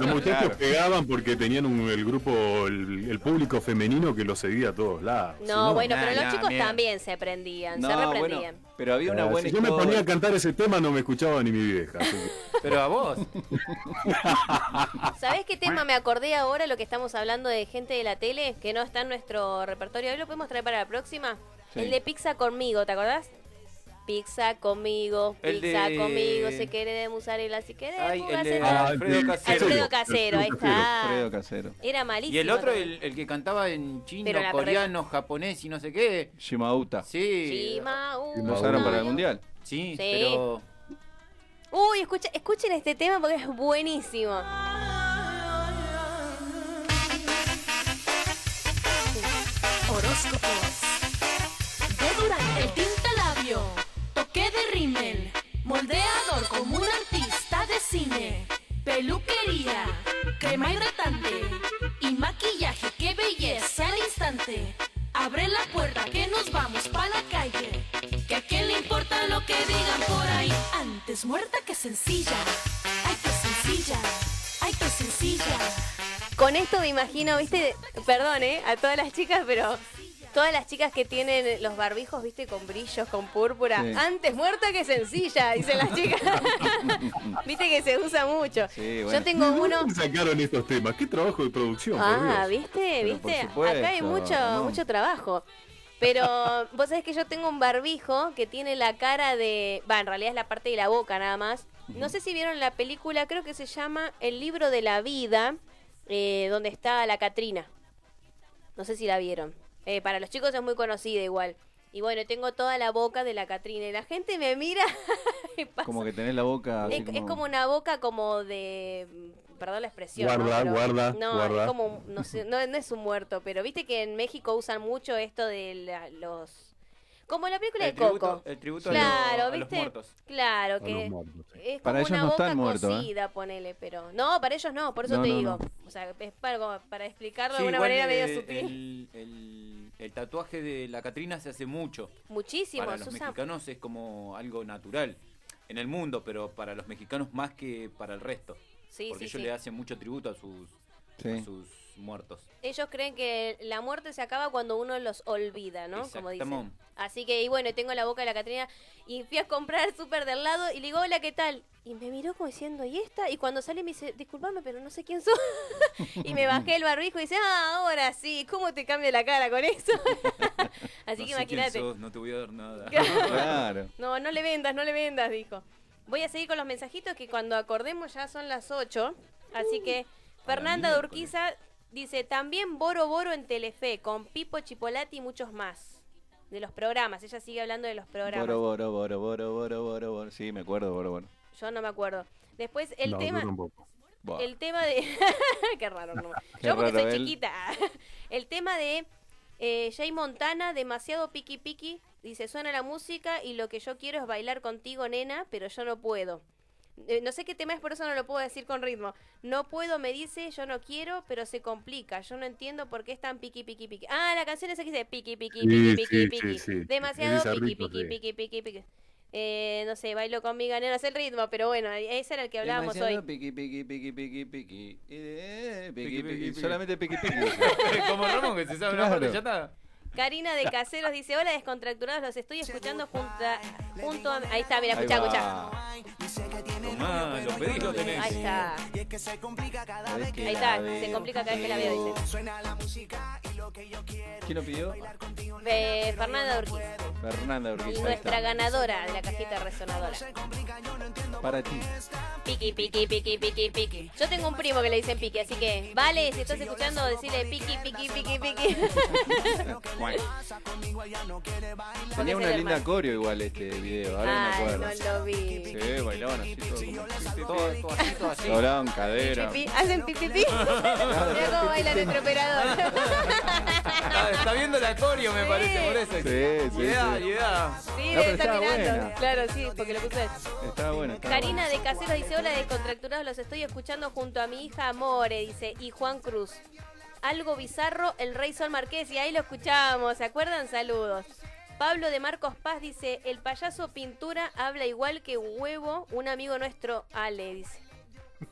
F: los muchachos
G: Claro.
F: pegaban porque tenían un- el grupo, el, el público femenino que los seguía a todos lados.
C: No,
F: Si no,
C: bueno,
A: nah,
C: pero los
A: nah,
C: chicos
A: mira.
C: también se aprendían, se
G: No, bueno,
C: reprendían.
G: pero había una
F: ah,
G: buena
F: si yo me
G: historia.
F: ponía a cantar ese tema no me escuchaba ni mi vieja. así que-
A: Pero a vos.
C: ¿Sabés qué tema me acordé ahora? Lo que estamos hablando de gente de la tele, que no está en nuestro repertorio. Hoy lo podemos traer para la próxima.
G: Sí.
C: El de pizza conmigo, ¿te acordás? Pizza conmigo,
A: El
C: pizza
A: de-
C: conmigo, si quiere de mozzarella, si quiere de
A: Ay, el de
C: mozzarella.
F: Ah,
A: Alfredo
F: sí.
A: Casero.
C: Alfredo
F: Alfredo
C: Casero, ahí
F: Casero.
G: Alfredo
C: está.
G: Casero.
C: Era malísimo.
A: Y el otro,
C: también.
A: el, el que cantaba en chino,
C: Pero la
A: coreano, japonés y no sé qué.
G: Shimauta.
A: Sí.
C: Shima, uh,
G: Lo usaron
C: no.
G: para el mundial.
A: Sí,
C: Sí.
A: pero.
C: Uy, escucha, escuchen este tema porque es buenísimo.
J: Horóscopos. De Durán, el tinta labio. Toque de rímel. Moldeador como un artista de cine. Peluquería, crema hidratante y maquillaje. ¡Qué belleza al instante! Abre la puerta que nos vamos para la calle. Que a quién le importa lo que digan por ahí. Antes muerta que sencilla. ¡Ay, qué sencilla! ¡Ay, qué sencilla!
C: Con esto me imagino, viste, perdón, ¿eh? A todas las chicas, pero todas las chicas que tienen los barbijos, viste, con brillos, con púrpura.
G: Sí.
C: Antes muerta que sencilla, dicen las chicas. viste que se usa mucho.
G: Sí, bueno.
C: Yo tengo
F: ¿De
C: uno.
F: dónde sacaron estos temas? ¿Qué trabajo de producción? por
C: Ah,
F: Dios?
C: viste,
G: Pero por
C: viste.
G: supuesto,
C: Acá hay mucho,
G: no.
C: mucho trabajo. Pero vos sabés que yo tengo un barbijo que tiene la cara de. Va, en realidad es la parte de la boca nada más. No sé si vieron la película, creo que se llama El libro de la vida, eh, donde está la Catrina. No sé si la vieron. Eh, para los chicos es muy conocida igual. Y bueno, tengo toda la boca de la Catrina. Y la gente me mira. y pasa.
G: Como que tenés la boca. así
C: Es, es como una boca como de... mm, Perdón la expresión.
F: Guarda,
C: ¿no? Pero-
F: guarda,
C: No,
F: guarda.
C: es como... un- No, sé, no, no es un muerto, pero viste que en México usan mucho esto de la- los... Como la película
A: El
C: de Coco.
A: tributo- el tributo a lo-
C: claro,
A: a los
C: ¿viste?
A: muertos.
C: Claro,
A: A
C: que
A: los muertos,
C: es como
G: Para ellos
C: una
G: no
C: boca
G: están muertos, ¿eh?
C: cocida, ponele, pero... No, para ellos no, por eso
G: No,
C: te
G: no,
C: digo.
G: no.
C: O sea, es para, como para explicarlo
A: Sí,
C: de una
A: igual eh,
C: manera
A: el-
C: medio sutil.
A: El, el- el tatuaje de la Catrina se hace mucho.
C: Muchísimo,
A: Para los
C: Susan.
A: mexicanos es como algo natural en el mundo, pero para los mexicanos más que para el resto.
C: Sí,
A: porque
C: sí,
A: ellos
C: sí.
A: le hacen mucho tributo a sus,
G: Sí.
A: a sus muertos.
C: Ellos creen que la muerte se acaba cuando uno los olvida, ¿no? Como dicen.
A: Exactamón.
C: Así que, y bueno, tengo la boca de la Catrina y fui a comprar el súper del lado y le digo, hola, ¿qué tal? Y me miró como diciendo, ¿y esta? Y cuando sale me dice, disculpame, pero no sé quién sos. y me bajé el barbijo y dice, ah, ahora sí, ¿cómo te cambia la cara con eso? Así
A: No
C: que
A: sé quién
C: imagínate.
A: sos, no te voy a dar nada.
G: Claro.
C: No, no le vendas, no le vendas, dijo. Voy a seguir con los mensajitos que cuando acordemos ya son las 8. Así que
G: Uh,
C: Fernanda de Urquiza dice, también Boro Boro en Telefe, con Pipo Chipolati y muchos más. De los programas, ella sigue hablando de los programas.
G: Boro, boro, boro, boro, boro, boro, boro. Sí, me acuerdo, boro, boro.
C: Yo no me acuerdo. Después el
G: No, yo
C: tema...
G: tampoco. Buah.
C: El tema de... Qué raro, no.
G: Qué
C: Yo porque
G: raro
C: soy
G: él.
C: chiquita. El tema de eh, Jay Montana, demasiado piqui piqui. Dice, suena la música y lo que yo quiero es bailar contigo, nena, pero yo no puedo. Eh, no sé qué tema es, por eso no lo puedo decir con ritmo. No puedo, me dice, yo no quiero, pero se complica. Yo no entiendo por qué es tan piqui piqui piqui. Ah, la canción esa que dice piqui piqui piqui
F: Sí, sí,
C: piqui
F: sí,
C: piqui.
F: sí.
C: Demasiado
F: Ese
C: piqui
F: ritmo,
C: piqui
F: sí.
C: piqui piqui piqui. Eh, no sé, bailo conmigo, nena, no sé el ritmo, pero bueno, ese era el que hablábamos hoy.
G: Demasiado Piqui, piqui, piqui, piqui, piqui. Eh, piqui, piqui. Solamente piqui, piqui.
A: Como Ramón, que se sabe una
G: Claro.
A: parte, ya está.
C: Karina de Caseros dice, hola descontracturados, los estoy escuchando junta, junto a... Ahí está, mira,
A: Ahí
C: escucha,
A: va.
C: escucha.
A: Tomá, lo pedí, lo tenés.
C: Ahí está. Ahí está, se complica cada vez que la veo, dice.
G: ¿Quién lo pidió?
C: Eh, Fernanda Urquiz,
G: Fernanda Urquiza. ahí
C: nuestra
G: está.
C: ganadora de la cajita resonadora.
G: Para ti.
C: Piqui, piqui, piqui, piqui, piqui. Yo tengo un primo que le dicen piqui, así que, vale, si estás escuchando, decirle piqui, piqui, piqui, piqui.
G: Tenía una
C: el
G: linda coreo igual este video, ahora
C: Ay,
G: me
C: no
G: acuerdo.
C: lo vi.
G: Sí, bailaban así todo. como-
A: Todo, todo así, todo así.
G: Doblaban cadera.
C: Pi, Hacen pi, pi, pi. Mira cómo baila nuestro operador.
A: Está, está viendo el acorio, me parece, por eso.
G: Sí, sí,
A: Idea,
G: sí.
A: idea.
C: Sí,
G: No,
C: debe
G: pero
C: estar
G: estaba
C: mirando.
G: buena.
C: Claro, sí, porque lo puse.
G: Estaba bueno. estaba bueno.
C: Karina de Caseros dice, hola descontracturados, los estoy escuchando junto a mi hija More, dice, y Juan Cruz. Algo bizarro, el Rey Sol Marqués, y ahí lo escuchamos, ¿se acuerdan? Saludos. Pablo de Marcos Paz dice, el payaso pintura habla igual que huevo, un amigo nuestro, Ale, dice.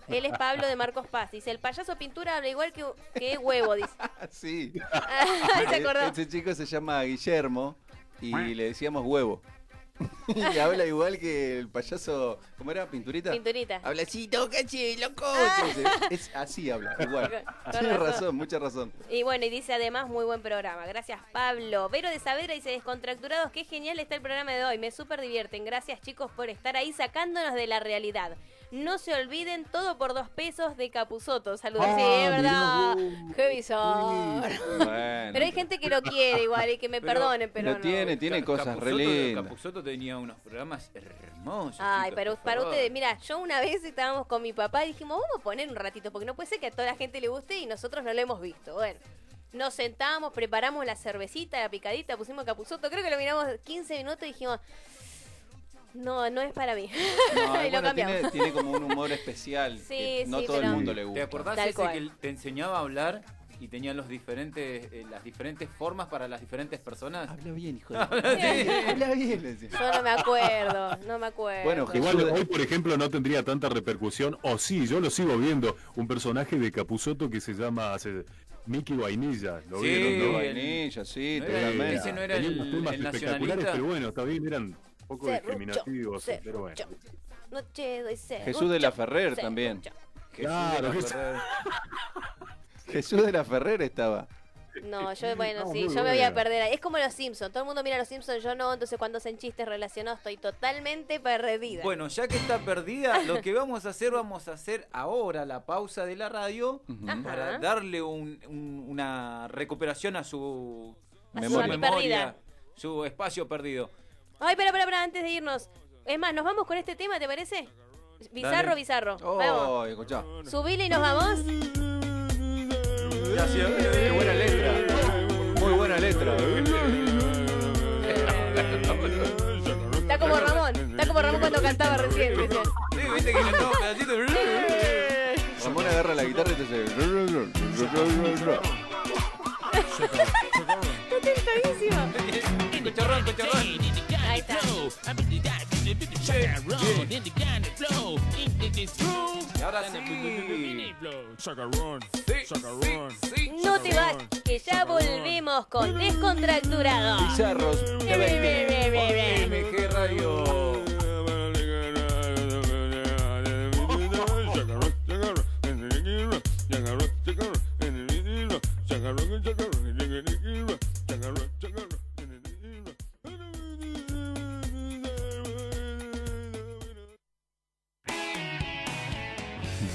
C: Él es Pablo de Marcos Paz, dice, el payaso pintura habla igual que, que huevo, dice.
G: Sí.
C: Ahí se Ah, acordó.
G: Ese chico se llama Guillermo y le decíamos huevo. y habla igual que el payaso. ¿Cómo era? ¿Pinturita?
C: Pinturita. Ah.
G: Habla así, tocache, loco. Es, así habla, igual.
C: Con
G: Tienes
C: razón.
G: razón, mucha razón.
C: Y bueno, y dice además, muy buen programa. Gracias, Pablo. Vero de Saavedra dice, descontracturados, qué genial está el programa de hoy. Me súper divierten. Gracias, chicos, por estar ahí sacándonos de la realidad. No se olviden, todo por dos pesos de Capuzoto. Saludos.
G: Ah,
C: sí, es verdad. Qué bizarro.
G: Bueno.
C: Pero hay gente que lo quiere igual y que me perdonen, pero
G: Lo
C: no.
G: tiene, tiene cosas re
A: Capusotto-
G: lindas.
A: Capusotto tenía unos programas hermosos.
C: Ay,
A: chicos,
C: pero
A: por
C: para
A: favor.
C: ustedes, mira, yo una vez estábamos con mi papá y dijimos, vamos a poner un ratito, porque no puede ser que a toda la gente le guste y nosotros no lo hemos visto. Bueno, nos sentamos, preparamos la cervecita, la picadita, pusimos capuzoto, creo que lo miramos 15 minutos y dijimos, no, no es para mí.
G: No,
C: y lo
G: bueno, tiene,
C: cambiamos.
G: tiene como un humor especial.
C: Sí,
G: que no
C: sí,
G: todo el
C: pero-
G: mundo le gusta.
A: ¿Te acordás
C: Tal
A: ese
C: cual.
A: que te enseñaba a hablar y tenía los diferentes, eh, las diferentes formas para las diferentes personas?
G: Habla bien, hijo de. Habla bien, le decía.
C: Yo no me acuerdo, no me acuerdo.
G: Bueno,
F: Igual hoy, por ejemplo, no tendría tanta repercusión, o sí, yo lo sigo viendo, un personaje de Capuzoto que se llama hace, Mickey Vainilla, lo
A: Sí,
F: vieron, ¿no?
A: el-
G: Vainilla, sí,
A: no era-
G: totalmente.
A: ese no era
F: Tenía
A: el-
F: unos temas
A: el
F: espectaculares,
A: nacionalista.
F: pero bueno, está bien, eran un poco
C: Serrucho,
F: discriminativos, pero bueno.
C: serrucho. Noche doy
G: Jesús de la
C: serrucho,
G: Ferrer
C: serrucho.
G: también.
F: Claro,
G: Jesús de la
F: Jesús.
G: Ferrer. Jesús de la Ferrer estaba.
C: No, yo, bueno,
F: No,
C: sí, yo
F: muy
C: me voy a
F: buena.
C: perder. ahí. Es como los Simpsons, todo el mundo mira a los Simpsons, yo no, entonces cuando hacen chistes relacionados estoy totalmente perdida.
A: Bueno, ya que está perdida, lo que vamos a hacer, vamos a hacer ahora la pausa de la radio
C: Ajá.
A: para darle un- un- una recuperación a su,
C: A
G: su Memoria.
C: mami perdida.
A: su espacio perdido.
C: Ay, espera, espera, espera, antes de irnos. Es más, nos vamos con este tema, ¿te parece? Bizarro,
A: Dale.
C: bizarro. Vamos.
G: Oh, escuchá.
C: Subile y nos vamos.
G: Qué buena letra. Muy buena letra.
C: cantaba recién. ¿viste?
A: Viste que cantaba un pedacito.
G: Ramón agarra la guitarra y te hace.
C: Está tentadísimo.
A: Cocharrón, cocharrón.
C: Ahí está.
A: Y ahora sí.
C: No te vas, que ya volvemos con Descontracturado.
G: Pizarros de 20.
A: MG Radio.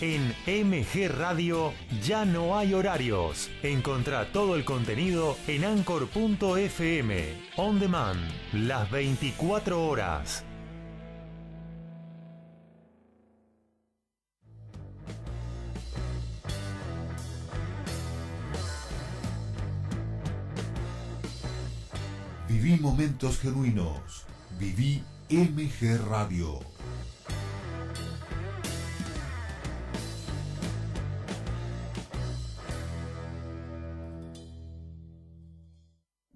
L: En MG Radio ya no hay horarios. Encontrá todo el contenido en anchor.fm. On demand, las 24 horas.
M: Viví momentos genuinos. Viví MG Radio.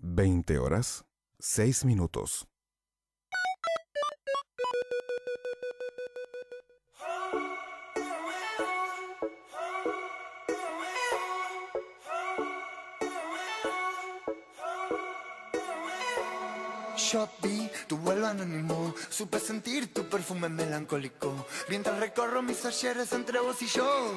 N: ¿20 horas? 6 minutos.
O: shop vi tu vuelo anónimo. Supe sentir tu perfume melancólico. Mientras recorro mis ayeres entre vos y yo,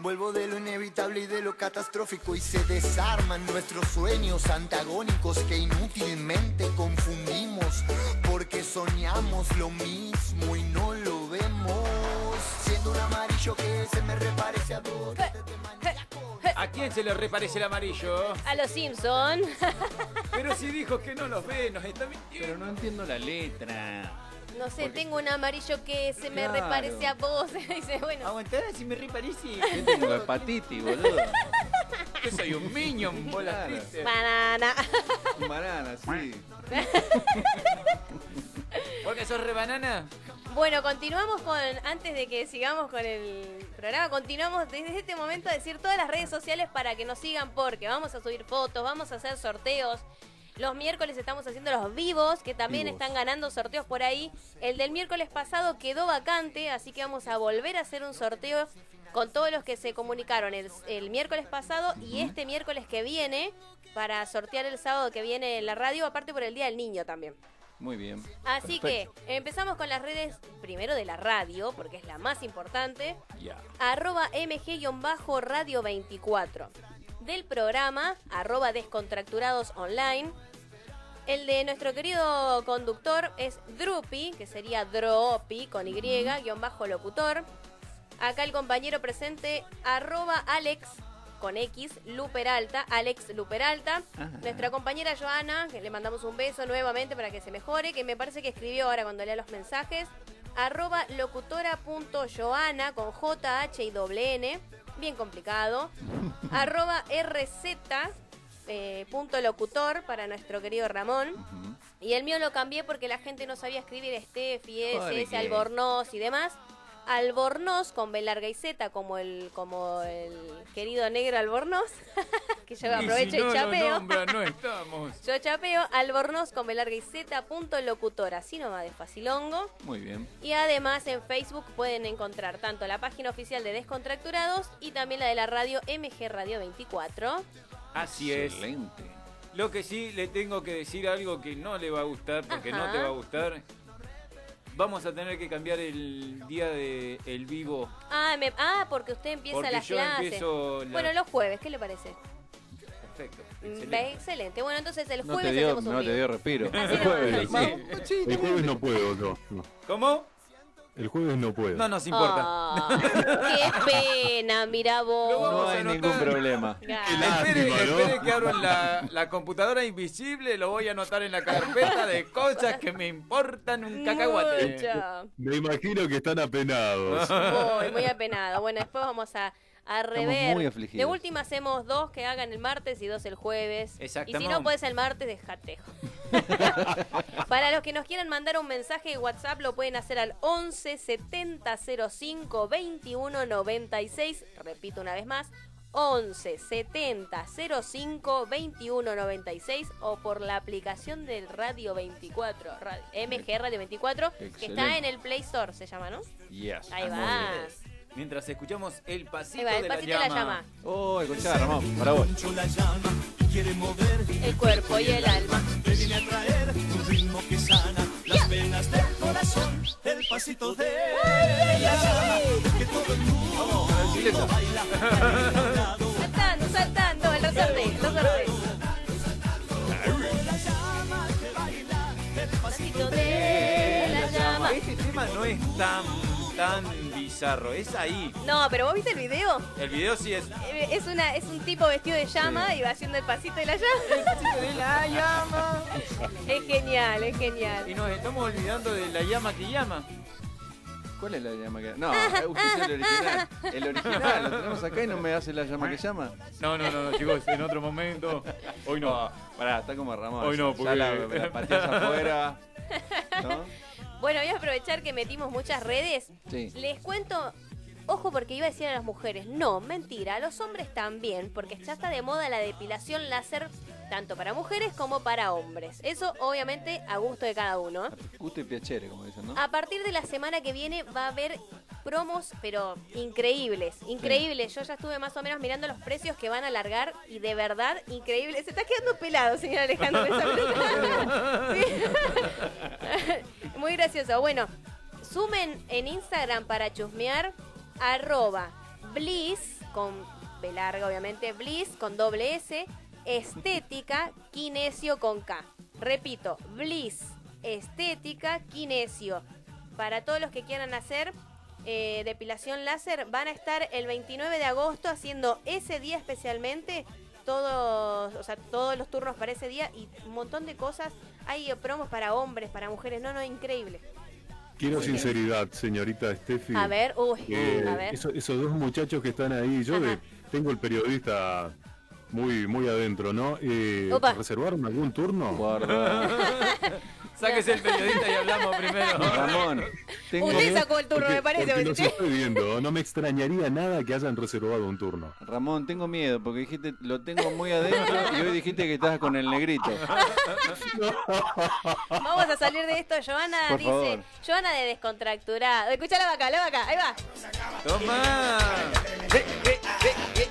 O: vuelvo de lo inevitable y de lo catastrófico. Y se desarman nuestros sueños antagónicos que inútilmente confundimos. Porque soñamos lo mismo y no lo vemos. Siendo un amarillo que se me reparece a vos.
A: ¿A quién se le reparece el amarillo?
C: A los Simpson.
A: Pero si dijo que no los ve, nos está mintiendo.
B: Pero no entiendo la letra.
C: No sé, tengo un amarillo que se me
B: Claro.
C: reparece a vos. Dice, bueno.
A: Aguantada si me reparece.
G: Yo tengo hepatitis, boludo.
A: Yo soy un minion, bolas
G: Claro.
A: tristes.
C: Banana.
G: Un banana, sí.
A: ¿Porque sos re banana?
C: Bueno, continuamos con, antes de que sigamos con el programa, continuamos desde este momento a decir todas las redes sociales para que nos sigan porque vamos a subir fotos, vamos a hacer sorteos. Los miércoles estamos haciendo los vivos, que también
H: Vivos.
C: están ganando sorteos por ahí. El del miércoles pasado quedó vacante, así que vamos a volver a hacer un sorteo con todos los que se comunicaron el, el miércoles pasado y
H: Ujú.
C: este miércoles que viene para sortear el sábado que viene en la radio, aparte por el Día del Niño también.
G: Muy bien.
C: Así
G: Perfecto.
C: que empezamos con las redes primero de la radio, porque es la más importante.
G: Ya.
C: Arroba mg-radio 24. Del programa, arroba descontracturados online. El de nuestro querido conductor es Drupi, que sería Dropi con Y, guión bajo locutor. Acá el compañero presente, arroba Alex con X, Luperalta, Alex Luperalta.
H: Ajá.
C: Nuestra compañera Joana, que le mandamos un beso nuevamente para que se mejore, que me parece que escribió ahora cuando lea los mensajes, arroba locutora.joana con J, H y doble N, bien complicado, arroba RZ. eh, punto locutor para nuestro querido Ramón. Y el mío lo cambié porque la gente no sabía escribir Steffi,
H: Joder,
C: S, S,
H: que-
C: Albornoz y demás. Albornoz con B larga y Z, como el, como el querido negro Albornoz, que yo aprovecho y,
A: si no
C: chapeo.
A: Lo nombra, no estamos.
C: Yo chapeo Albornoz con B larga y Z punto locutor, así nomás de facilongo.
G: Muy bien.
C: Y además en Facebook pueden encontrar tanto la página oficial de Descontracturados y también la de la radio MG Radio 24.
A: Así es. Lo que sí le tengo que decir algo que no le va a gustar, porque
C: Ajá.
A: no te va a gustar. Vamos a tener que cambiar el día de el vivo.
C: Ah, me- ah, porque usted empieza
A: Porque
C: las
A: yo
C: clases.
A: empiezo la-
C: Bueno, los jueves, ¿qué le parece?
A: Perfecto.
C: Excelente. Bueno, entonces el
G: No te
C: jueves
G: dio,
C: hacemos un
G: no te
C: vivo.
G: dio respiro.
F: El jueves, el jueves no puedo, no, no.
A: ¿Cómo?
F: El jueves no puedo.
A: No nos importa.
C: Ah, qué pena, mira vos.
G: No hay ningún problema.
A: Espere,
G: Lástima, ¿no?
A: espere que abro la, la computadora invisible, lo voy a anotar en la carpeta de cosas que me importan un cacahuate.
C: Mucha.
F: Me imagino que están apenados.
C: Muy, muy apenado. Bueno, después vamos a, a rever.
F: muy afligidos.
C: De última hacemos dos que hagan el martes y dos el jueves.
A: Exactamente.
C: Y si no puedes el martes, dejate. Para los que nos quieran mandar un mensaje de WhatsApp, lo pueden hacer al 11 70 05 21 96. Repito una vez más. 11 70 05 21 96 o por la aplicación del Radio 24, Radio- MG Radio 24, que está
A: Excelente.
C: en el Play Store, se llama, ¿no?
A: Yes.
C: Ahí va.
A: Mientras escuchamos el pasito,
C: Ahí va, el
A: de,
C: pasito
A: la
C: de la
A: llama.
C: llama.
G: Oh, escuchá, Ramón, para vos.
C: El cuerpo y el alma.
H: Te viene a traer un ritmo que sana las penas del corazón. El pasito de la llama, que todo el mundo baila.
C: Saltando, saltando, el resorte, el resorte. Pasito de la llama.
A: Este tema no es tan, tan bizarro, es ahí.
C: No, pero vos viste el video.
A: El video sí es.
C: Eh, Es, una, es un tipo vestido de llama y va haciendo el pasito de la llama. El pasito de la llama. Es genial, es
A: Y
C: genial.
A: nos estamos olvidando de la llama que llama.
G: ¿Cuál es la llama que No, eh, usted es el original. El original, lo tenemos acá y no me hace la llama que llama.
A: No, no, no, no, chicos, en otro momento. Hoy no.
G: pará, está como Ramón.
A: Hoy no,
G: Ya
A: porque-
G: la, la pateás afuera. ¿no?
C: Bueno, voy a aprovechar que metimos muchas redes.
G: Sí.
C: Les cuento, ojo porque iba a decir a las mujeres, no, mentira, a los hombres también, porque ya está de moda la depilación láser tanto para mujeres como para hombres. Eso obviamente a gusto de cada uno.
G: Gusto y piachere, como dicen, ¿no?
C: A partir de la semana que viene va a haber promos, pero increíbles, increíbles. Yo ya estuve más o menos mirando los precios que van a largar y de verdad, increíble. Se está quedando pelado, señor Alejandro. de Zapata. Sí. Muy gracioso. Bueno, sumen en Instagram para chusmear arroba bliss con B larga, obviamente, bliss con doble S, estética, kinesio con K. Repito, bliss, estética, kinesio. Para todos los que quieran hacer eh, depilación láser, van a estar el 29 de agosto haciendo ese día especialmente. Todos, o sea, todos los turnos para ese día y un montón de cosas. Hay promos para hombres, para mujeres. No, no, increíble.
F: Quiero sinceridad, señorita Steffi.
C: A ver, uy,
F: Eh,
C: a ver.
F: eso- esos dos muchachos que están ahí, yo de- tengo el periodista muy muy adentro, ¿no? Eh,
C: Opa.
F: ¿Reservaron algún turno?
A: Sáquese el periodista y hablamos primero.
G: Ramón,
F: Tengo
C: Usted
F: miedo
C: sacó el turno,
F: porque-
C: me parece.
F: porque
C: porque
F: los
C: usted-
F: estoy viendo, no me extrañaría nada que hayan reservado un turno.
G: Ramón, tengo miedo porque dijiste, lo tengo muy adentro y hoy dijiste que estabas con el negrito.
C: Vamos a salir de esto. Joana
G: Por
C: dice,
G: favor.
C: Joana de descontracturada. Escucha la vaca, la vaca, ahí va.
A: Toma.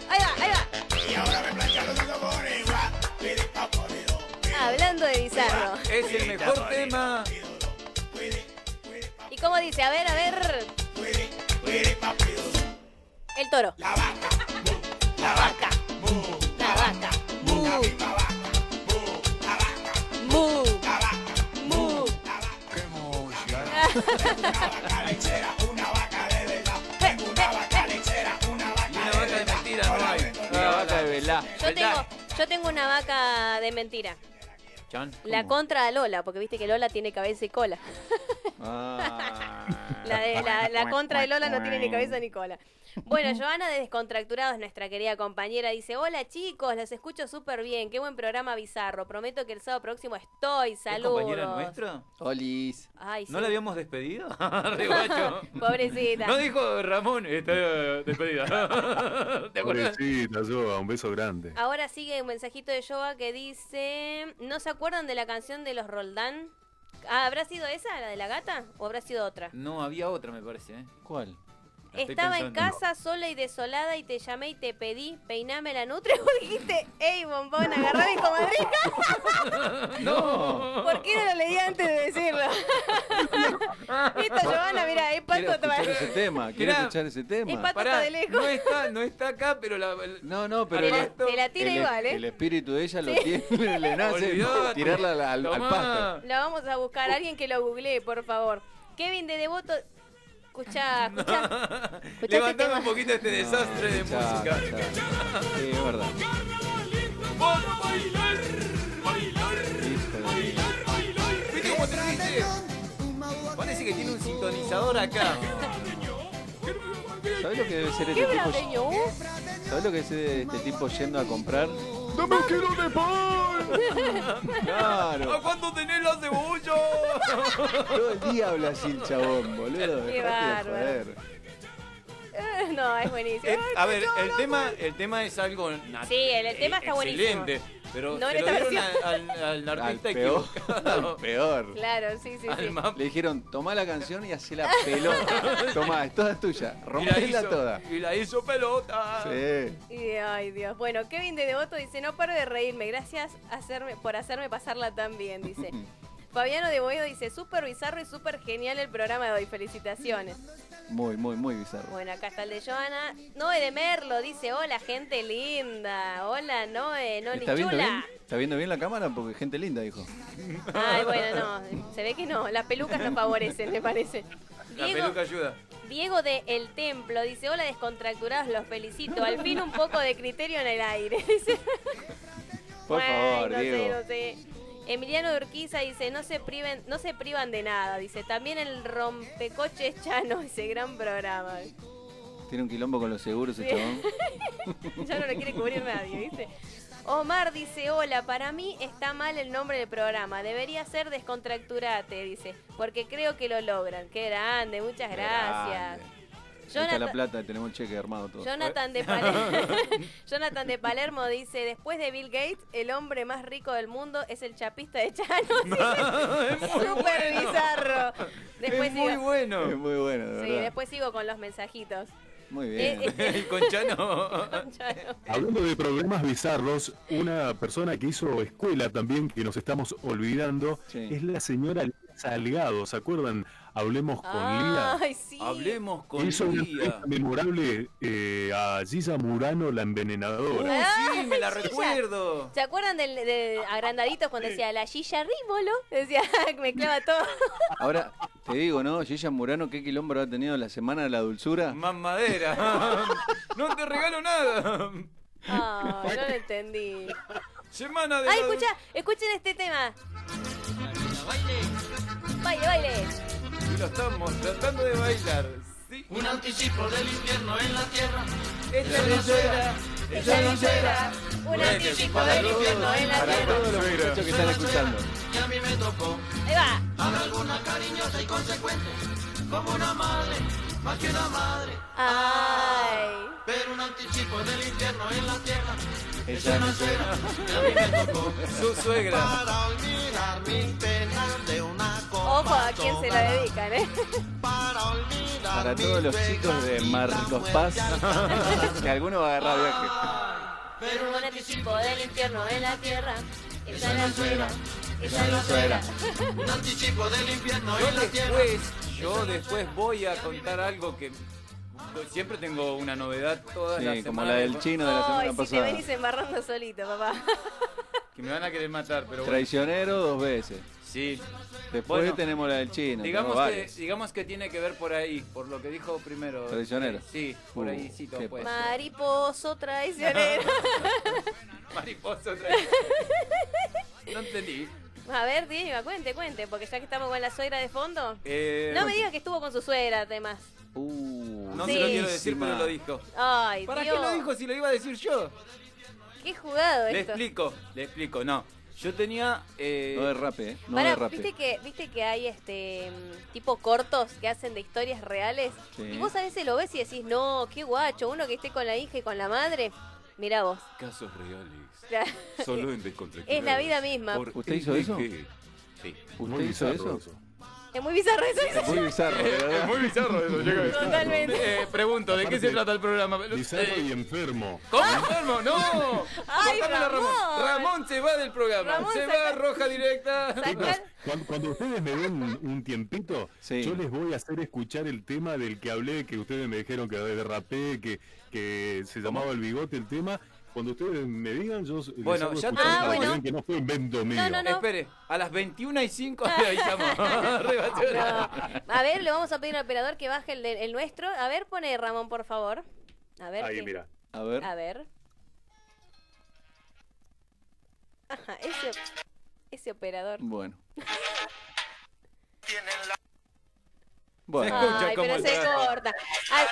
C: Ahí va, ahí va. Hablando de bizarro.
A: Es el mejor tema.
C: ¿Y cómo dice? A ver, a ver. El toro. La vaca.
I: La vaca. La vaca.
C: Mu. Mu.
G: Una Ah,
A: Ah,
G: vaca de velá.
C: Yo tengo, yo tengo una vaca de mentira. La contra a Lola, porque viste que Lola tiene cabeza y cola.
G: Ah,
C: La, de- la- la contra de Lola no tiene ni cabeza ni cola. Bueno, Joana de Descontracturados, nuestra querida compañera, dice: Hola chicos, los escucho súper bien. Qué buen programa bizarro. Prometo que el sábado próximo estoy. Saludos.
A: compañera nuestra?
G: Olis.
C: Ay, sí.
A: ¿No la habíamos despedido? Re guacho.
C: Pobrecita.
A: No dijo Ramón, eh, está despedida. ¿Te acuerdas?
F: Pobrecita, yo, un beso grande.
C: Ahora sigue un mensajito de Joa que dice: ¿No se acuerdan de la canción de los Roldán? Ah, ¿Habrá sido esa, la de la gata? ¿O habrá sido otra?
A: No, había otra, me parece. ¿eh?
G: ¿Cuál?
A: La estoy
C: Estaba en
A: pensando.
C: casa sola y desolada y te llamé y te pedí, peiname la nutria. Vos dijiste, hey, bombón, agarrá mi comadrita.
A: No.
C: ¿Por qué no lo leí antes de decirlo? Esto, Giovanna, mira, es
G: Quiero
C: pato
G: escuchar
C: tra-
G: ese tema, quiero
A: Mirá.
G: escuchar ese
C: Es
G: tema.
C: pato hasta de lejos.
A: No está, no está acá, pero la. el-
G: No, no, pero
A: Te la-
G: el-
C: te la tira
G: el,
C: igual, ¿eh?
G: el espíritu de ella lo
C: Sí.
G: tiene, le nace
A: Olvidate.
G: tirarla al, al- al
A: Tomá.
G: pasto.
C: La vamos a
A: Uh.
C: buscar, alguien que lo googlee, por favor. Kevin de Devoto. Escucha, escucha.
A: Levantame un poquito este desastre de música.
G: Sí, es verdad.
A: ¿Viste cómo te lo dice? Parece que tiene un sintonizador acá.
G: ¿Sabes lo que debe ser
C: ¿Qué
G: este tipo?
C: brasileño vos?
G: ¿Sabes lo que es este tipo yendo a comprar?
F: ¡No me quiero de pan!
A: ¿A
G: Claro.
A: cuándo tenés la cebolla?
G: Todo el día habla así el chabón, boludo.
C: Qué
G: dejate de
C: bárbaro.
G: joder.
C: Eh, No, es buenísimo.
A: Eh,
C: Ay,
A: a ver,
C: escuchá,
A: el
C: no,
A: tema, el tema es algo nat-
C: Sí, el- el tema está buenísimo.
A: excelente, pero
C: No
A: se
C: en
A: lo
C: esta
A: dieron
C: versión.
A: a- al, al
G: Al
A: artista
G: peor.
A: equivocado.
G: al peor.
C: Claro, sí, sí,
A: Al
C: sí.
A: mapa.
G: Le dijeron, tomá la canción y hacé la pelota. Tomá, es toda tuya.
A: Y la
G: Rompela
A: hizo,
G: toda.
A: y la hizo pelota.
G: Sí.
C: Y, ay, Dios. Bueno, Kevin de Devoto dice, no paro de reírme, gracias hacerme, por hacerme pasarla tan bien, dice. Fabiano de Boedo dice, súper bizarro y súper genial el programa de hoy, felicitaciones.
G: Muy, muy, muy bizarro.
C: Bueno, acá está el de Joana. Noé de Merlo dice, hola gente linda, hola Noé, Noli
G: ¿Está viendo bien?
C: Chula.
G: ¿Está viendo bien la cámara? Porque gente linda, dijo.
C: Ay, bueno, no, se ve que no, las pelucas no favorecen, me parece.
A: La
C: Diego,
A: peluca ayuda.
C: Diego de El Templo dice, hola descontracturados, los felicito, al fin un poco de criterio en el aire, dice.
G: Por
C: Ay,
G: favor,
C: no
G: Diego.
C: Sé, no sé. Emiliano de Urquiza dice, no se priven, no se privan de nada, dice. También el rompecoches Chano, ese gran programa.
G: Tiene un quilombo con los seguros, ese
C: Sí.
G: chabón.
C: ya no lo quiere cubrir nadie, ¿viste? Omar dice, hola, para mí está mal el nombre del programa, debería ser Descontracturate, dice, porque creo que lo logran. Qué grande, muchas gracias.
G: Grande. Está la
C: Jonathan-
G: plata, tenemos el cheque armado todo.
C: Jonathan de, Palermo, Jonathan de Palermo dice, después de Bill Gates, el hombre más rico del mundo es el chapista de Chano. Súper bizarro. Después
A: es muy
C: sigo-
A: bueno.
G: Es muy bueno, de
C: Sí,
G: verdad.
C: después sigo con los mensajitos.
G: Muy
C: bien. Eh, eh.
A: El conchano.
C: Chano.
F: Hablando de problemas bizarros, una persona que hizo escuela también, que nos estamos olvidando, es la señora Salgado. ¿Se acuerdan? Hablemos con Lía.
C: Ay, sí.
A: Hablemos
F: Que
A: con
F: hizo una
A: Lía.
F: entrevista memorable eh, a Giza Murano, la envenenadora.
C: Ah,
A: sí, me la
C: sí, ya.
A: recuerdo.
C: ¿Se acuerdan del de agrandaditos cuando decía la Gilla Rímolo? Decía, me clava todo.
G: Ahora, te digo, ¿no? Gilla Murano, ¿qué quilombo ha tenido la semana de la dulzura?
A: Más madera. no te regalo nada.
C: Ah, no lo entendí.
A: Semana de
C: Ay,
A: la-
C: escucha, escuchen este tema. Baile, baile.
A: Y Lo estamos tratando de bailar.
I: Un anticipo del infierno en la tierra.
A: Esta
I: no será, esta no será. Un
C: Este
I: anticipo del infierno en la
G: Para
I: tierra.
G: todos los muchachos que están escuchando.
I: Y a mí me tocó.
C: Ahí va.
I: Habrá alguna cariñosa y consecuente. Como una madre, más que una madre.
C: Ay.
I: Pero un anticipo del infierno en la tierra.
G: Ella no será.
A: Su suegra.
I: Para olvidar mis penas de una copa.
C: Ojo a quién se la dedican, ¿eh?
G: Para todos los chicos de Marcos Paz, que alguno va a agarrar viaje.
C: Pero un anticipo del infierno en la tierra. Esa es la suegra.
I: Esa no será. Un anticipo del infierno en
A: Yo
I: la tierra.
A: después, yo después voy a contar algo que siempre tengo una novedad todas
G: Sí,
A: las
G: como
A: semanas.
G: la del chino de la semana
C: Ay, si te
G: pasada.
C: venís embarrando solito, papá.
A: Que me van a querer matar, pero bueno.
G: Traicionero dos veces.
A: Sí.
G: Después
A: Bueno,
G: tenemos la del chino.
A: Digamos
G: tenemos
A: que,
G: varias.
A: digamos que tiene que ver por ahí, por lo que dijo primero. eh,
G: Traicionero.
A: Sí, por
G: Uh,
A: ahí pues. sí, todo
G: qué
A: puede ser.
C: Mariposo traicionero.
A: Mariposa traicionero. No entendí.
C: A ver, Diego, cuente, cuente, porque ya que estamos con la suegra de fondo.
A: Eh,
C: No me digas que estuvo con su suegra, además.
G: Uh,
A: No se lo
C: Sí.
A: quiero decir, pero lo dijo.
C: Ay,
A: ¿Para
C: Dios.
A: qué lo dijo si lo iba a decir yo?
C: Qué jugado
A: Le
C: esto.
A: explico, le explico, no. Yo tenía. Eh,
G: No derrape, eh. No
C: Pará,
G: derrape.
C: ¿viste que, viste que hay este mm, tipo cortos que hacen de historias reales.
G: Sí.
C: Y vos a veces lo ves y decís, no, qué guacho, uno que esté con la hija y con la madre. Mirá vos.
P: Casos reales.
C: Ya.
P: Solo en Descontracturados.
C: Es la vida misma.
P: Por
G: ¿Usted hizo eso?
P: LG. Sí.
G: ¿Usted hizo eso?
C: Es muy bizarro eso.
G: Es muy bizarro, ¿verdad?
A: Es muy bizarro eso, llega.
C: Totalmente.
A: Eh, pregunto, ¿de qué se trata el programa? eh,
F: Bizarro y enfermo.
A: ¿Cómo enfermo? ¡No!
C: Ay,
A: Cortámela, Ramón.
C: Ramón.
A: Ramón se va del programa.
C: Ramón,
A: se
C: saca-
A: va roja directa.
C: Saca-
F: Cuando, cuando ustedes me den un, un tiempito,
G: Sí.
F: yo les voy a hacer escuchar el tema del que hablé, que ustedes me dijeron que derrapé, que, que se llamaba el bigote el tema. Cuando ustedes me digan, yo les
A: Bueno,
F: hago
A: ya-
F: escuchar
A: Ah,
F: para que
A: bueno.
F: vean que no fue invento mío.
C: no, no.
A: Espere, a las 21 y 5 ahí estamos. Rebateó.
C: A ver, le vamos a pedir al operador que baje el, de- el nuestro. A ver, pone Ramón, por favor. A ver.
F: Ahí,
C: qué- Ah,
F: mira.
G: A ver.
C: A ver. Ajá, ese, ese operador.
G: Bueno.
A: Se
G: Bueno,
A: escucha
C: Ay,
A: como
C: pero
A: el
C: se
A: trabajo.
C: corta. Ay,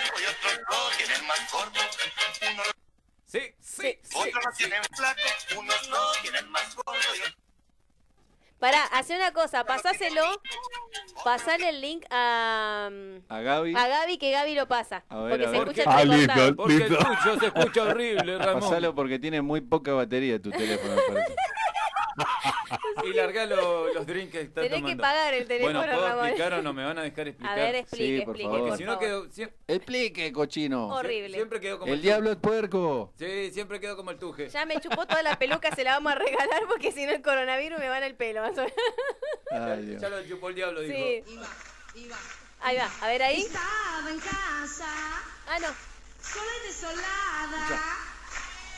A: Sí, sí, sí.
C: pará, hace una cosa, pasáselo. Pasale el link a,
G: a Gaby.
C: a Gaby que Gaby lo pasa.
G: A ver,
C: Ah, porque se
G: a ver.
C: escucha
F: Ah,
C: entrecortado.
F: listo.
A: Porque el tuyo se escucha horrible, Ramón.
G: Pasalo porque tiene muy poca batería tu teléfono. me parece.
A: Y larga lo- los drinks que está
C: Tenés que
A: tomando.
C: pagar el teléfono,
A: Bueno, ¿puedo
C: Ramón.
A: explicar o no me van a dejar explicar?
C: A ver, explique,
G: Sí, por
C: explique.
G: favor.
A: Porque
C: por
A: si no
C: favor.
A: quedo... sie-
G: Explique, cochino.
C: Horrible.
A: Siempre quedo como
G: El diablo es puerco.
A: Sí, siempre quedo como el tuje.
C: Ya me chupó toda la peluca, se la vamos a regalar porque si no el coronavirus me va en el pelo. más o menos.
G: Ay, Dios.
A: Ya lo chupó el diablo, dijo.
C: Sí. Ahí va, a ver ahí.
J: Estaba en casa,
C: Ah, no.
J: sola y desolada.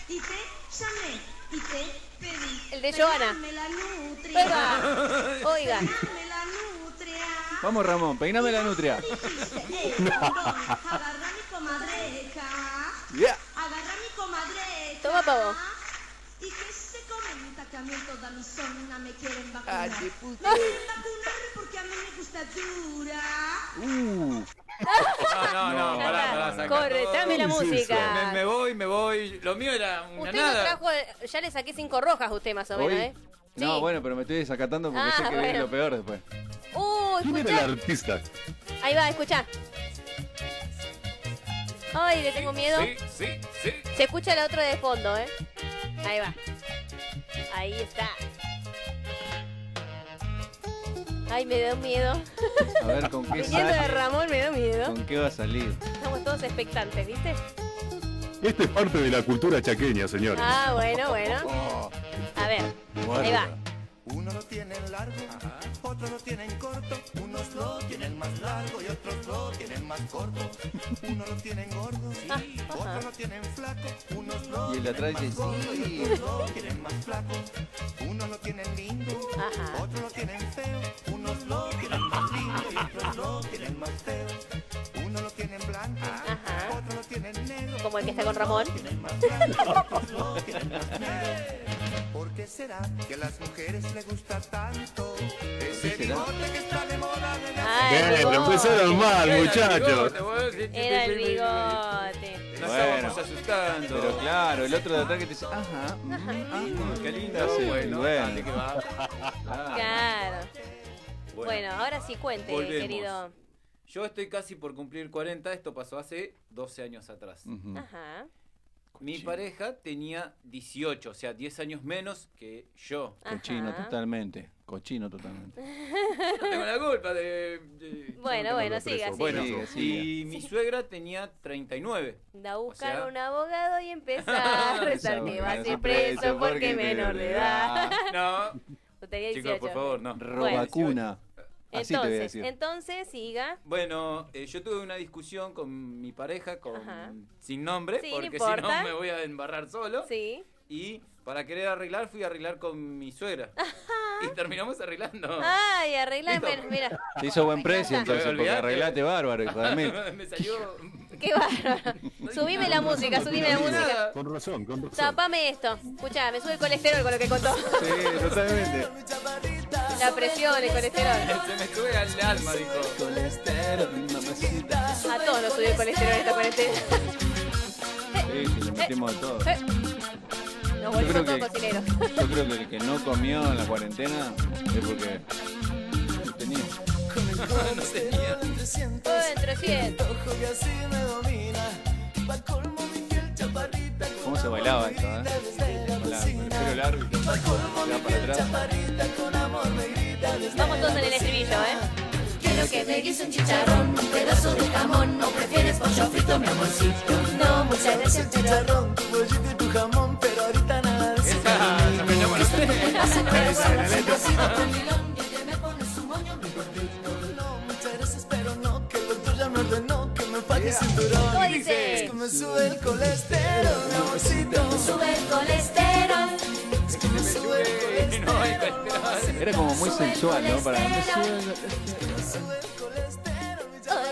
J: Y te llamé y te pedí.
C: El de Johanna.
J: Peiname la nutria.
C: Oiga. Oiga.
J: Peiname la nutria.
G: Vamos, Ramón, peiname la nutria.
J: Dijiste, eh, bombón, agarra mi comadreja.
G: Ya.
J: Agarra mi comadreja.
C: Toma, pavo.
J: Y que se comenta que a mí en toda mi zona me quieren vacunar.
G: Ah, qué puto.
J: Me quieren vacunar porque a mí me gusta dura.
G: Uh,
A: No, no, no,
C: No.
A: pará, pará, saca
C: Corre,
A: todo.
C: dame la
A: Sí, sí, sí.
C: música.
A: Me, me voy, me voy. Lo mío era una
C: Usted no
A: nada.
C: trajo, ya le saqué cinco rojas a usted más o menos,
G: ¿Hoy?
C: ¿eh?
G: No,
C: Sí.
G: bueno, pero me estoy desacatando porque
C: Ah,
G: sé que viene
C: bueno.
G: lo peor después.
C: Uh,
F: ¿Quién era el
C: escuchá.
F: artista?
C: Ahí va, escuchá. Ay, le tengo miedo.
A: Sí, sí, sí.
C: Se escucha la otra de fondo, ¿eh? Ahí va. Ahí está. Ay, me da miedo.
G: A ver, ¿con qué
C: Viniendo de
G: sale?
C: Ramón me da miedo.
G: ¿Con qué va a salir?
C: Estamos todos expectantes, ¿viste?
F: Este es parte de la cultura chaqueña, señores.
C: Ah, bueno,
G: Oh,
C: bueno. A ver, ahí va.
O: Uno lo tienen largo, otros lo tienen corto, unos lo tienen más largo y otros lo tienen más corto. Uno lo tienen gordo,
C: Ah,
O: otros lo tienen flaco, unos lo
G: Y el de
O: tienen
G: atrás
O: más
G: dice,
O: gordo
G: "Sí".
O: y otros lo tienen más flaco. Uno lo tienen lindo, otros lo tienen feo, unos lo tienen más lindo y otros lo tienen más feo. Uno lo tienen blanco, otros lo tienen negro.
C: Como el que está con Ramón.
O: ¿Por qué será que a las mujeres les gusta tanto?
G: ¿Qué será?
C: Ay, el
F: Bien,
C: bigote.
F: empezaron mal, muchachos.
C: Era el bigote.
A: Nos estábamos asustando.
G: Pero claro, el otro de atrás que te dice, ajá, mm, ah,
A: Qué lindo,
G: Sí,
A: bueno,
G: bueno.
A: dale que va.
C: Claro. Bueno,
A: Bueno,
C: ahora sí cuente,
A: volvemos.
C: querido.
A: Yo estoy casi por cumplir 40, esto pasó hace 12 años atrás.
C: Ajá.
A: Mi pareja tenía 18, o sea, 10 años menos que yo.
G: cochino
C: Ajá.
G: totalmente, cochino totalmente.
A: No tengo la culpa de... de-
C: Bueno,
A: no
C: bueno,
A: tengo
C: siga, siga.
A: preso. Bueno,
G: Siga,
A: y
G: siga.
A: mi suegra tenía 39.
C: Da a buscar
A: sea-
C: un abogado y empezar a rezar que va a ser preso porque es menor de edad.
A: Ah, No,
C: Usted tenía
A: chicos,
C: 18.
A: por favor, no.
G: Robacuna. Así te voy a
C: Entonces,
G: decir.
C: entonces siga.
A: Bueno, eh, yo tuve una discusión con mi pareja, con
C: Ajá.
A: sin nombre,
C: Sí, no
A: porque si
C: importa.
A: no me voy a embarrar solo.
C: Sí.
A: Y para querer arreglar, fui a arreglar con mi suegra. y terminamos arreglando.
C: Ay, arregla,
A: Listo.
C: mira, mira.
G: Te hizo buen precio
A: Me
G: entonces, porque
A: olvidaste.
G: arreglaste bárbaro, hijo de mil.
A: me salió.
C: Qué bárbaro. Subime la música, subime la música.
F: Con razón, con razón.
C: Tapame esto. Escuchá, me sube el colesterol con lo que contó.
G: Sí, totalmente.
C: La presión, el colesterol.
A: Se me sube al alma, dijo.
C: A todos nos subió el colesterol esta cuarentena.
G: Sí, sí, le metimos de todo.
C: Eh, Nos
G: Yo creo
C: volvimos
G: que-
C: todos cocineros.
G: Yo creo que el que no comió en la cuarentena es porque no tenía.
A: no tenía.
C: Entre 100.
G: ¿Cómo se bailaba esto, eh? Con la- con el pelo largo y todo, miraba para atrás.
C: Vamos todos en el estribillo, ¿eh?
I: Quiero que me guise un chicharrón, un pedazo de jamón. No prefieres pollo frito, mi amorcito. No, muchas gracias, chicharrón. Tu pollito y tu jamón, pero ahorita nada de eso.
C: ¿Cómo dice?
I: Me sube el colesterol, mi amorcito. Sube el colesterol. Es que me sube el colesterol.
G: Era como muy sensual, ¿no? Para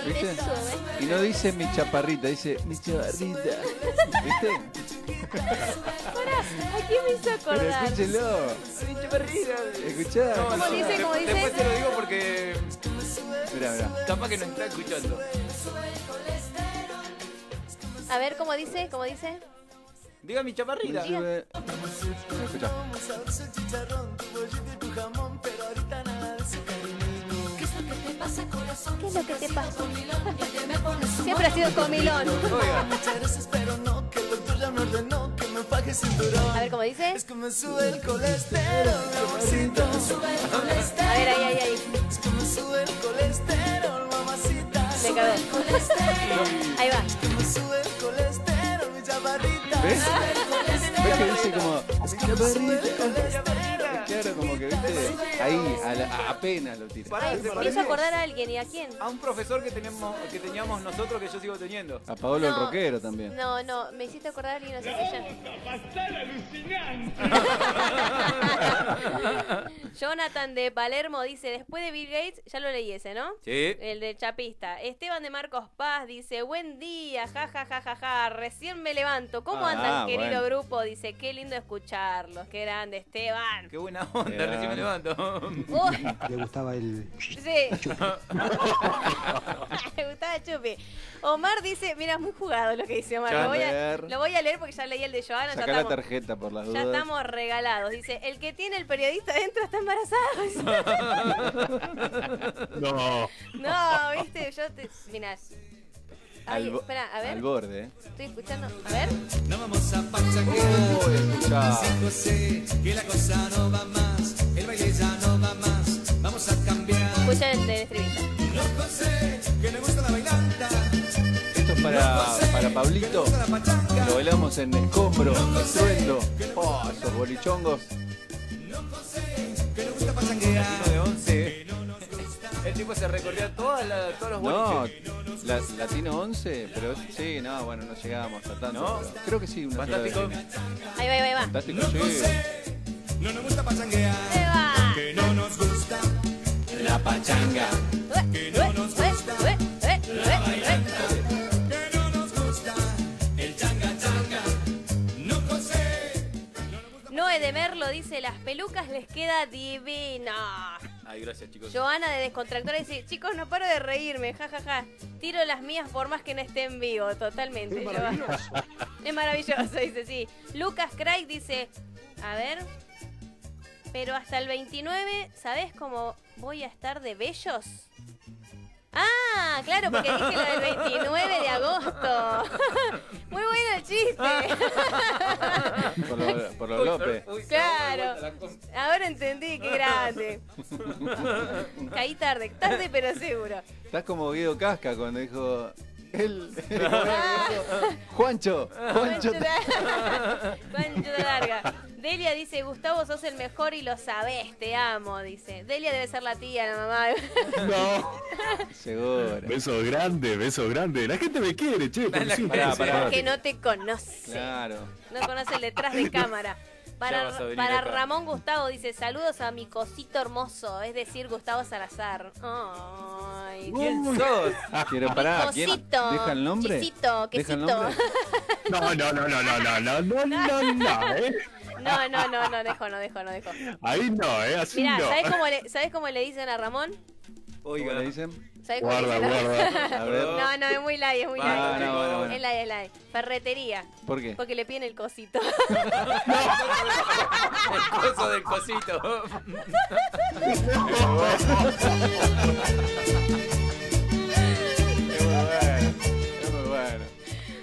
C: Hoy te
G: ¿Viste?
C: sube.
G: Y no dice mi chaparrita, dice mi chaparrita. ¿Viste?
C: Pará, ¿a quién me hizo
G: Pero
C: acordar?
G: escúchelo. Escuchá.
C: ¿Cómo dice? ¿Cómo dice?
A: Después te lo digo porque
G: Mirá, mirá.
A: capaz que no está escuchando.
C: A ver, ¿cómo dice? ¿Cómo dice?
A: Diga mi chaparrita.
C: Diga.
G: Escuchá.
I: Pues
C: ¿Qué es lo que te pasa? Siempre ha sido comilón. A ver, ¿cómo dice?
I: Es que me sube el colesterol, mi amorcito. Sube el colesterol.
C: A ver, ahí, ahí, ahí.
I: Es que me sube el colesterol, mamacita.
C: Me cagó. Ahí va.
I: Que me sube el colesterol, mi chaparrita.
G: ¿Ves?
I: Sube el colesterol.
G: ¿Ves que dice como mi chaparrita? Claro, como que viste. Ahí, a la- apenas lo tira.
A: Pará, se
C: Me hizo
A: pareció
C: acordar a alguien. ¿Y a quién?
A: a un profesor que teníamos, que teníamos nosotros que yo sigo teniendo.
G: A Paolo el
C: No.
G: rockero también.
C: No, no, me hiciste acordar a alguien, no sé si ya. Jonathan de Palermo dice, después de Bill Gates, ya lo leí ese, ¿no?
A: Sí.
C: El del chapista. Esteban de Marcos Paz dice, buen día, ja, ja, ja, ja, ja, recién me levanto. ¿Cómo
G: Ah,
C: andan, querido
G: bueno.
C: grupo? Dice, qué lindo escucharlos, qué grande, Esteban.
A: Qué buena onda,
G: Era-
A: recién me levanto.
C: Uy,
D: Le gustaba el
C: sí. Me gustaba Chupi. Omar dice, mira, muy jugado lo que dice Omar.
G: Ya,
C: Lo voy,
G: a
C: a,
G: ver.
C: lo voy a leer porque ya leí el de Joana, ya
G: Sacá la
C: estamos,
G: tarjeta por las
C: ya
G: dudas.
C: estamos regalados. Dice, el que tiene el periodista adentro está embarazado. Dice,
F: No.
C: no, viste, yo te... Mirá, Ay,
G: al, bo-
C: espera, a ver.
G: al borde. ¿eh?
C: Estoy escuchando. A ver.
H: No vamos a pausa que
G: Uy, escuchá.
H: José, que la cosa no va más, el baile ya no va más, vamos a cambiar.
C: Escuchen el, el estribillo.
H: No José, que me gusta la bailanta,
G: Esto es para, para Pablito. Lo bailamos en escombro, estruendo. Oh, esos bolichongos.
H: que le gusta pachanguear.
G: De
A: eh.
G: once.
A: El tipo se recorría todas las- todos los
G: No,
A: boliches.
G: la- Latino 11, pero sí, no, bueno, no llegábamos a tanto.
A: ¿No?
G: pero Creo que sí, una sola
A: Fantástico.
G: vez.
C: Ahí va, ahí va, ahí va.
G: Fantástico, sí.
H: No nos gusta pachanguear,
C: Ahí va.
H: que no nos gusta la pachanga. Que no nos gusta la bailanta, que no nos gusta el changa changa. No José,
C: Noé de Merlo dice, las pelucas les queda divina.
A: Ay, gracias, chicos.
C: Joana de Descontractora dice, chicos, no paro de reírme, jajaja. Tiro las mías por más que no esté en vivo, totalmente.
H: Es
C: Joana. Es maravilloso, dice, sí. Lucas Craig dice, a ver, pero hasta el 29, ¿sabés cómo voy a estar de bellos? Ah, claro, porque dije lo del 29 de agosto. Muy bueno el chiste.
G: Por lo, por lo López.
C: Claro. Ahora entendí, qué grande. Caí tarde, tarde pero seguro.
G: Estás como Guido Casca cuando dijo. Él. Juancho. Juancho.
C: Pancho de- Pancho de larga. Delia dice, Gustavo, sos el mejor y lo sabés, te amo, dice. Delia debe ser la tía, la mamá.
F: No.
G: Seguro.
F: Beso grande, beso grande. La gente me quiere, che. porque sí,
G: Pará, pará.
C: que no te conoce.
G: Claro.
C: No conoce el detrás de cámara.
G: Ya
C: Para,
G: vas a venir
C: para
G: acá.
C: Ramón Gustavo dice, saludos a mi cosito hermoso, es decir, Gustavo Salazar. Ay,
G: Uy. Pero pará, ¿quién?
C: Cosito.
G: ¿Deja el nombre?
C: Chisito,
G: ¿Deja el
C: quesito.
G: nombre?
F: No, no, no, no, no, no, no, no, no, no, eh.
C: No, no, no, no, dejo, no dejo, no dejo.
F: Ahí no, eh, así
C: Mirá,
F: no.
C: ¿sabes cómo, le, ¿sabés cómo le dicen a Ramón?
G: Oiga. le dicen?
C: ¿Sabés cómo
F: Guarda,
C: le dicen a-
F: guarda.
G: A ver.
C: No, no, es muy light, es muy
G: Vale,
C: light.
G: no, bueno, bueno.
C: Es light, es light. Ferretería.
G: ¿Por qué?
C: Porque le piden el cosito.
A: El coso del cosito.
G: Es muy bueno. Es muy bueno.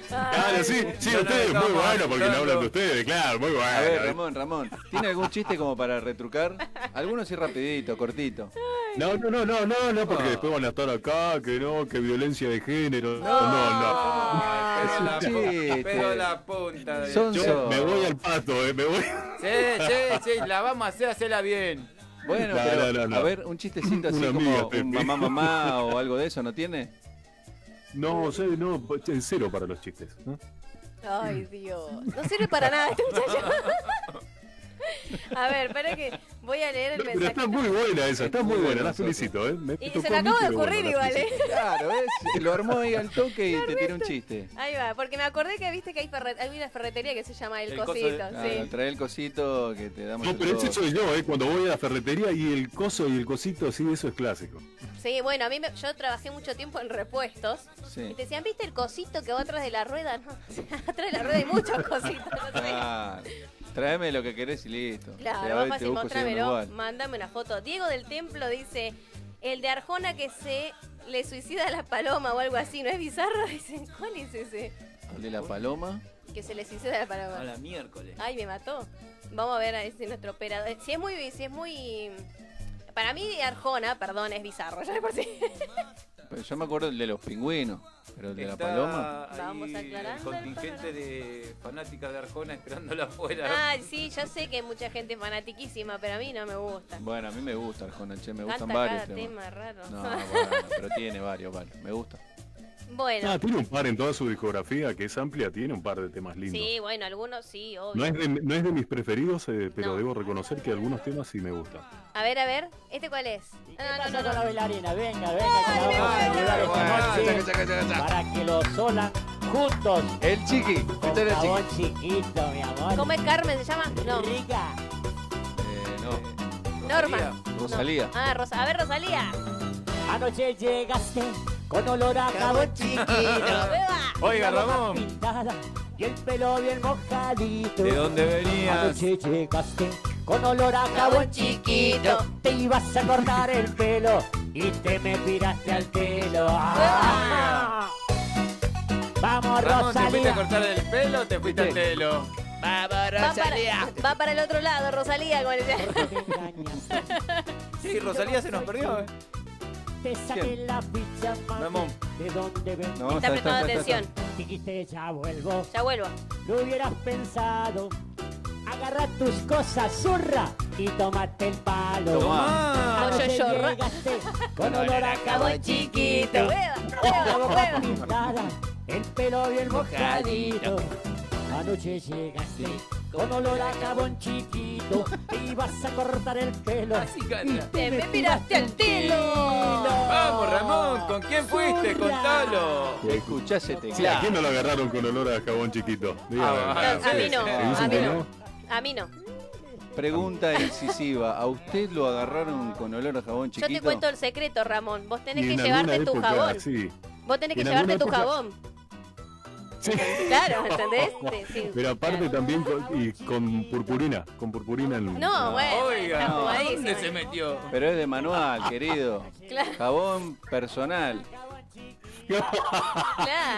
F: Claro, sí, sí, ustedes, muy bueno, porque no hablan de ustedes, claro, muy bueno.
G: A ver, Ramón, Ramón. ¿Tiene algún chiste como para retrucar? Algunos sí rapidito, cortito.
F: No, no, no, no, no, no, porque después van a estar acá, que no, que violencia de género. No, no, no.
A: Pero la,
G: chiste.
A: pu- pero la punta de...
F: Yo me voy al pato, eh, me voy.
A: Sí, sí, sí, la vamos a hacer, hacela bien.
G: Bueno,
F: No,
G: pero,
F: no, este. no, no.
G: a ver, un chistecito así
F: Una
G: como
F: amiga, Pepe.
G: un mamá, mamá o algo de eso, ¿no tiene?
F: No, sé, no, en cero para los chistes. ¿no?
C: Ay, Dios. No sirve para nada este muchacho. A ver, espera que voy a leer el
F: Pero
C: mensaje.
F: está muy buena esa, está muy buena, la
G: Nosotros.
F: felicito, eh. Me
C: Y
F: tocó
C: se me
F: a mí,
C: acaba de
F: pero bueno,
C: ocurrir
F: la
C: igual, ¿eh?
G: Claro, ¿ves? Lo armó ahí al toque y te tiró un chiste.
C: Ahí va, porque me acordé que viste que hay, ferre- hay una ferretería que se llama El,
G: El eh, coso
C: Cosito.
G: de- Claro,
C: Sí.
G: Ah, trae el cosito que te damos.
F: No,
G: el
F: pero ese
G: todo.
F: soy yo, ¿eh? Cuando voy a la ferretería y el coso y el cosito, sí, eso es clásico.
C: sí, bueno, a mí me- yo trabajé mucho tiempo en repuestos.
F: Sí.
C: Y te decían, ¿viste el cosito que va atrás de la rueda? No, atrás de la rueda hay muchos cositos. no sé.
G: Claro. Tráeme lo que querés y listo. Y a
C: Claro,
G: ver,
C: más
G: te
C: fácil,
G: busco si hay uno
C: mostrámelo,
G: igual.
C: mándame una foto. Diego del Templo dice, el de Arjona que se le suicida a la paloma o algo así, ¿no es bizarro? Dicen, ¿cuál es ese?
G: El de la paloma.
C: Que se le suicida a la
A: A
C: paloma.
A: la miércoles.
C: Ay, me mató. Vamos a ver a ese nuestro operador. Si es muy, si es muy... Para mí Arjona, perdón, es bizarro, ya de por sí.
G: Pero yo me acuerdo el de los pingüinos. Pero el de la
A: Está
G: paloma.
A: ahí
C: Vamos
A: El
C: aclarando el
A: contingente de fanáticas de Arjona esperándola afuera.
C: Ay, sí, yo sé que hay mucha gente fanatiquísima, pero a mí no me gusta.
G: Bueno, a mí me gusta Arjona, che, me gustan
C: Canta
G: varios
C: cada
G: temas.
C: tema raro.
G: No, bueno, pero tiene varios, varios. Me gusta.
C: Bueno,
F: Ah, tiene un par en toda su discografía, que es amplia, tiene un par de temas lindos.
C: sí, bueno, algunos sí, obvio.
F: No es de, no es de mis preferidos, eh, pero
C: No.
F: debo reconocer que algunos temas sí me gustan.
C: A ver, a ver, ¿este cuál es? No, no, no, no,
Q: la bailarina, venga, venga, que la vamos a llevar esta noche para que lo solan juntos.
G: El chiqui,
Q: escuchá el chiqui. chiquito, mi amor.
C: ¿Cómo es Carmen? ¿Se llama? No.
Q: Rica.
G: Eh, no.
C: Norma.
G: Rosalía.
C: Ah, Rosa. A ver, Rosalía.
Q: Anoche llegaste con olor a jabón chiquito.
C: Beba.
Q: Oiga, Ramón. Y el pelo bien mojadito.
G: ¿De dónde venías?
Q: Anoche llegaste con olor a jabón chiquito. Te ibas a cortar el pelo y te me tiraste al pelo. Ah. Vamos,
A: Ramón, ¿te fuiste a
Q: Rosalía.
A: cortar el pelo o te fuiste al telo?
C: Vamos, Va para, va para el otro lado, Rosalía. Con
A: Sí, Rosalía se nos perdió. eh.
Q: Te saqué la pizza, mami.
A: Ramón.
Q: ¿De dónde ven?
A: No, Está está, prestando está, está, atención.
Q: Dijiste, ya vuelvo.
C: Ya vuelvo.
Q: Lo hubieras pensado. Agarra tus cosas, zurra, y tómate el palo.
H: Tomá.
Q: A veces
H: Yo, yo, yo.
Q: llegaste con olor a cabo chiquito.
H: Hueva,
Q: La boca pintada, el pelo bien mojadito. Anoche llegaste con olor a cabón chiquito y vas a cortar el pelo. Y
C: Te me miraste al telo.
A: Vamos, Ramón, ¿con quién fuiste? Contalo.
G: Escuchá ese teclado.
F: Sí, ¿A quién no lo agarraron con olor a jabón chiquito?
G: Ah,
C: No, a mí no,
F: ¿Te
C: a
F: dicen
C: mí
F: que
C: no. A mí no.
G: Pregunta incisiva. ¿A usted lo agarraron con olor a jabón
C: Yo
G: chiquito?
C: te cuento el secreto, Ramón. Vos tenés
G: Y
C: que
G: en
C: llevarte
G: alguna
C: tu
G: época,
C: jabón.
F: sí.
C: Vos tenés que
F: En
C: llevarte tu
F: alguna época-
C: jabón. Claro, ¿entendés? Sí, sí.
F: Pero aparte también con, y con purpurina, con purpurina en
C: No, bueno.
G: Oiga,
C: está
G: no,
A: ¿A
C: jugadísimo.
A: dónde se metió?
G: Pero es de manual, querido.
C: Claro.
G: Jabón personal.
C: Claro.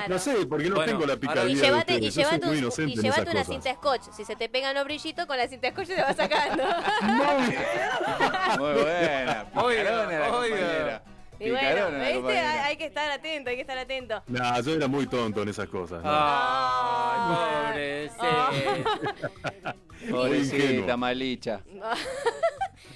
F: No sé, porque no
G: Bueno,
F: tengo la picardía
C: Y
F: de
C: llévate, y
F: ustedes, yo soy
C: llévate,
F: muy
C: un-
F: inocente
C: y
F: en
C: llévate
F: esas
C: una
F: cosas.
C: cinta scotch. Si se te pegan los brillitos, con la cinta scotch te vas sacando.
G: Muy buena. Picarona la
A: Oiga, oiga.
G: compañera.
C: y bueno,
F: Picarona,
C: ¿viste? Hay,
F: compañera.
C: hay que estar atento, hay que estar atento.
F: Nah, yo era muy tonto en esas cosas. ¿no?
G: Ah,
A: Ay, pobre.
G: Pobrecita malicha.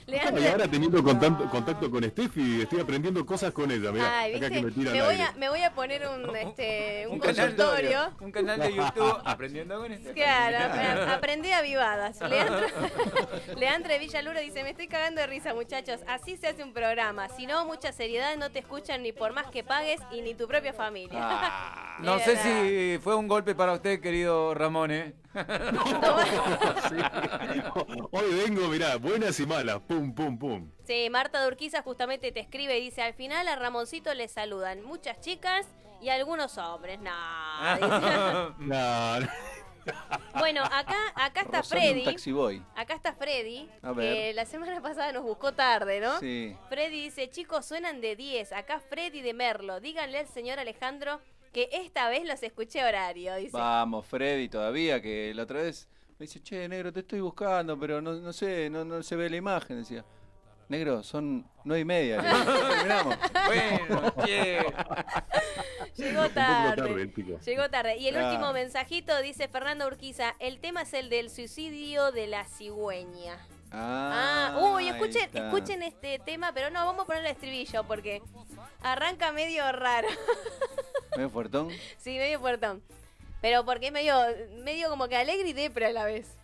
C: Leandro.
F: Y ahora teniendo contacto, contacto con Steffi, estoy aprendiendo cosas con ella. Mirá,
C: Ay,
F: acá
C: ¿viste?
F: que me tiran
C: Me voy,
F: aire.
C: a, me voy a poner un, este, un,
A: Un canal,
C: consultorio.
A: un canal de YouTube aprendiendo con este.
C: Claro, ap- aprendí a vivadas. Leandro, Leandro de Villaluro dice, me estoy cagando de risa, muchachos. Así se hace un programa. Si no, mucha seriedad, no te escuchan ni por más que pagues y ni tu propia familia.
A: No sé si fue un golpe para usted, querido Ramón, ¿eh?
F: Hoy vengo, mirá, buenas y malas. Pum, pum, pum.
C: Sí, Marta Durquiza justamente te escribe y dice, al final a Ramoncito le saludan muchas chicas y algunos hombres. No. dice.
F: Nah,
C: bueno, acá, acá está
G: Rozando
C: Freddy.
G: un taxi boy.
C: Acá está Freddy,
G: A
C: que
G: ver.
C: la semana pasada nos buscó tarde, ¿no?
G: Sí.
C: Freddy dice, chicos, suenan de 10. Acá Freddy de Merlo. Díganle al señor Alejandro que esta vez los escuché horario. Dice,
G: Vamos, Freddy, todavía, que la otra vez me dice, che, negro, te estoy buscando, pero no, no sé, no, no se ve la imagen. Decía, negro, son nueve y media. le digo, Terminamos.
A: bueno, che.
C: llegó
G: tarde,
C: tarde.
G: chico.
C: Llegó tarde. Y el
G: Claro.
C: último mensajito dice Fernando Urquiza, el tema es el del suicidio de la cigüeña. Ah, uy,
G: ahí
C: escuchen,
G: está.
C: escuchen este tema, pero no, vamos a poner el estribillo porque arranca medio raro.
G: ¿Medio fuertón?
C: Sí, medio puertón. Pero porque es medio, medio como que alegre y depre a la vez.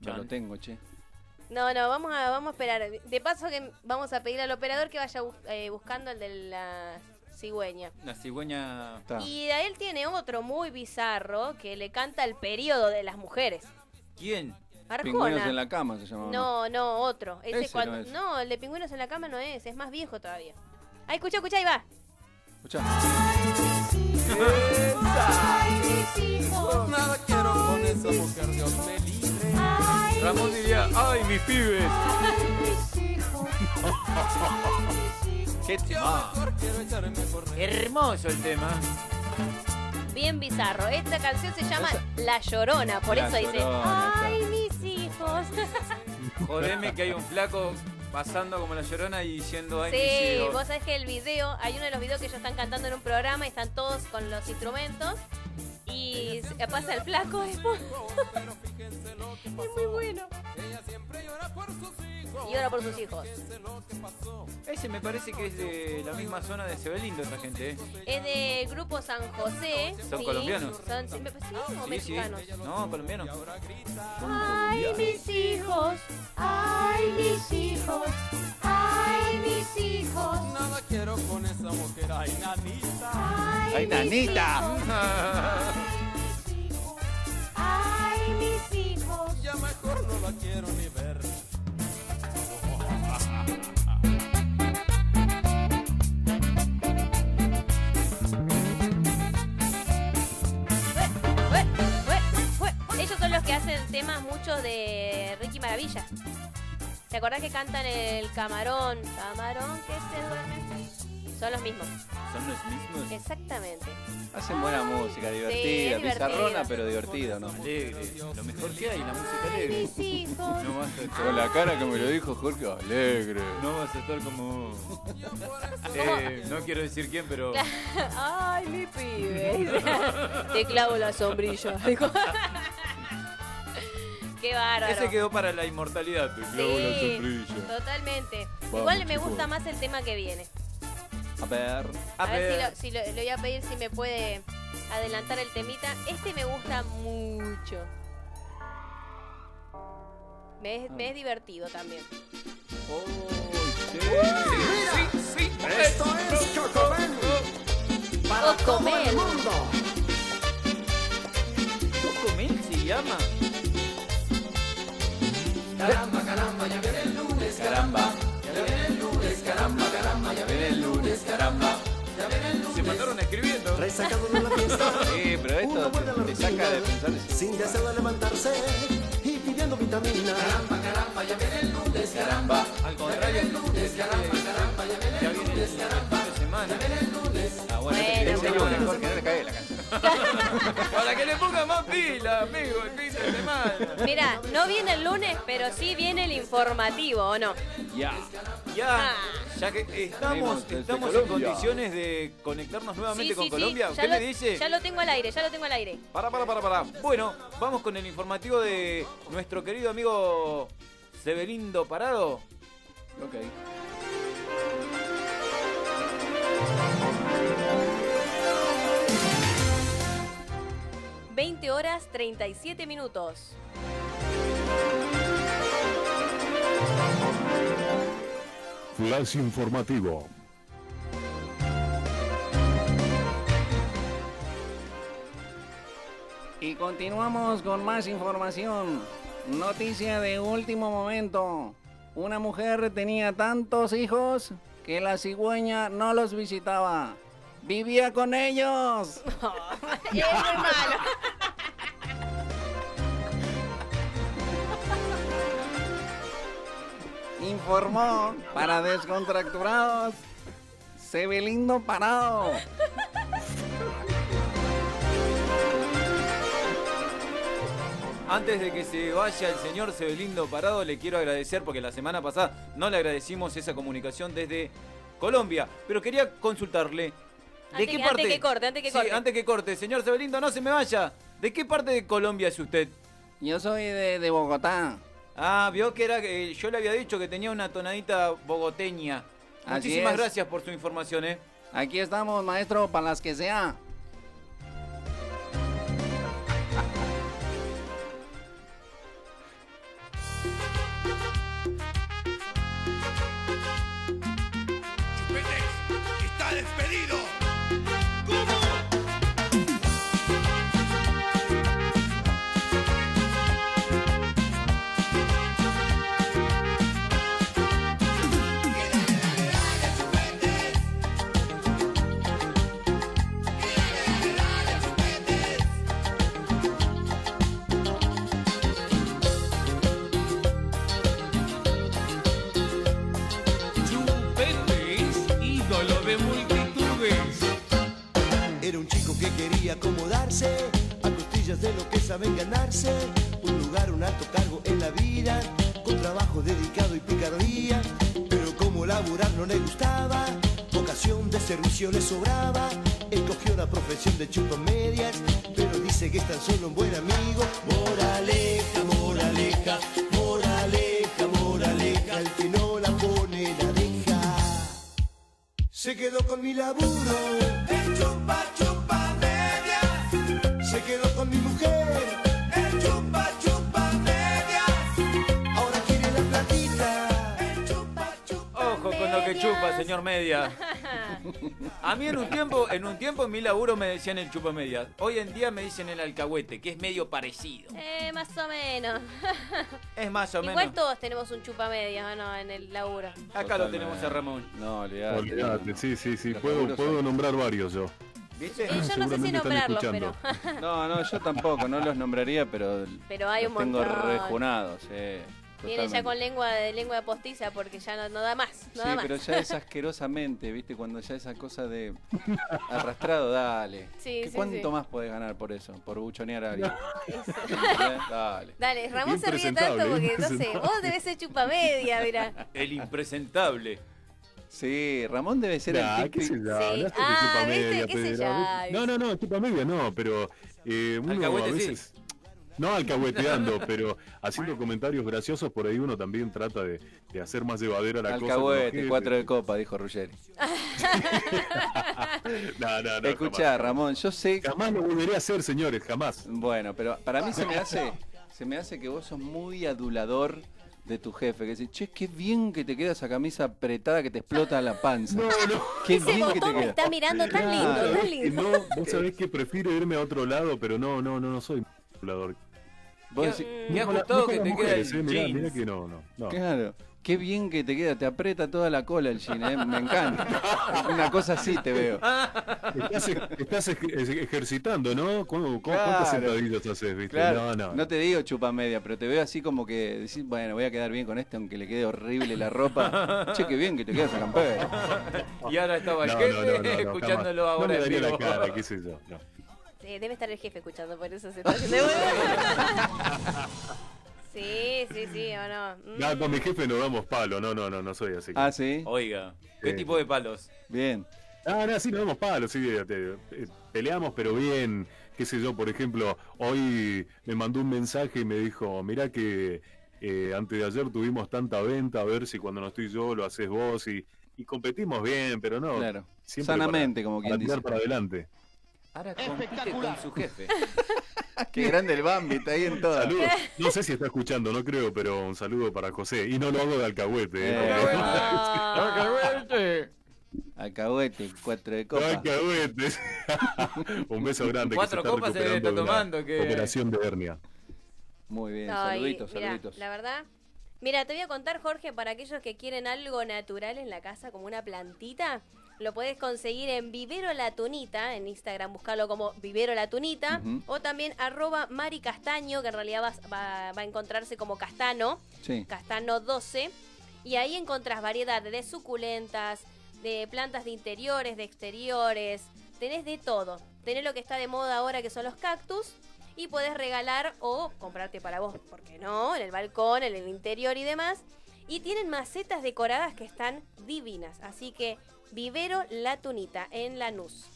G: No lo tengo, che.
C: No, no, vamos a, vamos a esperar. De paso que vamos a pedir al operador que vaya bus- eh, buscando el de la cigüeña.
A: La cigüeña.
G: Ah.
C: Y de él tiene otro muy bizarro que le canta el periodo de las mujeres.
A: ¿Quién?
G: Pingüinos
C: Arjona.
G: en la cama se llamaba.
C: No, no, otro. Ese
G: Ese
C: cuando-
G: no es.
C: no, el de pingüinos en la cama no es, es más viejo todavía. Ahí escucha, escucha, ahí va.
G: Escuchá.
H: Nada quiero con esa mujer, Dios me libre.
A: Ramón diría, ¡ay, mis pibes! ¡Qué tema! Hermoso el tema.
C: Bien bizarro. Esta canción se llama La Llorona, por
A: La
C: eso dice,
A: Llorona, está.
C: ay, mis hijos.
A: Jodeme que hay un flaco pasando como la llorona y yendo a
C: Sí, vos sabés que el video, hay uno de los videos que ellos están cantando en un programa y están todos con los instrumentos y se- pasa el flaco después. Es muy bueno. Y ahora por sus hijos.
A: Ese me parece que es de la misma zona de Sebelindo esa gente, ¿eh?
C: Es de Grupo San José.
A: ¿Son colombianos?
C: Son, sí, me- sí, o mexicanos.
A: No, colombiano.
H: Ay, mis hijos, ay, mis hijos, ay, mis hijos. Nada quiero con esa mujer, ay, nanita.
G: ¡Ay,
H: nanita! Ay, mis hijos. Ya mejor no la quiero ni ver.
C: Ué, ué, ué. Ellos son los que hacen temas muchos de Ricky Maravilla. ¿Te acordás que cantan el camarón? Camarón que se duerme. Son los mismos.
A: Son los mismos.
C: Exactamente.
G: Hacen buena música,
C: es
G: divertida,
C: divertido.
G: pizarrona, pero divertida, ¿no?
A: Alegre. Lo mejor que hay, la música alegre.
C: Mis hijos.
A: No vas a estar,
G: Con la cara que me lo dijo Jorge, alegre.
A: no vas a estar como. Eh, no quiero decir quién, pero.
C: Ay, mi pibe. Te clavo la sombrilla. Qué bárbaro.
A: Ese quedó para la inmortalidad. Te clavo la
C: Sí,
A: sombrilla.
C: Totalmente.
A: Vamos,
C: Igual me
A: chicos.
C: gusta más el tema que viene.
G: A ver.
C: A, ver, si, lo, si lo- le voy a pedir si me puede adelantar el temita. Este me gusta mucho. Me es, me es divertido también.
H: Esto es Chocobel.
C: Para comer.
A: Chocomel se llama.
H: Caramba, caramba, ya viene el lunes, caramba. Ya viene el lunes, caramba, caramba, ya viene el lunes, caramba.
A: Se mandaron escribiendo.
H: Resacado de la fiesta.
G: Sí, pero esto te, te saca de pensar eso.
H: Sin deseo de levantarse y pidiendo vitamina. Caramba, caramba, ya viene el lunes, caramba.
A: Al contrario, el lunes, caramba,
H: caramba, ya viene el lunes, caramba. Ya viene el lunes.
G: Ah, bueno,
H: Bueno,
G: ese- ese
H: bueno.
G: es el mejor, que no le cae la canción.
A: Para que le ponga más pila, amigo, el fin de semana.
C: Mira, no viene el lunes, pero sí viene el informativo, ¿o no?
A: Ya.
C: Ah.
A: Ya. Ya que estamos,
G: Venimos desde
A: estamos en
G: Colombia.
A: condiciones de conectarnos nuevamente
C: Sí,
A: con
C: sí, sí.
A: Colombia.
C: Ya
A: ¿Qué
C: lo-
A: me dice?
C: Ya lo tengo al aire, ya lo tengo al aire.
A: Para, para, para, para. Bueno, vamos con el informativo de nuestro querido amigo Sebelindo Parado.
G: Ok.
C: Veinte 20 horas 37 minutos.
F: Flash informativo.
B: Y continuamos con más información. Noticia de último momento. Una mujer tenía tantos hijos que la cigüeña no los visitaba. Vivía con ellos.
C: Es muy malo.
B: Informó para descontracturados. Sebelindo Parado.
A: Antes de que se vaya el señor Sebelindo Parado, le quiero agradecer porque la semana pasada no le agradecimos esa comunicación desde Colombia. Pero quería consultarle. ¿De
C: Antes
A: qué
C: que-
A: parte?
C: antes que corte, antes que
A: Sí,
C: corte.
A: antes que corte. Señor Sebelindo, no se me vaya. ¿De qué parte de Colombia es usted?
B: Yo soy de, de Bogotá.
A: Ah, vio que era. que yo le había dicho que tenía una tonadita bogoteña.
B: Así
A: Muchísimas
B: es.
A: gracias por su información, ¿eh?
B: Aquí estamos, maestro, para las que sea.
H: Chupetes, está despedido.
K: Chupetes, ídolo de multitudes.
I: Era un chico que quería acomodarse a costillas de lo que saben ganarse. Un lugar, un alto cargo en la vida, con trabajo dedicado y picardía. Pero como laburar no le gustaba, vocación de servicio le sobraba. Escogió la profesión de chupamedias, pero dice que es tan solo un buen amigo. Moraleja, moraleja, moraleja, moraleja, el que no la pone la deja. Se quedó con mi laburo. El chupa chupa media. Se quedó con mi mujer. El chupa chupa media. Ahora quiere la platita.
A: Ojo con lo que chupa, señor Media. A mí en un tiempo, en un tiempo en mi laburo me decían el chupa media. Hoy en día me dicen el alcahuete, que es medio parecido.
C: Eh, más o menos.
A: Es más o menos. Ah,
C: Igual todos tenemos un chupa media, ¿no? En el laburo.
A: Acá lo tenemos a Ramón.
G: No, olvidate.
F: Olvídate, sí, sí, sí.
G: Los
F: Puedo,
G: laburos
F: puedo
G: son-
F: nombrar varios yo.
A: ¿Viste?
C: Eh, yo no sé si
F: Seguramente están
C: nombrarlos, pero.
F: escuchando.
G: No, no, yo tampoco, no los nombraría, pero.
C: Pero hay
G: los
C: un
G: Tengo
C: montón.
G: rejunados, eh.
C: Viene ya
G: Totalmente.
C: con lengua de lengua de postiza porque ya no, no da más. No
G: sí,
C: da más.
G: pero ya es asquerosamente, ¿viste? Cuando ya esa cosa de arrastrado, dale.
C: Sí,
G: ¿Qué-
C: sí,
G: ¿Cuánto
C: sí.
G: más podés ganar por eso? Por buchonear a alguien. dale.
C: Dale, Ramón se ríe tanto porque, no sé, vos debes ser chupamedia, mirá.
A: El impresentable.
G: Sí, Ramón debe ser
F: Nah,
G: el
F: Ah, qué sé
G: típico.
F: yo, hablaste de
C: Ah,
F: chupa
C: ¿viste?
F: media,
C: ¿Qué sé
F: Pedro.
C: yo?
F: No, no, no, chupa media no, pero eh, uno
A: Alcahuete
F: a
A: sí.
F: veces... No alcahueteando, pero haciendo comentarios graciosos, por ahí uno también trata de, de hacer más llevadera la cosa.
G: Alcahuete, cuatro de copa, dijo Ruggeri.
F: No, no, no.
G: Escuchá, Ramón, yo sé.
F: Jamás lo volveré a hacer, señores, jamás.
G: Bueno, pero para mí se me hace, se me hace que vos sos muy adulador de tu jefe, que dice, che, qué bien que te queda esa camisa apretada que te explota la panza. No,
F: no.
G: Qué
C: Ese
G: bien que
C: botón
G: te
C: me
G: queda.
C: está mirando tan lindo, tan lindo.
F: No, vos sabés que prefiero irme a otro lado, pero no, no, no, no soy mm, hablador.
G: Vos decís-
A: Qué ajustado que te queda el
F: eh, mirá,
A: jeans.
F: mirá que no, no. no.
G: Claro. Qué bien que te queda, te aprieta toda la cola el jean, ¿eh? me encanta. Una cosa así te veo.
F: Estás, ej- estás ej- ej- ejercitando, ¿no? ¿Cómo, cómo-
G: Claro.
F: ¿Cuántas sentadillas haces, viste? No,
G: Claro, no,
F: no.
G: te digo chupa media, pero te veo así como que decís, bueno, voy a quedar bien con este, aunque le quede horrible la ropa. Che, qué bien que te queda esa campera.
A: Y ahora estaba el
F: No,
A: jefe
F: no, no, no, no,
A: escuchándolo
F: jamás. No
A: ahora.
F: me daría
A: en
F: la
A: vivo.
F: cara, qué sé yo.
G: Mm.
F: no.
C: Eh, debe estar el jefe escuchando, por eso se está haciendo de Sí, sí, sí, o no. Mm.
F: No, con mi jefe nos damos palo, no, no, no, no soy así.
G: Ah, sí.
A: Oiga, ¿qué
F: Sí.
A: tipo de palos?
G: Bien.
F: Ah, no, sí, nos damos palos, sí, eh, te- eh, peleamos, pero bien. Qué sé yo, por ejemplo, hoy me mandó un mensaje y me dijo, mirá que eh, antes de ayer tuvimos tanta venta, a ver si cuando no estoy yo lo haces vos y, y competimos bien, pero no.
G: Claro.
F: siempre
G: Sanamente,
F: para-
G: como quien
F: para tirar
G: dice.
F: para adelante.
A: Ahora compite con su jefe.
G: Qué grande el Bambi, está ahí en todas.
F: Saludos. No sé si está escuchando, no creo, pero un saludo para José. Y no lo hago de alcahuete. ¿eh?
G: Eh.
C: Ah.
G: Alcahuete, cuatro de
F: No,
G: copa.
F: alcahuetes. un beso grande. que se
A: Cuatro
F: está
A: copas se está
F: recuperando de una
A: tomando, que-
F: Operación de hernia.
G: Muy bien,
C: No, y
G: saluditos,
C: mirá,
G: saluditos.
C: La verdad. Mira, te voy a contar, Jorge, para aquellos que quieren algo natural en la casa, como una plantita, lo puedes conseguir en Vivero La Tunita, en Instagram, buscalo como Vivero La Tunita,
G: Ujú.
C: o también arroba Mari Castaño, que en realidad vas- va, va a encontrarse como Castano,
G: Sí.
C: Castano 12, y ahí encontrás variedad de suculentas, de plantas de interiores, de exteriores, tenés de todo. Tenés lo que está de moda ahora, que son los cactus, y podés regalar o comprarte para vos, ¿por qué no? En el balcón, en el interior y demás. Y tienen macetas decoradas que están divinas, así que vivero la tunita en Lanús.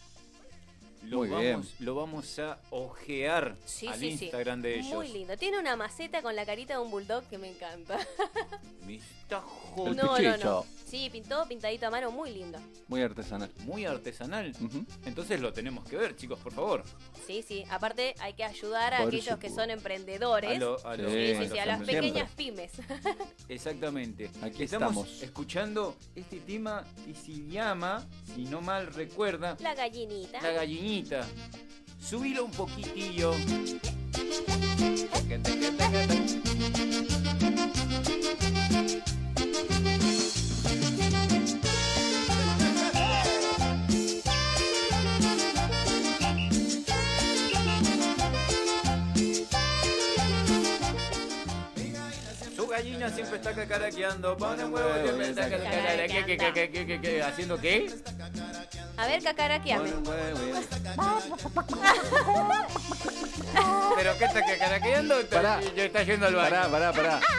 A: Lo,
G: Muy
A: vamos,
G: bien.
A: lo vamos a ojear
C: Sí,
A: al
C: sí, sí.
A: Instagram de ellos.
C: Muy lindo. Tiene una maceta con la carita de un bulldog que me encanta.
A: Me está
C: No,
A: jodiendo.
C: no, no.
G: cuchillo.
C: Sí, pintó pintadito a mano, muy lindo.
G: Muy artesanal.
A: Muy artesanal.
G: Ujú.
A: Entonces lo tenemos que ver, chicos, por favor.
C: Sí, sí. Aparte hay que ayudar a
G: Por
C: aquellos que
G: supuesto.
C: son emprendedores.
A: A lo- a lo-
C: sí,
G: a
C: sí,
G: los
C: sí, a las
G: emprendedores.
C: pequeñas pymes.
A: Exactamente.
G: Aquí
A: estamos,
G: estamos.
A: escuchando este tema que se llama, si no mal recuerda,
C: La gallinita.
A: La gallinita. Subilo un poquitillo. Su gallina siempre está cacaraqueando, pone un huevo, siempre está cacaraqueando. ¿Qué, qué, qué, qué, qué, qué? haciendo qué?
C: A ver, cacaraqueame.
A: ¿Pero qué está cacaraqueando? Está-
G: Pará.
A: Yo está yendo al
G: Pará,
A: baño.
G: pará, pará.
C: Ah.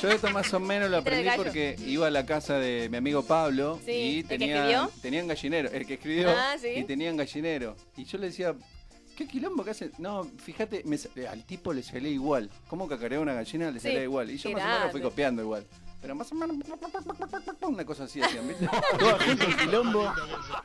G: Yo esto más o menos lo
C: Entra el gallo.
G: aprendí porque iba a la casa de mi amigo Pablo
C: Sí,
G: y
C: ¿el que
G: tenía,
C: escribió?
G: tenían gallinero, el que escribió
C: Ah, sí.
G: y tenían gallinero. Y yo le decía, ¿qué quilombo que hacen? No, fíjate, me sa- al tipo le salía igual. ¿Cómo cacarea una gallina? Le
C: Sí,
G: salía igual. Y yo más o menos fui
C: grande.
G: copiando igual. Pero más o menos una cosa así hacían, ¿viste? Todo junto el quilombo.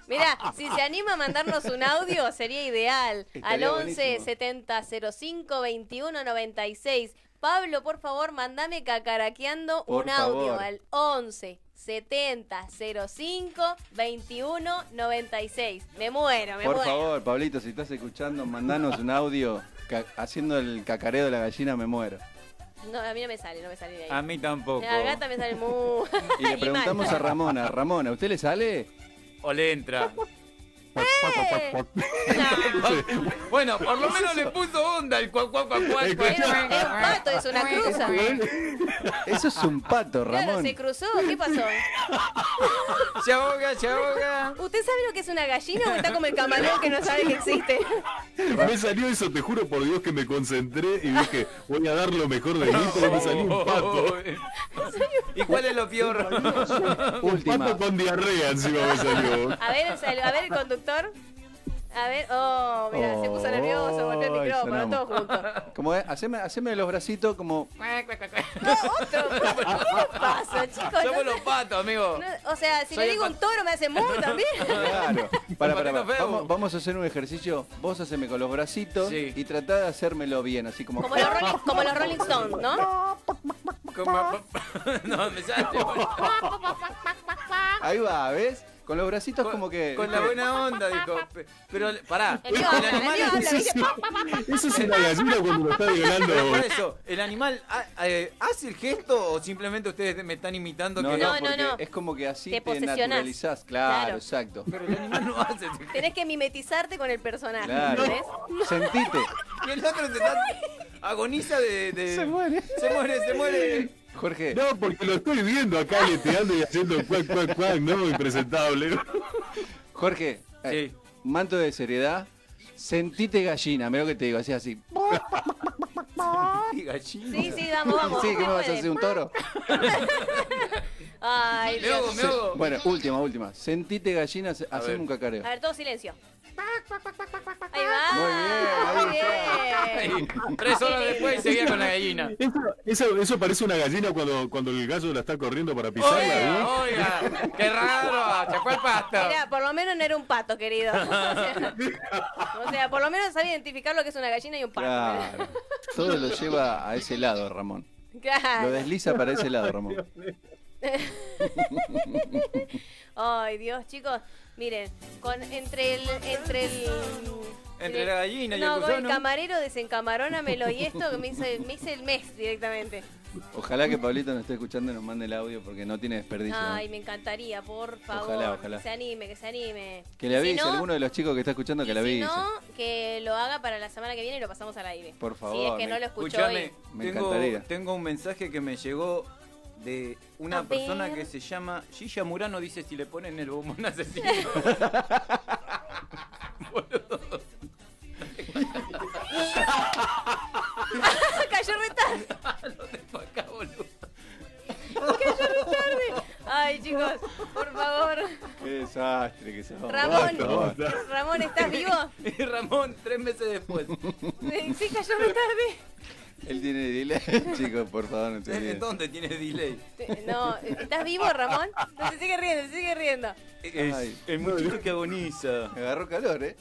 C: Mira, si se anima a mandarnos un audio, sería ideal.
G: Estaría
C: Al 11
G: buenísimo.
C: 70 05 21 96. Pablo, por favor, mandame cacaraqueando
G: Por
C: un audio
G: favor.
C: al 11 70 05 21 96. Me muero, me
G: Por
C: muero.
G: favor, Pablito, si estás escuchando, mandanos un audio ca- haciendo el cacareo de la gallina, me muero.
C: No, a mí no me sale, no me sale de ahí.
A: A mí tampoco.
C: La gata me sale muy.
G: Ah, Y le preguntamos a
C: mal.
G: Ramona, Ramona, ¿usted le sale?
A: O le entra. Bueno, por lo menos le puso onda el cuac, cuac, cuac, cuac, cuac.
C: Era un- era un pato, es una cruza.
G: Eso es un pato,
C: Claro,
G: Ramón.
C: se cruzó, ¿qué pasó?
A: Se ahoga, se ahoga.
C: ¿Usted sabe lo que es una gallina o está como el camaleón que no sabe que existe?
F: Me salió eso, te juro por Dios que me concentré y dije, voy a dar lo mejor de mí, pero me salió un pato.
A: ¿Y cuál es lo peor?
F: Un pato con diarrea encima me salió.
C: A ver, el, sal- a ver el conductor. A ver, oh, mira, se puso nervioso, volvió el
G: Ay,
C: micrófono,
G: sonamos.
C: todo junto.
G: Como es, haceme, haceme los bracitos como.
C: ¿Qué pasa, chicos? No
A: Somos los patos, amigo.
C: sé- no- o sea, si
A: Soy
C: le
A: el
C: digo un toro me hace mu también.
G: Claro. Para, para, Vamos, vamos a hacer un ejercicio. Vos haceme con los bracitos y tratá de hacérmelo bien, así como.
C: Como los Rolling, como los Rolling Stones, ¿no?
A: No, me sale.
G: Ahí va, ¿ves? Con los bracitos como que.
A: Con la
G: ¿viste?
A: buena onda, dijo. Pe- Pero, pará.
C: El tío habla, el tío habla,
A: Eso
C: dice,
A: sí.
C: pa, pa, pa, pa,
F: Eso es una gallina cuando lo está
A: Pero
F: violando.
A: por eso, ¿el animal ha- eh, hace el gesto o simplemente ustedes me están imitando
G: No,
A: que
G: no, No, no, porque no. es como que así Te te posesionás. naturalizás, claro, Claro. exacto.
A: Pero el animal no hace. ese gesto.
C: Tenés que mimetizarte con el personaje,
A: Claro.
C: ¿entendés?
G: Sentite.
A: Y el otro se está- agoniza de, de-
G: Se muere.
A: Se muere, se muere.
G: Jorge.
F: No, porque lo estoy viendo acá leteando y haciendo cuac, cuac, cuac, no, impresentable.
G: Jorge, eh, manto de seriedad. Sentite gallina, mira lo que te digo, así así.
C: Sí, sí, vamos, vamos.
G: Sí, ¿qué me
C: Se
G: vas a
C: puede.
G: hacer? ¿Un toro?
C: Ay, Dios.
G: Se- Bueno, última, última. Sentite gallina, se- haceme un
C: A
G: cacareo.
C: ver, todo silencio. Ahí va.
G: Muy bien,
C: Muy bien.
A: Tres horas después seguía con la gallina.
F: Eso, eso, eso parece una gallina cuando, cuando el gallo la está corriendo para pisarla, ¿eh? ¿no?
A: Oiga, qué raro, chacó el pasto.
C: Mirá, por lo menos no era un pato, querido. O sea, o sea, por lo menos sabe identificar lo que es una gallina y un pato.
G: Claro. Todo lo lleva a ese lado, Ramón. Lo
C: Claro.
G: desliza para ese lado, Ramón.
C: Ay, Dios, chicos. Miren, con, entre el... Entre el
A: Entre la gallina y
C: no,
A: el
C: con el
A: gusano.
C: camarero desencamarónamelo y esto que me hice, me hice el mes directamente.
G: Ojalá que Pablito nos esté escuchando y nos mande el audio porque no tiene desperdicio. ¿no?
C: Ay, me encantaría, por favor.
G: Ojalá, ojalá.
C: Que se anime, que se anime.
G: Que le
C: Si
G: avise
C: no-
G: a alguno de los chicos que está escuchando que le avise.
C: Si no, que lo haga para la semana que viene y lo pasamos al aire.
G: Por favor.
C: Si es que
G: me-
C: no lo escuchó
A: Escuchame,
C: hoy.
G: Me
A: tengo,
G: encantaría.
A: tengo un mensaje que me llegó de una
C: A ver.
A: persona que se llama Gilla Murano. Dice: Si le ponen el bombón asesino. Boludo.
C: Cayó re tarde. Cayó re tarde. Ay, chicos, por favor.
G: Qué desastre que se va.
C: Ramón.
G: Basta, basta.
C: Ramón, ¿estás vivo?
A: Y Ramón, tres meses después.
C: Sí, sí, cayó re tarde.
G: Él tiene delay, chicos, por favor, no se olviden.
A: ¿Dónde tiene delay?
C: Te- No, ¿estás vivo, Ramón? No, se sigue riendo, se sigue riendo.
A: Es el muchacho que agoniza.
G: Me agarró calor, ¿eh?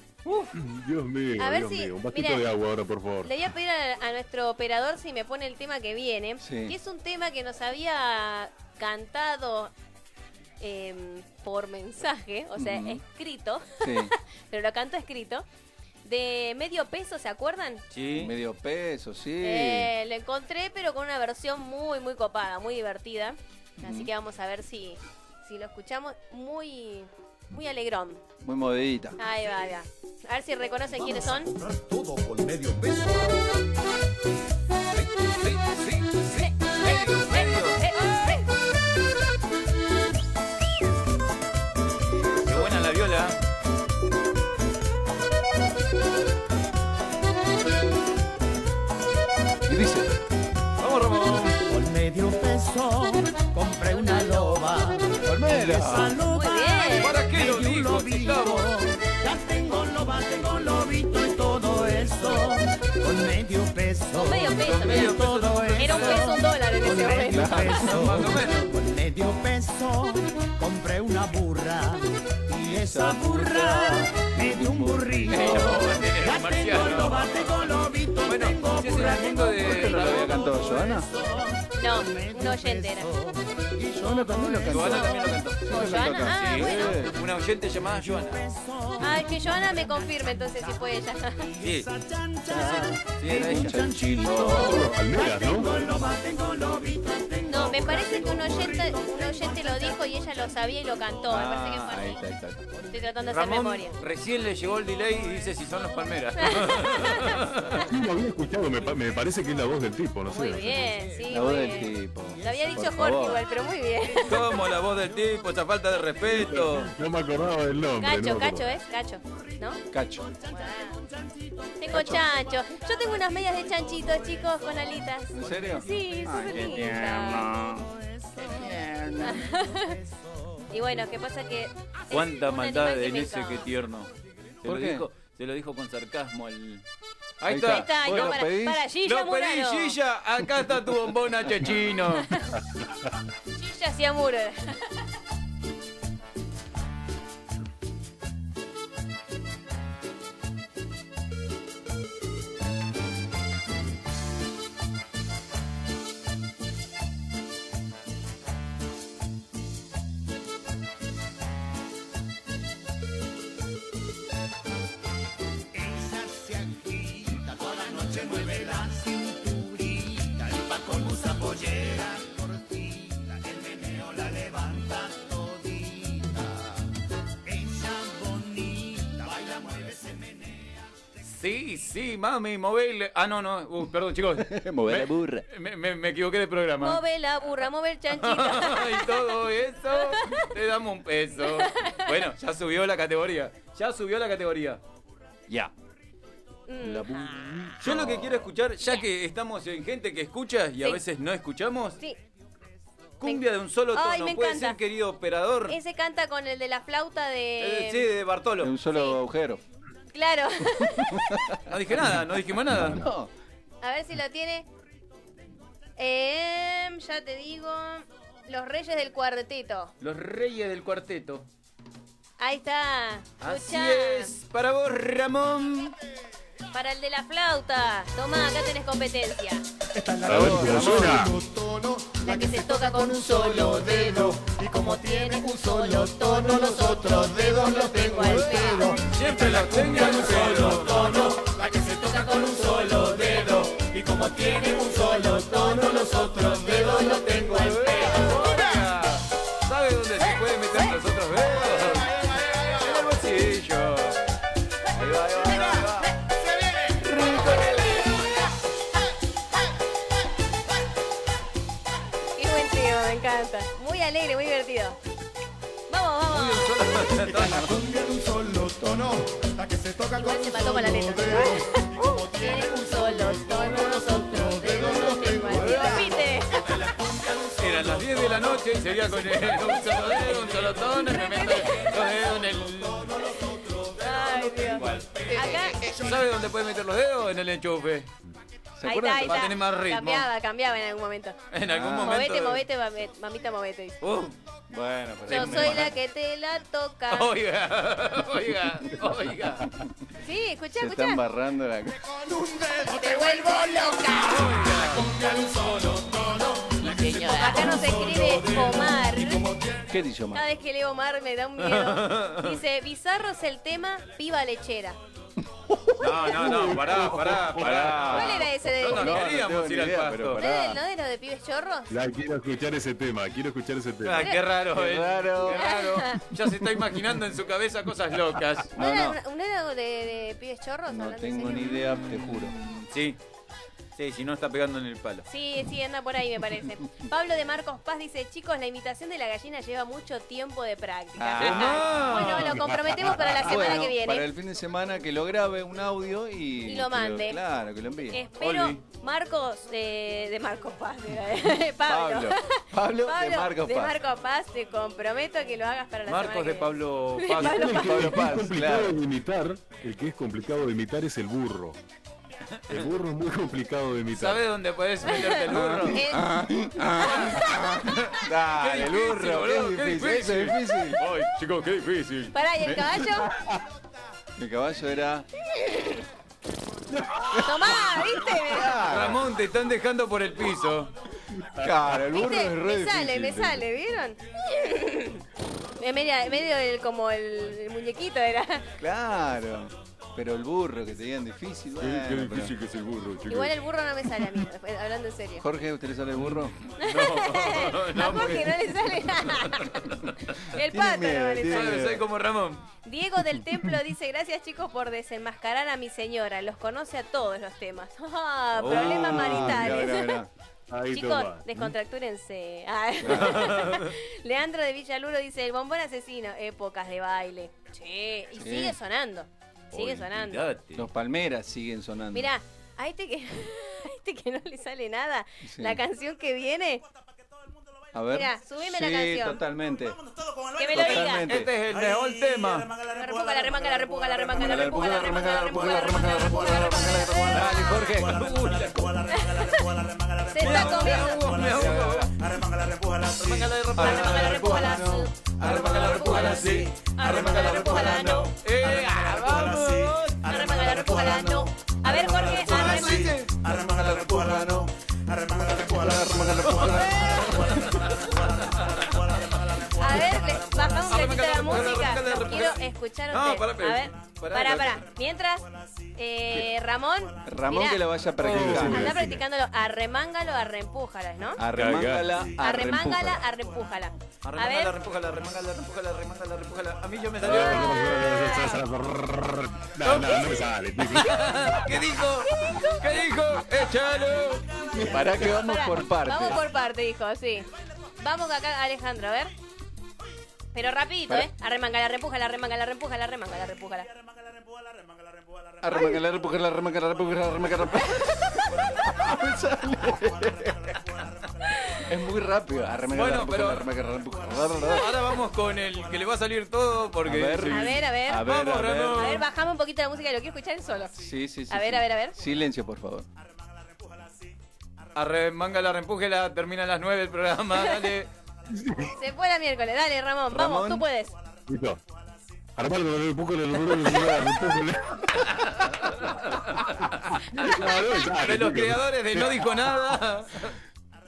F: Dios mío,
C: A ver
F: Dios
C: si-
F: mío. Un vasito
C: mira,
F: de agua ahora, por favor.
C: Le voy a pedir a, a nuestro operador si me pone el tema que viene,
F: Sí.
C: que es un tema que nos había cantado em, por mensaje, o sea,
G: Mm.
C: escrito,
G: Sí.
C: pero lo canto escrito, de medio peso, ¿se acuerdan?
G: Medio peso, sí.
C: Eh, lo encontré, pero con una versión muy, muy copada, muy divertida. Así
G: Ujú.
C: que vamos a ver si, si lo escuchamos muy, muy alegrón.
G: Muy modita.
C: Ahí va, ahí va. A ver si reconocen quiénes son.
H: Todo con medio peso.
A: Qué buena la viola.
G: Y dice,
A: vamos Ramón.
H: Con medio peso compré una loba.
G: Palmera.
H: Esa loba.
A: ¿Para qué lo dijo? este Si estamos-
H: Ya tengo loba, tengo lobito y todo eso. Con medio peso.
C: Con medio peso,
H: compré
C: mirá.
H: todo
C: Era un peso, un dólar en
H: Con
C: ese
H: medio
C: momento.
H: peso. Con medio peso compré una burra. Y esa burra me dio un burrito. Ya tengo loba, tengo lobito, tengo burra, tengo
G: ¿Esto no lo había cantado Joana?
C: No, un oyente era.
G: Joana también lo cantó.
A: Joana también lo cantó.
C: Joana, ah,
A: Sí.
C: bueno.
A: Una oyente llamada Joana.
C: Ay, Ah, que Joana me confirme entonces si fue ella.
A: Sí. Sí,
H: era ella.
F: Palmeras, ¿no?
C: No, me parece que uno oyente, un oyente lo dijo y ella lo sabía y lo cantó. Me parece que fue
A: Ah, ahí
C: así.
A: está, ahí está.
C: Estoy tratando de hacer
A: Ramón
C: memoria.
A: recién le llegó el delay y dice si son los palmeras.
F: Sí, lo había escuchado, me, pa- me parece que es la voz del tipo, no
C: Muy
F: sé.
C: bien, sí,
F: La
C: muy
F: voz del
C: bien.
F: tipo.
C: Lo había
F: Por
C: dicho Jorge
F: favor.
C: igual, pero muy bien.
A: Como la voz del tipo, esa falta de respeto.
F: No me acordaba del nombre.
C: Cacho,
F: no me
C: cacho, eh.
F: acordaba.
C: ¿es? Cacho, ¿no?
F: Cacho.
C: Tengo chancho. Yo tengo unas medias de chanchitos, chicos, con alitas.
G: ¿En serio?
C: Sí,
G: Ay,
C: súper
G: qué
C: lindas. Y bueno, ¿qué pasa que...
A: Cuánta
C: un
A: maldad
C: animal que
A: en
C: me
A: ese
C: encanta.
A: que tierno. Se
G: ¿Por
A: lo
G: qué?
A: dijo, se lo dijo con sarcasmo el.
G: Ahí está. Ahí está,
C: Ay, no, para, para Gilla
A: Lo pedí,
C: Murano.
A: Gilla. Acá está tu bombona, chechino.
C: Gilla hacía muro.
H: Ella se agita, toda la noche mueve la cinturita, el Paco no usa pollera cortita, el meneo la levanta todita. Ella bonita, baila, mueve, se menea.
A: Sí, sí, mami, móvil. Ah, no, no. Uh, perdón, chicos.
G: Mover la burra.
A: Me, me- me equivoqué de programa.
C: Move la burra, move el chanchito.
A: y todo eso, te damos un peso. Bueno, ya subió la categoría. Ya subió la categoría. Ya. Yo lo que quiero escuchar, ya que estamos en gente que escucha y a
C: Sí.
A: veces no escuchamos,
C: Sí,
A: cumbia de un solo tono.
C: Ay, me
A: Puede
C: encanta.
A: ser, querido operador.
C: ese canta con el de la flauta
A: Eh, sí,
C: de...
A: de Bartolo.
G: un solo agujero.
C: Claro.
A: No dije nada, no dijimos nada.
C: A ver si lo tiene. Em, ya te digo. Los Reyes del Cuarteto.
A: Los reyes del cuarteto.
C: Ahí está.
A: Así
C: Luchá.
A: es, para vos, Ramón.
C: Para el de la flauta. Tomá, acá tenés competencia.
F: A ver cómo suena.
C: La que se toca con un solo dedo. Y como tiene un solo
H: Todos los otros dedos los tengo al pedo. Siempre la cumbia en un solo tono, la que se toca con un solo dedo. Y como tiene un solo tono, los otros dedos los tengo al pedo.
A: ¿Sabe dónde se puede meter los otros dedos? En el bolsillo. Ahí va, ahí va, ahí va, ahí va.
C: Qué buen tío, me encanta. Muy alegre, muy divertido. Vamos, vamos.
H: La cumbia en un solo tono, la que se toca con un solo dedo. Y como tiene un solo tono, los otros dedos los tengo al pedo.
C: Repite.
A: Eran las 10 de la noche y seguía con el, un solo dedo, un solo tono, y me meto los dedos en el...
C: Ay, Dios. Acá.
A: ¿Sabe dónde puede meter los dedos? En el enchufe. ¿Se
C: Ahí
A: acuerdan?
C: está, ahí
A: Va a
C: está.
A: tener más ritmo.
C: Cambiaba, cambiaba en algún momento.
A: En algún
G: Ah.
A: momento...
C: Movete, movete, mame- mamita, movete. dice.
A: Uh, bueno,
C: Yo soy la que te la toca.
A: Oiga, oiga, oiga.
C: Sí, escuchá,
G: Se están
C: escuchá.
G: barrando la.
H: Te vuelvo loca. La cumbia en un solo tono, la que se toca
C: Acá nos escribe Omar.
G: ¿Qué dijo más?
C: Cada vez que leo Omar me da un miedo. Dice, bizarro es el tema, piba lechera.
A: No, no, no, pará, pará, pará.
C: ¿Cuál era ese de-
A: No, no queríamos ir al pasto.
F: pero
C: ¿No es de-
F: pará.
C: no de los de pibes chorros?
F: Ya quiero escuchar ese tema, quiero escuchar ese tema.
A: Ah, qué raro,
F: Qué
A: eh.
F: raro.
A: Qué raro. Ya se está imaginando en su cabeza cosas locas.
C: ¿No, era, un- no era de, de pibes chorros? hablando en serio?
A: idea, te juro. Sí. Sí, si no está pegando en el palo.
C: Sí, sí, anda por ahí me parece. Pablo de Marcos Paz dice, chicos, la imitación de la gallina lleva mucho tiempo de práctica.
G: Ah.
C: Bueno, lo comprometemos para la semana
G: Bueno,
C: que viene.
G: Para el fin de semana que lo grabe un audio y.
C: Y lo mande.
G: que claro, que lo envíe.
C: Espero
G: Oli.
C: Marcos de, de Marcos Paz, de- Pablo.
G: Pablo. Pablo de Marcos
C: de
G: Paz.
C: Marcos Paz, te comprometo que lo hagas para la
A: Marcos
C: semana
A: de
C: que
A: Pablo
C: De
A: Paz.
C: Pablo
F: El que
A: Pablo
F: es
A: Paz,
F: complicado
A: claro.
F: de imitar, el que es complicado de imitar es el burro. El burro es muy complicado de imitar.
A: ¿Sabes dónde podés meterte el burro? Ah.
F: Dale,
A: Qué difícil,
F: burro,
A: boludo,
F: qué
A: qué
F: difícil, eso es difícil.
A: Ay, chicos, qué difícil.
C: Pará, ¿y el caballo?
G: El caballo era.
C: Tomá, ¿viste?
A: Ramón, te están dejando por el piso.
G: Claro, el
C: ¿Viste? Me sale, me sale, ¿vieron? En medio, en medio del- como el, el muñequito era.
G: Claro. Pero el burro que tenían difícil. bueno,
P: qué
G: pero-
P: difícil que es el burro, chicos.
C: Igual el burro no me sale a mí, eh, hablando en serio.
G: Jorge, ¿usted le sale el burro?
C: a Jorge no le sale nada. El pato no le sale.
A: Soy como Ramón.
C: Diego del Templo dice, gracias chicos por desenmascarar a mi señora, los conoce a todos los temas. Ah, problemas
F: Ah,
C: maritales.
F: mirá, mirá, mirá. Ahí toma.
C: Chicos, descontractúrense. Ah. Leandro de Villaluro dice, el bombón asesino, épocas de baile. Che, y
G: Sí.
C: sigue sonando, sigue sonando.
G: Los palmeras siguen sonando.
C: Mirá, a este que, a este que no le sale nada,
G: Sí.
C: la canción que viene,
G: A ver.
C: mirá, subime
G: sí,
C: la canción.
G: totalmente.
C: que me lo diga.
G: Totalmente. Este es el
C: mejor
G: tema.
C: La repuga, la remanga, la repuga, la remanga, la repuga, la remanga, la repuga, la
G: Dale, Jorge.
C: Se está comiendo. A ver, Jorge, arremanga. A ver, le- baja un poquito la música. Los quiero escuchar a
G: No,
C: ustedes.
G: pará,
C: A ver,
G: pará,
C: pará,
G: pará.
C: pará. Mientras, eh, Ramón.
G: Ramón
C: mirá,
G: que la vaya practicando.
C: Andá practicándolo. Arremángalo, arreempújala, ¿no?
G: Arremángala,
C: Arremángala, arreempújala. A
A: Arremanga,
C: ver,
A: repújala, remanga, la repújala, la remanga, la repújala. A mí yo me salió.
F: No, no, no me sale.
A: ¿Qué dijo? ¿Qué dijo? Échalo.
G: Pará que vamos
C: Pará,
G: por partes.
C: Vamos por parte, dijo, sí. Vamos acá, Alejandro, a ver. Pero rapidito,
G: Pará.
C: ¿eh? Arremángala, arreempújala, arremángala, arreempújala, arremángala, arreempújala.
G: Arremángala, repujala, arremángala, repujala, arremángala. Es muy rápido. Arremángala,
A: Bueno,
G: repujala,
A: pero-
G: arremángala, repujala.
A: Ahora vamos con el que le va a salir todo porque.
G: A ver.
A: Sí.
C: A ver, a ver.
G: A ver,
A: Vamos,
G: a ver.
A: Ramón.
C: A ver, bajame un poquito la música, lo quiero escuchar él solo.
G: Eh. Sí, sí, sí.
C: A ver,
G: sí.
C: a ver, a ver.
G: Silencio, por favor.
A: Arremanga, la repújala, termina a las 9 el programa, dale.
C: Se fue la miércoles, dale, Ramón, vamos,
A: Ramón.
C: tú puedes.
F: Listo. Armalo, un poco le logró el celular, un poco le-
A: De los creadores de No Dijo Nada.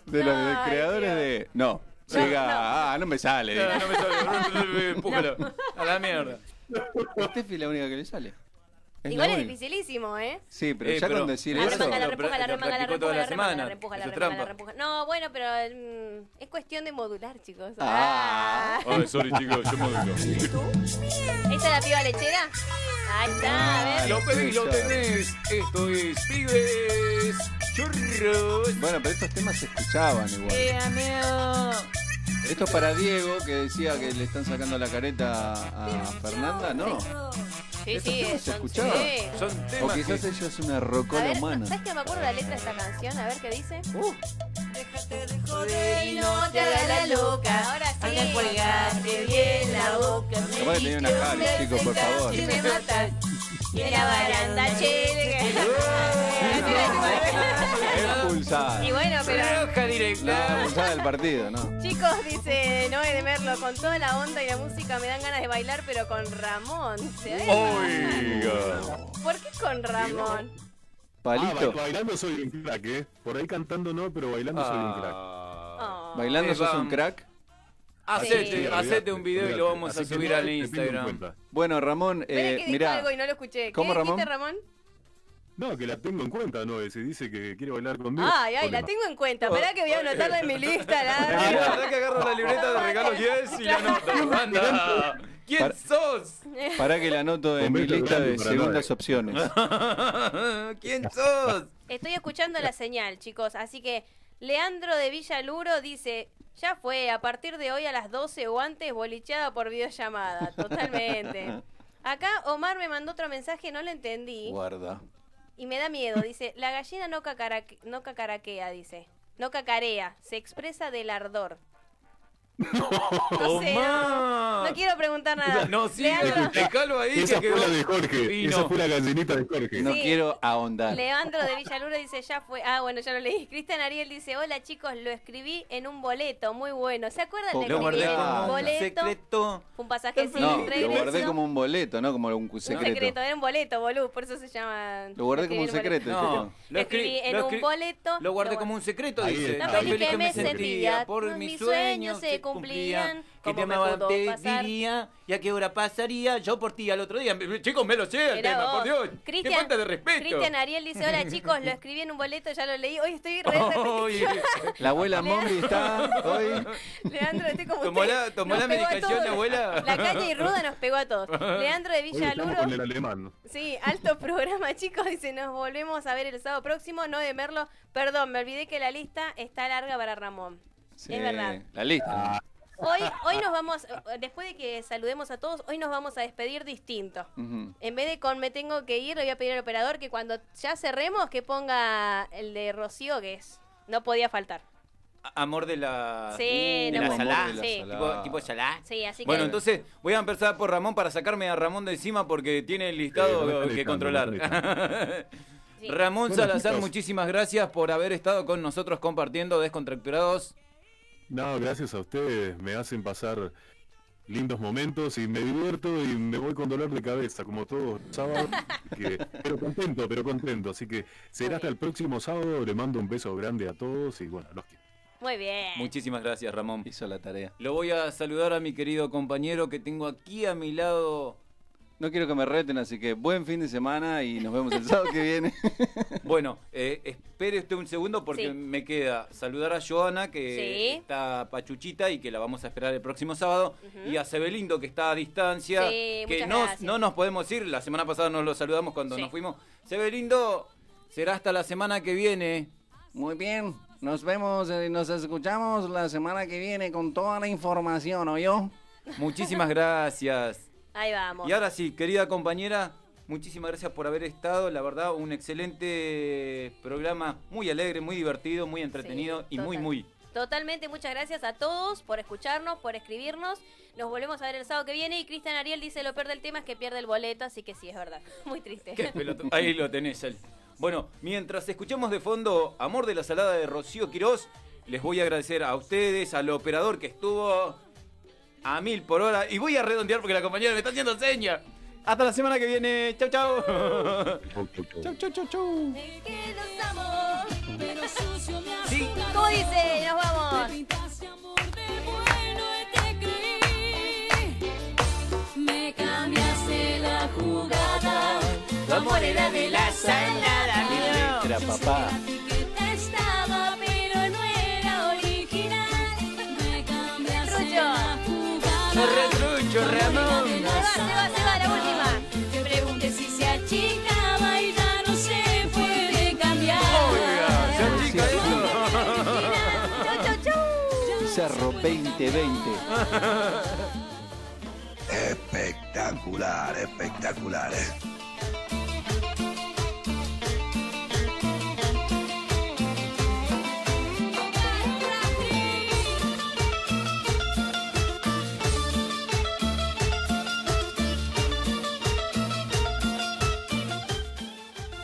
G: De los de- creadores de. No. Llega. Ah, no me sale.
A: No, no me sale. Empújalo. A la mierda.
G: Steffi es la única que le sale. Es
C: Igual
G: la
C: es
G: única.
C: dificilísimo, ¿eh?
G: Sí, pero ya con decir eso.
C: Arremangala, repújala,
A: Lo
C: remangala,
A: practicó toda
C: repújala,
A: la
C: remangala,
A: semana.
C: repújala,
A: Eso es
C: remangala,
A: trampa.
C: repújala. No, bueno, pero mm, es cuestión de modular, chicos.
F: Ah. Ay, sorry, chicos, yo me vengo.
C: ¿Esta es la piba lechera? Ahí está, a ver.
A: Lo pedí, lo tenés. Esto es Pibes Churros.
G: Bueno, pero estos temas se escuchaban igual.
C: Eh, amigo.
G: Esto es para Diego, que decía que le están sacando la careta a Fernanda. No.
C: Sí,
G: Estos
C: sí,
G: temas se
C: son,
G: escuchaban.
C: sí.
G: O quizás
A: que-
G: ella es una
C: A
G: rocola
C: ver,
G: humana.
C: ¿sabes que me acuerdo la letra de esta canción? A ver qué dice. Déjate de joder
H: y no te hagas la loca.
C: Ahora sí.
H: Anda, cuelgate bien la boca.
G: Capaz que tenía una jale, chicos, por favor.
H: Si
C: me matas. Y en la baranda, che.
G: Expulsada.
C: Y bueno, pero- Roja directa.
G: No, expulsada del partido, ¿no?
C: Chicos, dice Noé de Merlo, con toda la onda y la música me dan ganas de bailar, pero con Ramón. ¿Se ve?
F: Oiga.
C: ¿Por qué con Ramón?
F: Ah, ba- bailando soy un crack, ¿eh? Por ahí cantando no, pero bailando soy un crack.
C: Oh.
G: Bailando
A: Eh,
G: sos un
A: vamos.
G: crack.
A: Hacete,
G: Sí.
A: hacete un video y lo vamos a
G: Así que
A: subir
G: no,
A: al
G: te pido en
A: Instagram.
F: cuenta.
G: Bueno, Ramón,
C: Esperen
G: eh,
C: que dijo
G: mirá.
C: algo y no lo escuché. ¿Qué
G: ¿Cómo,
C: dijiste,
G: Ramón?
C: Ramón?
F: No, que la tengo en cuenta, no, se dice que quiere bailar conmigo.
C: Ay, ay,
F: Problema.
C: la tengo en cuenta. Pará que voy a anotarla en mi lista. La...
A: Ah, La verdad que agarro la libreta de regalos Yes y la anoto. Anda. ¿Quién
G: Para-
A: sos?
G: Pará que la anoto en mi
F: Momento
G: lista
F: grande
G: de
F: para
G: segundas opciones.
A: ¿Quién sos?
C: Estoy escuchando la señal, chicos. Así que Leandro de Villaluro dice, ya fue, a partir de hoy a las 12 o antes, bolicheada por videollamada. Totalmente. Acá Omar me mandó otro mensaje, no lo entendí.
G: Guarda.
C: Y me da miedo, dice, la gallina no, cacaraque- no cacaraquea, dice. No cacarea, se expresa del ardor. No sé, no, no quiero preguntar nada.
A: No, sí,
C: Leandro,
A: explicalo ahí
F: Esa
A: que
F: fue
A: quedó.
F: la de Jorge.
A: Y
F: Esa
A: no.
F: fue la cancionita de Jorge.
G: No
C: Sí.
G: quiero ahondar.
C: Leandro de Villaluro dice, ya fue. Ah, bueno, ya lo leí. Cristian Ariel dice, hola chicos, lo escribí en un boleto, muy bueno. ¿Se acuerdan? Le
G: Lo
C: escribí
G: guardé
C: en un
G: como un
C: boleto.
A: secreto.
C: Fue un pasaje sin
G: No, lo
C: regreso.
G: guardé como un boleto, no como un
C: Un
G: secreto.
C: secreto, era un boleto, boludo, por eso se llama...
G: Lo guardé como un
C: escribí en
G: secreto.
A: No,
G: ¿viste?
A: lo
C: Escribí
A: escribí
C: en un boleto.
A: Lo guardé como un secreto,
G: Ahí
A: dice.
G: está.
C: Tan
G: Tan
C: feliz que me sentía
A: por
C: mis
A: mis
C: sueños
A: sueños
C: se cumplían,
A: que
C: cómo
A: te
C: me
A: amaba,
C: pudo
A: te
C: pasar.
A: diría, y a qué hora pasaría, yo por ti al otro día. Chicos, me lo sé el
C: Mirá
A: tema,
C: vos.
A: por Dios.
C: Cristian-
A: qué falta de respeto.
C: Cristian Ariel dice, hola chicos, lo escribí en un boleto, ya lo leí, hoy estoy re
A: Ay,
G: La abuela Momri está hoy.
C: Leandro, estoy como
A: Tomó
C: usted.
A: la- tomó
C: Nos
A: la
C: pegó a
A: medicación,
C: todos.
A: la abuela.
C: La calle y ruda nos pegó a todos. Leandro de
F: Hoy
C: Villa
F: estamos con el
C: Aluro.
F: alemán.
C: Sí, alto programa, chicos. Dice, nos volvemos a ver el sábado próximo. No de Merlo. Perdón, me olvidé que la lista está larga para Ramón. Es verdad.
G: La
F: Ah.
G: lista.
C: Hoy, hoy nos vamos, eh, después de que saludemos a todos, hoy nos vamos a despedir distinto.
G: Ujú.
C: En vez de con me tengo que ir, le voy a pedir al operador que cuando ya cerremos, que ponga el de Rocío, que es. No podía faltar.
A: Amor de la,
C: Sí,
A: de
C: no
A: la
C: puedo.
A: salá.
C: Amor de la Sí. salá.
A: Eh, Tipo, tipo salá.
C: Sí, así que.
A: Bueno, entonces voy a empezar por Ramón para sacarme a Ramón de encima porque tiene el
F: Sí,
A: listado
F: no me
A: que
F: está
A: controlar. Ramón
F: Bueno,
A: Salazar,
F: chicos.
A: muchísimas gracias por haber estado con nosotros compartiendo Descontracturados.
F: No, gracias a ustedes. Me hacen pasar lindos momentos y me divierto y me voy con dolor de cabeza, como todos los sábados. que- pero contento, pero contento. Así que será hasta el próximo sábado. Le mando un beso grande a todos y bueno, los quiero.
C: Muy bien.
A: Muchísimas gracias, Ramón.
G: Hizo la tarea.
A: Lo voy a saludar a mi querido compañero que tengo aquí a mi lado.
G: No quiero que me reten, así que buen fin de semana y nos vemos el sábado que viene.
A: Bueno, eh, espere usted un segundo porque
G: Sí.
A: me queda saludar a Joana, que
C: Sí.
A: está pachuchita y que la vamos a esperar el próximo sábado,
C: Ujú.
A: y a Sebelindo, que está a distancia,
C: Sí,
A: que
C: muchas
A: no,
C: gracias.
A: no nos podemos ir, la semana pasada nos lo saludamos cuando
C: Sí.
A: nos fuimos. Sebelindo, será hasta la semana que viene.
B: Muy bien, nos vemos y nos escuchamos la semana que viene con toda la información, ¿oyó?
A: Muchísimas gracias.
C: Ahí vamos.
A: Y ahora sí, querida compañera, muchísimas gracias por haber estado. La verdad, un excelente programa, muy alegre, muy divertido, muy entretenido y muy,
C: total.
A: muy.
C: Totalmente, muchas gracias a todos por escucharnos, por escribirnos. Nos volvemos a ver el sábado que viene. Y Cristian Ariel dice: Lo pierde el tema, es que pierde el boleto. Así que sí, es verdad. Muy triste.
A: Qué pelotu- Ahí lo tenés. el- Bueno, mientras escuchamos de fondo Amor de la Salada de Rocío Quirós, les voy a agradecer a ustedes, al operador que estuvo a mil por hora. Y voy a redondear porque la compañera me está haciendo seña. Hasta la semana que viene. Chau, chau.
F: Chau,
A: chau, chau, chau.
J: Me quedo amor, pero sucio me has
C: Sí.
J: jugado.
C: ¿Cómo dice? Nos vamos.
J: Me pintaste amor de bueno y te creí. Me cambiaste la jugada. Tu amor era de la salada.
G: Era papá.
J: Te estaba, pero no era original. Me cambiaste
C: Trucho.
J: la jugada.
A: Ramón.
J: Se va, se va, se va, la última. Te pregunté si se achicaba y ya no se puede cambiar. Chau, chau, chau.
G: Cerro 2020.
R: Espectacular, espectacular. eh.